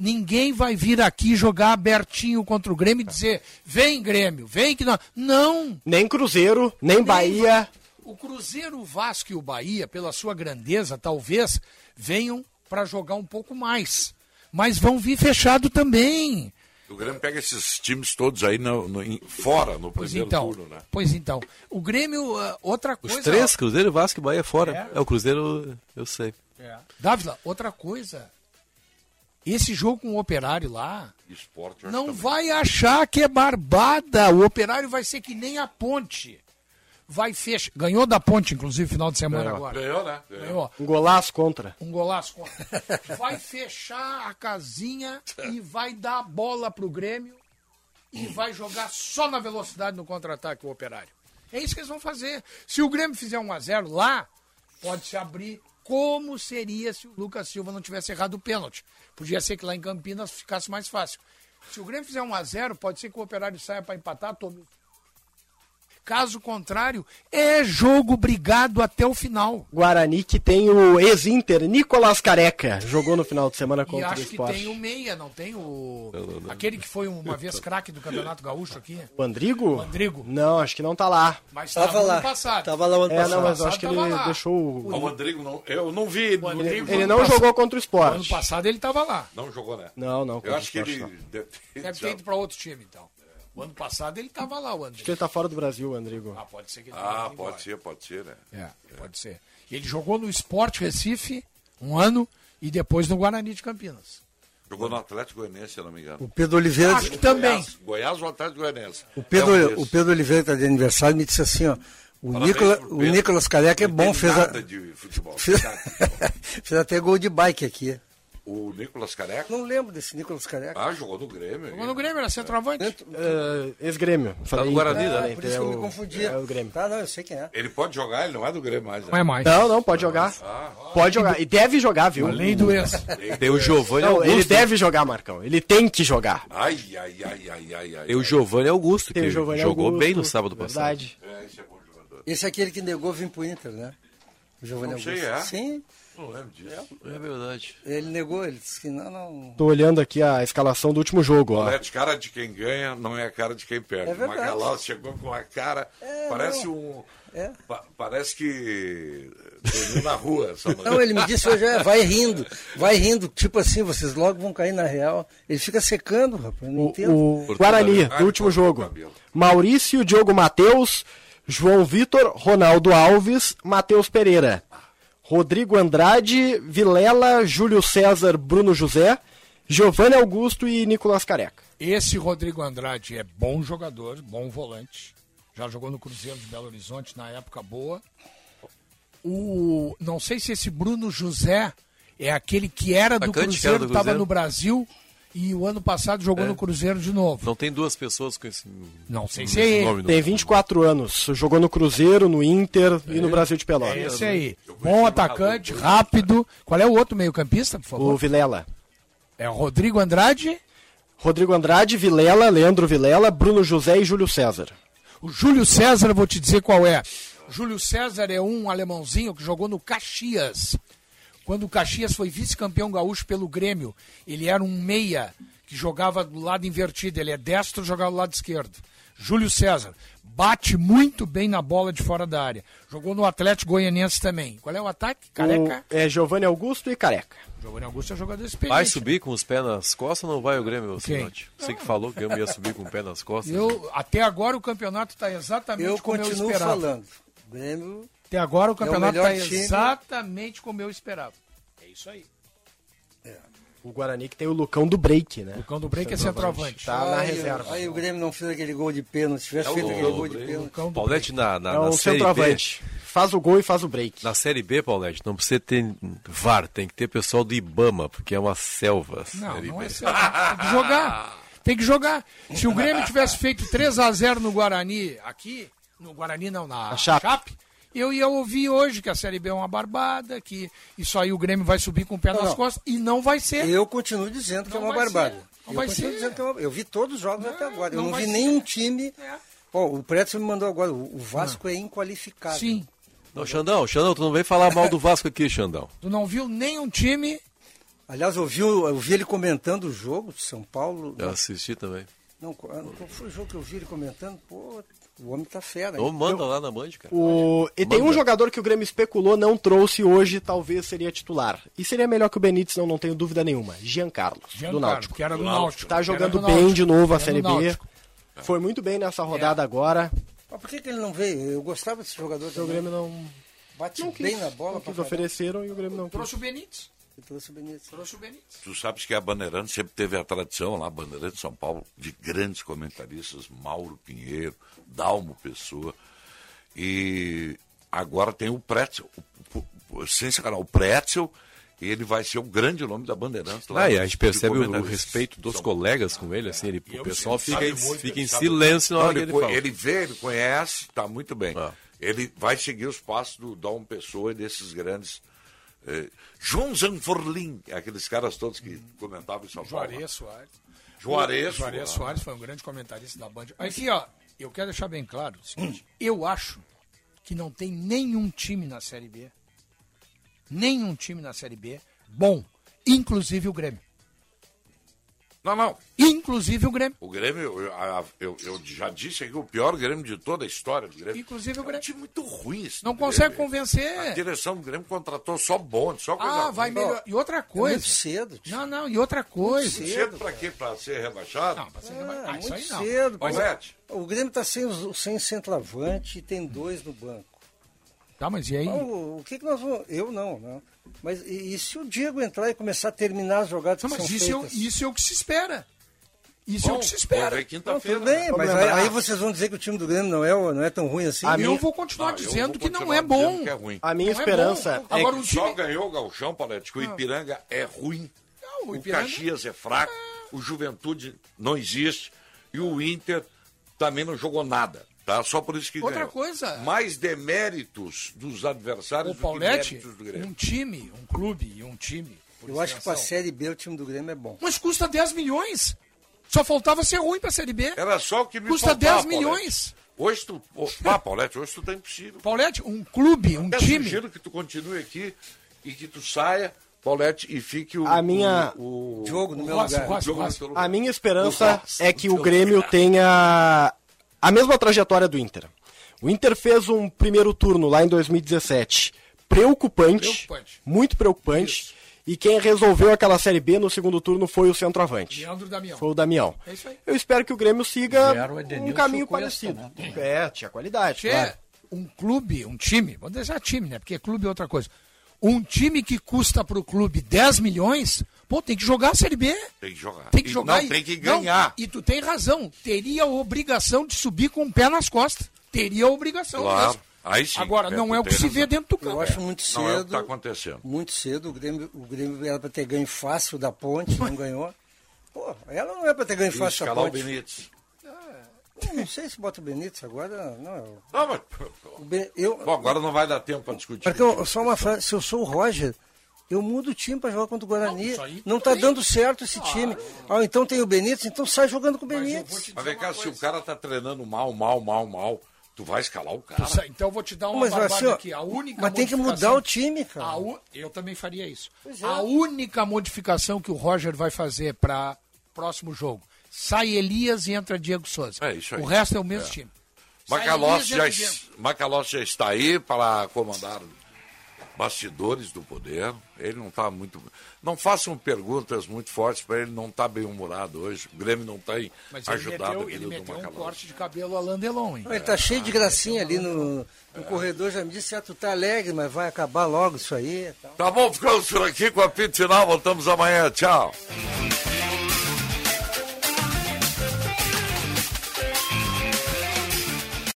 [SPEAKER 4] Ninguém vai vir aqui jogar abertinho contra o Grêmio e dizer: "Vem Grêmio, vem que não". Não.
[SPEAKER 2] Nem Cruzeiro, nem, Bahia.
[SPEAKER 4] O Cruzeiro, o Vasco e o Bahia, pela sua grandeza, talvez venham para jogar um pouco mais. Mas vão vir fechado também.
[SPEAKER 1] O Grêmio pega esses times todos aí no, no- em- fora no
[SPEAKER 4] Pois
[SPEAKER 1] primeiro
[SPEAKER 4] então,
[SPEAKER 1] turno, né?
[SPEAKER 4] pois então. O Grêmio, ah, outra coisa.
[SPEAKER 6] Os três, Cruzeiro, Vasco e Bahia fora. É, o Cruzeiro, eu sei.
[SPEAKER 4] Dávila, outra coisa. Esse jogo com o Operário lá,
[SPEAKER 1] Esporte, eu acho
[SPEAKER 4] não
[SPEAKER 1] também.
[SPEAKER 4] vai achar que é barbada. O Operário vai ser que nem a Ponte. Vai fechar. Ganhou da Ponte, inclusive, final de semana
[SPEAKER 2] Ganhou.
[SPEAKER 4] agora.
[SPEAKER 1] Ganhou, né?
[SPEAKER 4] Ganhou.
[SPEAKER 2] É. Um golaço contra.
[SPEAKER 4] Um golaço. contra. Vai fechar a casinha e vai dar a bola pro Grêmio e vai jogar só na velocidade no contra-ataque o Operário. É isso que eles vão fazer. Se o Grêmio fizer 1 a 0 lá, pode se abrir como seria se o Lucas Silva não tivesse errado o pênalti. Podia ser que lá em Campinas ficasse mais fácil. Se o Grêmio fizer 1 a 0, pode ser que o Operário saia para empatar, tome o Caso contrário, é jogo brigado até o final.
[SPEAKER 2] Guarani que tem o ex-Inter, Nicolas Careca, jogou no final de semana
[SPEAKER 4] E
[SPEAKER 2] contra o
[SPEAKER 4] acho que
[SPEAKER 2] Sport.
[SPEAKER 4] tem um o meia, não tem o. Aquele que foi uma vez craque do Campeonato Gaúcho aqui.
[SPEAKER 2] O Andrigo?
[SPEAKER 4] Andrigo.
[SPEAKER 2] Não, acho que não tá lá.
[SPEAKER 4] Mas tava, lá. ano passado.
[SPEAKER 3] Tava lá o ano
[SPEAKER 2] É, não, mas eu
[SPEAKER 4] Passado
[SPEAKER 2] acho que ele
[SPEAKER 4] tava lá.
[SPEAKER 2] deixou o...
[SPEAKER 1] O Rodrigo não. Eu não vi.
[SPEAKER 2] Ele,
[SPEAKER 4] Rodrigo
[SPEAKER 2] ele
[SPEAKER 4] ano
[SPEAKER 2] não
[SPEAKER 4] passado-
[SPEAKER 2] jogou contra o Sport.
[SPEAKER 4] Ano passado ele tava lá.
[SPEAKER 1] Não jogou, né?
[SPEAKER 2] Não, não.
[SPEAKER 1] Eu
[SPEAKER 2] contra
[SPEAKER 1] acho que
[SPEAKER 2] o Sport,
[SPEAKER 1] ele.
[SPEAKER 2] não.
[SPEAKER 1] deve ter-
[SPEAKER 4] Deve ter ido pra outro time, então. O ano passado ele tava lá, o
[SPEAKER 2] Acho
[SPEAKER 4] André.
[SPEAKER 2] que ele tá fora do Brasil, Andrigo.
[SPEAKER 4] Ah, pode ser que ele
[SPEAKER 1] Ah, pode ser, pode ser, né?
[SPEAKER 4] É, pode ser. Ele jogou no Sport Recife um ano e depois no Guarani de Campinas.
[SPEAKER 1] Jogou no Atlético Goianiense, se eu não me engano.
[SPEAKER 3] O Pedro Oliveira-
[SPEAKER 1] Acho que
[SPEAKER 4] também.
[SPEAKER 1] Goiás, Goiás ou Atlético Goianiense.
[SPEAKER 3] O
[SPEAKER 1] É um
[SPEAKER 3] Pedro,
[SPEAKER 1] desses.
[SPEAKER 3] o Pedro Oliveira tá de aniversário me disse assim, ó. O,
[SPEAKER 1] Parabéns
[SPEAKER 3] Nicola,
[SPEAKER 1] pro
[SPEAKER 3] o
[SPEAKER 1] Pedro.
[SPEAKER 3] Nicolas Careca é
[SPEAKER 1] Não
[SPEAKER 3] bom,
[SPEAKER 1] tem
[SPEAKER 3] fez,
[SPEAKER 1] nada
[SPEAKER 3] a-
[SPEAKER 1] de futebol.
[SPEAKER 3] fez,
[SPEAKER 1] Nada.
[SPEAKER 3] fez até gol de bike aqui.
[SPEAKER 1] O Nicolas Careca.
[SPEAKER 3] Não lembro desse Nicolas Careca.
[SPEAKER 1] Ah, jogou no Grêmio.
[SPEAKER 4] Jogou no Grêmio, era centroavante.
[SPEAKER 2] É, Ex-Grêmio. Falei,
[SPEAKER 1] Guarani,
[SPEAKER 3] ah,
[SPEAKER 2] Inter,
[SPEAKER 1] né?
[SPEAKER 2] é,
[SPEAKER 1] Por isso
[SPEAKER 2] é
[SPEAKER 1] que eu me
[SPEAKER 2] o-
[SPEAKER 3] confundi.
[SPEAKER 2] É o Grêmio.
[SPEAKER 3] Tá, não, eu sei quem é.
[SPEAKER 1] Ele pode jogar, ele não é do Grêmio mais. né?
[SPEAKER 2] Não, não, pode jogar. Pode jogar. E deve jogar, viu?
[SPEAKER 1] Além
[SPEAKER 4] do
[SPEAKER 1] ex.
[SPEAKER 6] Ah, Tem o Giovanni
[SPEAKER 2] Não, ele
[SPEAKER 6] Augusto.
[SPEAKER 2] deve jogar, Marcão. Ele tem que jogar.
[SPEAKER 1] Ai, ai, ai, ai, ai, ai.
[SPEAKER 6] Tem o Giovanni Augusto,
[SPEAKER 2] Tem o
[SPEAKER 6] que
[SPEAKER 2] Giovanni
[SPEAKER 6] jogou
[SPEAKER 2] Augusto,
[SPEAKER 6] bem no sábado passado.
[SPEAKER 2] verdade.
[SPEAKER 3] Esse é aquele que negou vir pro Inter, né? O Giovanni
[SPEAKER 1] Não sei,
[SPEAKER 3] Augusto.
[SPEAKER 1] é?
[SPEAKER 3] Sim,
[SPEAKER 1] Não lembro disso.
[SPEAKER 6] É verdade.
[SPEAKER 3] ele negou, ele disse que não, não.
[SPEAKER 2] Tô olhando aqui a escalação do último jogo, ó.
[SPEAKER 1] Colete, cara é de quem ganha não é a cara de quem perde.
[SPEAKER 3] É
[SPEAKER 1] O
[SPEAKER 3] verdade.
[SPEAKER 1] Magalhães chegou com a cara. parece
[SPEAKER 3] não.
[SPEAKER 1] um.
[SPEAKER 3] É.
[SPEAKER 1] pa- parece que. dormiu na rua.
[SPEAKER 6] Tá
[SPEAKER 1] essa
[SPEAKER 3] Não,
[SPEAKER 1] noite.
[SPEAKER 3] ele me disse hoje, é, vai rindo, vai rindo, tipo assim, vocês logo vão cair na real. Ele fica secando, rapaz, eu não entendo.
[SPEAKER 2] O Guarani, do último jogo. Maurício, Diogo Matheus, João Vitor, Ronaldo Alves, Matheus Pereira. Rodrigo Andrade, Vilela, Júlio César, Bruno José, Giovanni Augusto e Nicolas Careca.
[SPEAKER 4] Esse Rodrigo Andrade é bom jogador, bom volante. Já jogou no Cruzeiro de Belo Horizonte na época boa. O, não sei se esse Bruno José é aquele que era do
[SPEAKER 6] Atacante, que era
[SPEAKER 4] Cruzeiro,
[SPEAKER 6] do
[SPEAKER 4] estava
[SPEAKER 6] Cruzeiro.
[SPEAKER 4] no Brasil e o ano passado jogou
[SPEAKER 6] É.
[SPEAKER 4] no Cruzeiro de novo.
[SPEAKER 6] Não tem duas pessoas com esse. Hum.
[SPEAKER 4] Não sei se é
[SPEAKER 6] esse
[SPEAKER 4] ele.
[SPEAKER 6] nome. não.
[SPEAKER 2] Tem 24 anos, jogou no Cruzeiro, no Inter e no Brasil de Pelotas.
[SPEAKER 4] É esse aí. Bom atacante, rápido. Qual é o outro meio-campista, por favor?
[SPEAKER 2] O Vilela.
[SPEAKER 4] É o Rodrigo Andrade?
[SPEAKER 2] Rodrigo Andrade, Vilela, Leandro Vilela, Bruno José e Júlio César.
[SPEAKER 4] O Júlio César, vou te dizer qual é. Júlio César é um alemãozinho que jogou no Caxias. Quando o Caxias foi vice-campeão gaúcho pelo Grêmio, ele era um meia que jogava do lado invertido. Ele é destro, jogava do lado esquerdo. Júlio César bate muito bem na bola de fora da área. Jogou no Atlético Goianiense também. Qual é o ataque? Careca?
[SPEAKER 2] O- é Giovanni Augusto e Careca.
[SPEAKER 4] Giovanni Augusto é jogador
[SPEAKER 6] Vai
[SPEAKER 4] experiente.
[SPEAKER 6] subir com os pés nas costas ou não vai o Grêmio,
[SPEAKER 4] Quem?
[SPEAKER 6] Sinote? Você que falou que o Grêmio ia subir com o pé nas costas.
[SPEAKER 4] Eu, até agora o campeonato está exatamente
[SPEAKER 3] Eu
[SPEAKER 4] como eu
[SPEAKER 3] continuo
[SPEAKER 4] esperava.
[SPEAKER 3] falando. Grêmio
[SPEAKER 4] Até agora o
[SPEAKER 3] é
[SPEAKER 4] campeonato tá
[SPEAKER 3] melhor
[SPEAKER 4] está
[SPEAKER 3] time.
[SPEAKER 4] exatamente como eu esperava. É isso aí.
[SPEAKER 2] O Guarani que tem o Lucão do Break, né?
[SPEAKER 4] Lucão do Break é centroavante.
[SPEAKER 2] Tá na
[SPEAKER 3] Aí,
[SPEAKER 2] reserva.
[SPEAKER 3] Aí o Grêmio não fez aquele gol de pênalti. Se tivesse
[SPEAKER 6] É o
[SPEAKER 3] feito aquele
[SPEAKER 6] gol do
[SPEAKER 3] gol de
[SPEAKER 6] Grêmio.
[SPEAKER 3] pênalti.
[SPEAKER 6] Paulete na, na,
[SPEAKER 2] É
[SPEAKER 6] na
[SPEAKER 2] um
[SPEAKER 6] série
[SPEAKER 2] centroavante. Faz o gol e faz o break.
[SPEAKER 6] B. Na série B, Paulete, não precisa ter VAR, tem que ter pessoal do Ibama, porque é uma selva. a
[SPEAKER 4] Não,
[SPEAKER 6] série
[SPEAKER 4] não
[SPEAKER 6] B.
[SPEAKER 4] é certo. Tem que jogar. Tem que jogar. Se o Grêmio tivesse feito 3 a 0 no Guarani, aqui, no Guarani não, na
[SPEAKER 2] A Chape.
[SPEAKER 4] Chape, eu ia ouvir hoje que a Série B é uma barbada, que isso aí o Grêmio vai subir com o pé
[SPEAKER 3] Não,
[SPEAKER 4] nas
[SPEAKER 3] não.
[SPEAKER 4] costas e não vai ser.
[SPEAKER 3] Eu continuo dizendo que é
[SPEAKER 4] Não
[SPEAKER 3] uma
[SPEAKER 4] vai
[SPEAKER 3] barbada.
[SPEAKER 4] ser. Não
[SPEAKER 3] Eu
[SPEAKER 4] vai
[SPEAKER 3] continuo
[SPEAKER 4] ser.
[SPEAKER 3] dizendo que é uma- Eu vi todos os jogos até agora. Eu
[SPEAKER 4] não
[SPEAKER 3] não,
[SPEAKER 4] vai
[SPEAKER 3] vi
[SPEAKER 4] ser. É.
[SPEAKER 3] nenhum time. Ó, o Pretzel me mandou agora. O o Vasco é inqualificável.
[SPEAKER 4] Sim.
[SPEAKER 6] Não, Xandão, Xandão, tu não vem falar mal do Vasco aqui, Xandão.
[SPEAKER 4] Tu não viu nenhum time.
[SPEAKER 3] Aliás, eu vi, o- eu vi ele comentando o jogo de São Paulo.
[SPEAKER 6] Eu assisti também.
[SPEAKER 3] Não, qual qual foi o jogo que eu vi ele comentando? Pô, o homem tá fera.
[SPEAKER 6] Ou
[SPEAKER 3] hein?
[SPEAKER 6] manda lá na Band, cara.
[SPEAKER 2] O... E tem um
[SPEAKER 6] Manda.
[SPEAKER 2] jogador que o Grêmio especulou, não trouxe hoje, talvez seria titular. E seria melhor que o Benítez, não, não tenho dúvida nenhuma. Jean Carlos, do
[SPEAKER 4] Giancarlo,
[SPEAKER 2] Náutico.
[SPEAKER 4] que era do Náutico.
[SPEAKER 2] Tá
[SPEAKER 4] Era
[SPEAKER 2] jogando
[SPEAKER 4] do
[SPEAKER 2] bem
[SPEAKER 4] Náutico.
[SPEAKER 2] de novo a
[SPEAKER 4] Era do
[SPEAKER 2] Série B.
[SPEAKER 4] Náutico. É.
[SPEAKER 2] Foi muito bem nessa rodada agora.
[SPEAKER 3] Mas por que, que ele não veio? Eu gostava desse jogador.
[SPEAKER 2] O Grêmio não,
[SPEAKER 3] Bate
[SPEAKER 2] não
[SPEAKER 3] bem
[SPEAKER 2] quis.
[SPEAKER 3] na bola.
[SPEAKER 2] não
[SPEAKER 3] pra
[SPEAKER 2] quis,
[SPEAKER 3] caramba.
[SPEAKER 2] ofereceram e o Grêmio não
[SPEAKER 4] Trouxe
[SPEAKER 2] quis.
[SPEAKER 4] o Benítez.
[SPEAKER 3] Trouxe o Benítez.
[SPEAKER 4] Trouxe o Benítez.
[SPEAKER 1] Tu sabes que a Bandeirante sempre teve a tradição lá, Bandeirante de São Paulo, de grandes comentaristas, Mauro Pinheiro, Dalmo Pessoa. E agora tem o Pretzel. O, o, o, sem sacanagem, o Pretzel, ele vai ser o grande nome da Bandeirante lá.
[SPEAKER 6] Ah, e a gente
[SPEAKER 1] de
[SPEAKER 6] percebe o, o
[SPEAKER 1] comentaristas. É,
[SPEAKER 6] respeito dos colegas com ele, assim, ele, o pessoal
[SPEAKER 1] Ele
[SPEAKER 6] fica,
[SPEAKER 1] sabe
[SPEAKER 6] em-
[SPEAKER 1] muito,
[SPEAKER 6] fica
[SPEAKER 1] ele
[SPEAKER 6] em
[SPEAKER 1] sabe
[SPEAKER 6] silêncio
[SPEAKER 1] muito.
[SPEAKER 6] na
[SPEAKER 1] Não,
[SPEAKER 6] hora que ele
[SPEAKER 1] co-
[SPEAKER 6] fala. Ah.
[SPEAKER 1] Ele vê, ele conhece, tá muito bem. Ele vai seguir os passos do Dom Pessoa e desses grandes. eh, João Zanforlin, é aqueles caras todos que comentavam em São Paulo. né?
[SPEAKER 4] Juarez Soares.
[SPEAKER 1] Juarez,
[SPEAKER 4] Juarez
[SPEAKER 1] Soares.
[SPEAKER 4] Soares foi um grande comentarista da Band. Aqui, ó, eu quero deixar bem claro o seguinte:
[SPEAKER 3] Hum.
[SPEAKER 4] eu acho que não tem nenhum time na Série B, nenhum time na Série B bom, inclusive o Grêmio.
[SPEAKER 1] Não, não.
[SPEAKER 4] Inclusive o Grêmio.
[SPEAKER 1] O Grêmio, eu, a- eu- eu já disse aqui, o pior Grêmio de toda a história do Grêmio.
[SPEAKER 4] Inclusive o Grêmio.
[SPEAKER 1] É um muito ruim esse
[SPEAKER 4] Não
[SPEAKER 1] Grêmio.
[SPEAKER 4] consegue convencer.
[SPEAKER 1] A direção do Grêmio contratou só bonde, só coisa
[SPEAKER 4] Ah,
[SPEAKER 1] ruim.
[SPEAKER 4] vai melhor. E
[SPEAKER 1] é
[SPEAKER 4] outra coisa. cedo. Não, não, e outra coisa.
[SPEAKER 1] Cedo, pra quê? Pra ser rebaixado? Não, pra
[SPEAKER 4] ser
[SPEAKER 3] Ah,
[SPEAKER 4] Ah, isso
[SPEAKER 3] muito
[SPEAKER 4] aí não.
[SPEAKER 3] cedo.
[SPEAKER 1] Mas
[SPEAKER 3] pô.
[SPEAKER 1] é.
[SPEAKER 3] O Grêmio tá sem, os- sem centroavante e tem dois no banco.
[SPEAKER 4] Tá, mas e aí?
[SPEAKER 3] Então, o- o que, que nós vamos... Eu não, não. Mas e, e se o Diego entrar e começar a terminar as jogadas
[SPEAKER 4] Não,
[SPEAKER 3] que
[SPEAKER 4] mas
[SPEAKER 3] são
[SPEAKER 4] isso é, o-
[SPEAKER 3] feitas?
[SPEAKER 4] isso é o que se espera. Isso é o
[SPEAKER 3] Bom,
[SPEAKER 4] que se espera.
[SPEAKER 1] vai ver quinta-feira,
[SPEAKER 3] Tudo bem, mas
[SPEAKER 1] né? Vamos
[SPEAKER 3] aí,
[SPEAKER 1] lembrar.
[SPEAKER 4] ah.
[SPEAKER 3] aí vocês vão dizer que o time do Grêmio não é, não é tão ruim assim.
[SPEAKER 2] A minha-
[SPEAKER 1] Não, Ah, eu vou continuar dizendo que é ruim.
[SPEAKER 2] A minha
[SPEAKER 3] Não é
[SPEAKER 2] esperança
[SPEAKER 3] bom.
[SPEAKER 2] é
[SPEAKER 3] Agora
[SPEAKER 2] que-
[SPEAKER 1] O Só ganhou o Galchão, Palético. O Ipiranga é ruim.
[SPEAKER 4] o
[SPEAKER 1] o
[SPEAKER 4] Ipiranga-
[SPEAKER 1] Caxias é fraco. O Juventude não existe. E o Inter também não jogou nada. Tá? Só por isso que
[SPEAKER 4] Outra
[SPEAKER 1] ganhou.
[SPEAKER 4] coisa.
[SPEAKER 1] Mais deméritos dos adversários
[SPEAKER 4] O
[SPEAKER 1] do
[SPEAKER 4] Paulete,
[SPEAKER 1] que méritos do Grêmio.
[SPEAKER 4] um time, um clube e um time. por
[SPEAKER 3] Eu acho que pra
[SPEAKER 4] extensão,
[SPEAKER 3] Série B o time do Grêmio é bom.
[SPEAKER 4] Mas custa 10 milhões. Só faltava ser ruim pra Série B.
[SPEAKER 1] Era só o que me
[SPEAKER 4] Custa
[SPEAKER 1] faltava,
[SPEAKER 4] 10 milhões.
[SPEAKER 1] Paulete. Hoje tu... Ô, pá, Paulete, hoje tu tá impossível.
[SPEAKER 4] Paulete, um clube, um
[SPEAKER 1] Eu
[SPEAKER 4] time.
[SPEAKER 1] sugiro que tu continue aqui e que tu saia, Paulete, e fique o...
[SPEAKER 2] A minha-
[SPEAKER 1] O, o...
[SPEAKER 3] Diogo no
[SPEAKER 1] o
[SPEAKER 3] meu
[SPEAKER 1] Rossi,
[SPEAKER 3] lugar.
[SPEAKER 1] o Rossi,
[SPEAKER 3] Diogo
[SPEAKER 1] o
[SPEAKER 3] no
[SPEAKER 1] Rossi.
[SPEAKER 2] A minha esperança é que o Grêmio tenha a mesma trajetória do Inter. O Inter fez um primeiro turno lá em 2017 preocupante,
[SPEAKER 4] Preocupante.
[SPEAKER 2] muito preocupante, E quem resolveu aquela Série B no segundo turno foi o centroavante.
[SPEAKER 4] Leandro Damião.
[SPEAKER 2] Foi o Damião.
[SPEAKER 4] É isso aí.
[SPEAKER 2] Eu espero que o Grêmio siga
[SPEAKER 4] Vieram o Edenilson
[SPEAKER 2] um caminho
[SPEAKER 4] e o Cuesta,
[SPEAKER 2] parecido. É, tinha qualidade,
[SPEAKER 4] Tchê,
[SPEAKER 2] claro.
[SPEAKER 4] um clube, um time, vou deixar time, né? Porque clube é outra coisa. Um time que custa pro clube 10 milhões, pô, tem que jogar a Série B.
[SPEAKER 1] Tem que jogar.
[SPEAKER 4] Tem que
[SPEAKER 1] Ah, E
[SPEAKER 4] jogar.
[SPEAKER 1] Não,
[SPEAKER 4] e-
[SPEAKER 1] tem que
[SPEAKER 4] não,
[SPEAKER 1] ganhar.
[SPEAKER 4] e tu tem razão. Teria a obrigação de subir com o pé nas costas. Teria a obrigação.
[SPEAKER 1] Claro.
[SPEAKER 4] mesmo.
[SPEAKER 1] Aí sim.
[SPEAKER 4] Agora, não é o que se vê dentro do campo.
[SPEAKER 3] Eu acho muito cedo.
[SPEAKER 1] Não é o que está acontecendo.
[SPEAKER 3] Muito cedo. O Grêmio, o Grêmio era para ter ganho fácil da ponte, não ganhou. Pô, ela não é para ter ganho
[SPEAKER 1] E
[SPEAKER 3] fácil da
[SPEAKER 1] escalar o
[SPEAKER 3] ponte.
[SPEAKER 1] Benítez.
[SPEAKER 3] Não, Não sei se bota o Benítez agora. Não, é eu-
[SPEAKER 1] Não, mas...
[SPEAKER 3] O Ben- eu,
[SPEAKER 1] Bom, agora não vai dar tempo para discutir.
[SPEAKER 3] Porque eu- só uma frase, se eu sou o Roger, eu mudo o time para jogar contra o Guarani. Não tá dando certo esse time. Ah, então tem o Benítez, então sai jogando com o Benítez.
[SPEAKER 1] Mas vem cá, se o cara tá treinando mal, mal, mal, mal, tu vai escalar o cara.
[SPEAKER 4] Tu sa- Então eu vou te dar uma
[SPEAKER 3] Mas,
[SPEAKER 4] barbada
[SPEAKER 3] assim, ó,
[SPEAKER 4] aqui. A única
[SPEAKER 3] mas tem que
[SPEAKER 4] modificação-
[SPEAKER 3] mudar o time, cara.
[SPEAKER 4] A u- Eu também faria isso.
[SPEAKER 3] Pois é.
[SPEAKER 4] A única modificação que o Roger vai fazer para próximo jogo. Sai Elias e entra Diego Souza.
[SPEAKER 1] É isso aí.
[SPEAKER 4] O resto é o mesmo
[SPEAKER 1] É.
[SPEAKER 4] time.
[SPEAKER 1] Macalossi
[SPEAKER 4] Sai
[SPEAKER 1] já,
[SPEAKER 4] Elias e entra Diego.
[SPEAKER 1] Macalossi já está aí para comandar bastidores do poder. Ele não está muito. Não façam perguntas muito fortes para ele não estar bem-humorado hoje. O Grêmio não tem
[SPEAKER 4] Mas ele
[SPEAKER 1] ajudado
[SPEAKER 4] meteu, ele
[SPEAKER 1] a vida do
[SPEAKER 4] meteu um
[SPEAKER 1] Macalossi.
[SPEAKER 4] corte de cabelo a Landelon, hein?
[SPEAKER 3] Ele tá cheio de gracinha ali no, no corredor, já me disse, ah, tu tá alegre, mas vai acabar logo isso aí.
[SPEAKER 1] Tá bom, ficamos por aqui com a pit final. Voltamos amanhã. Tchau.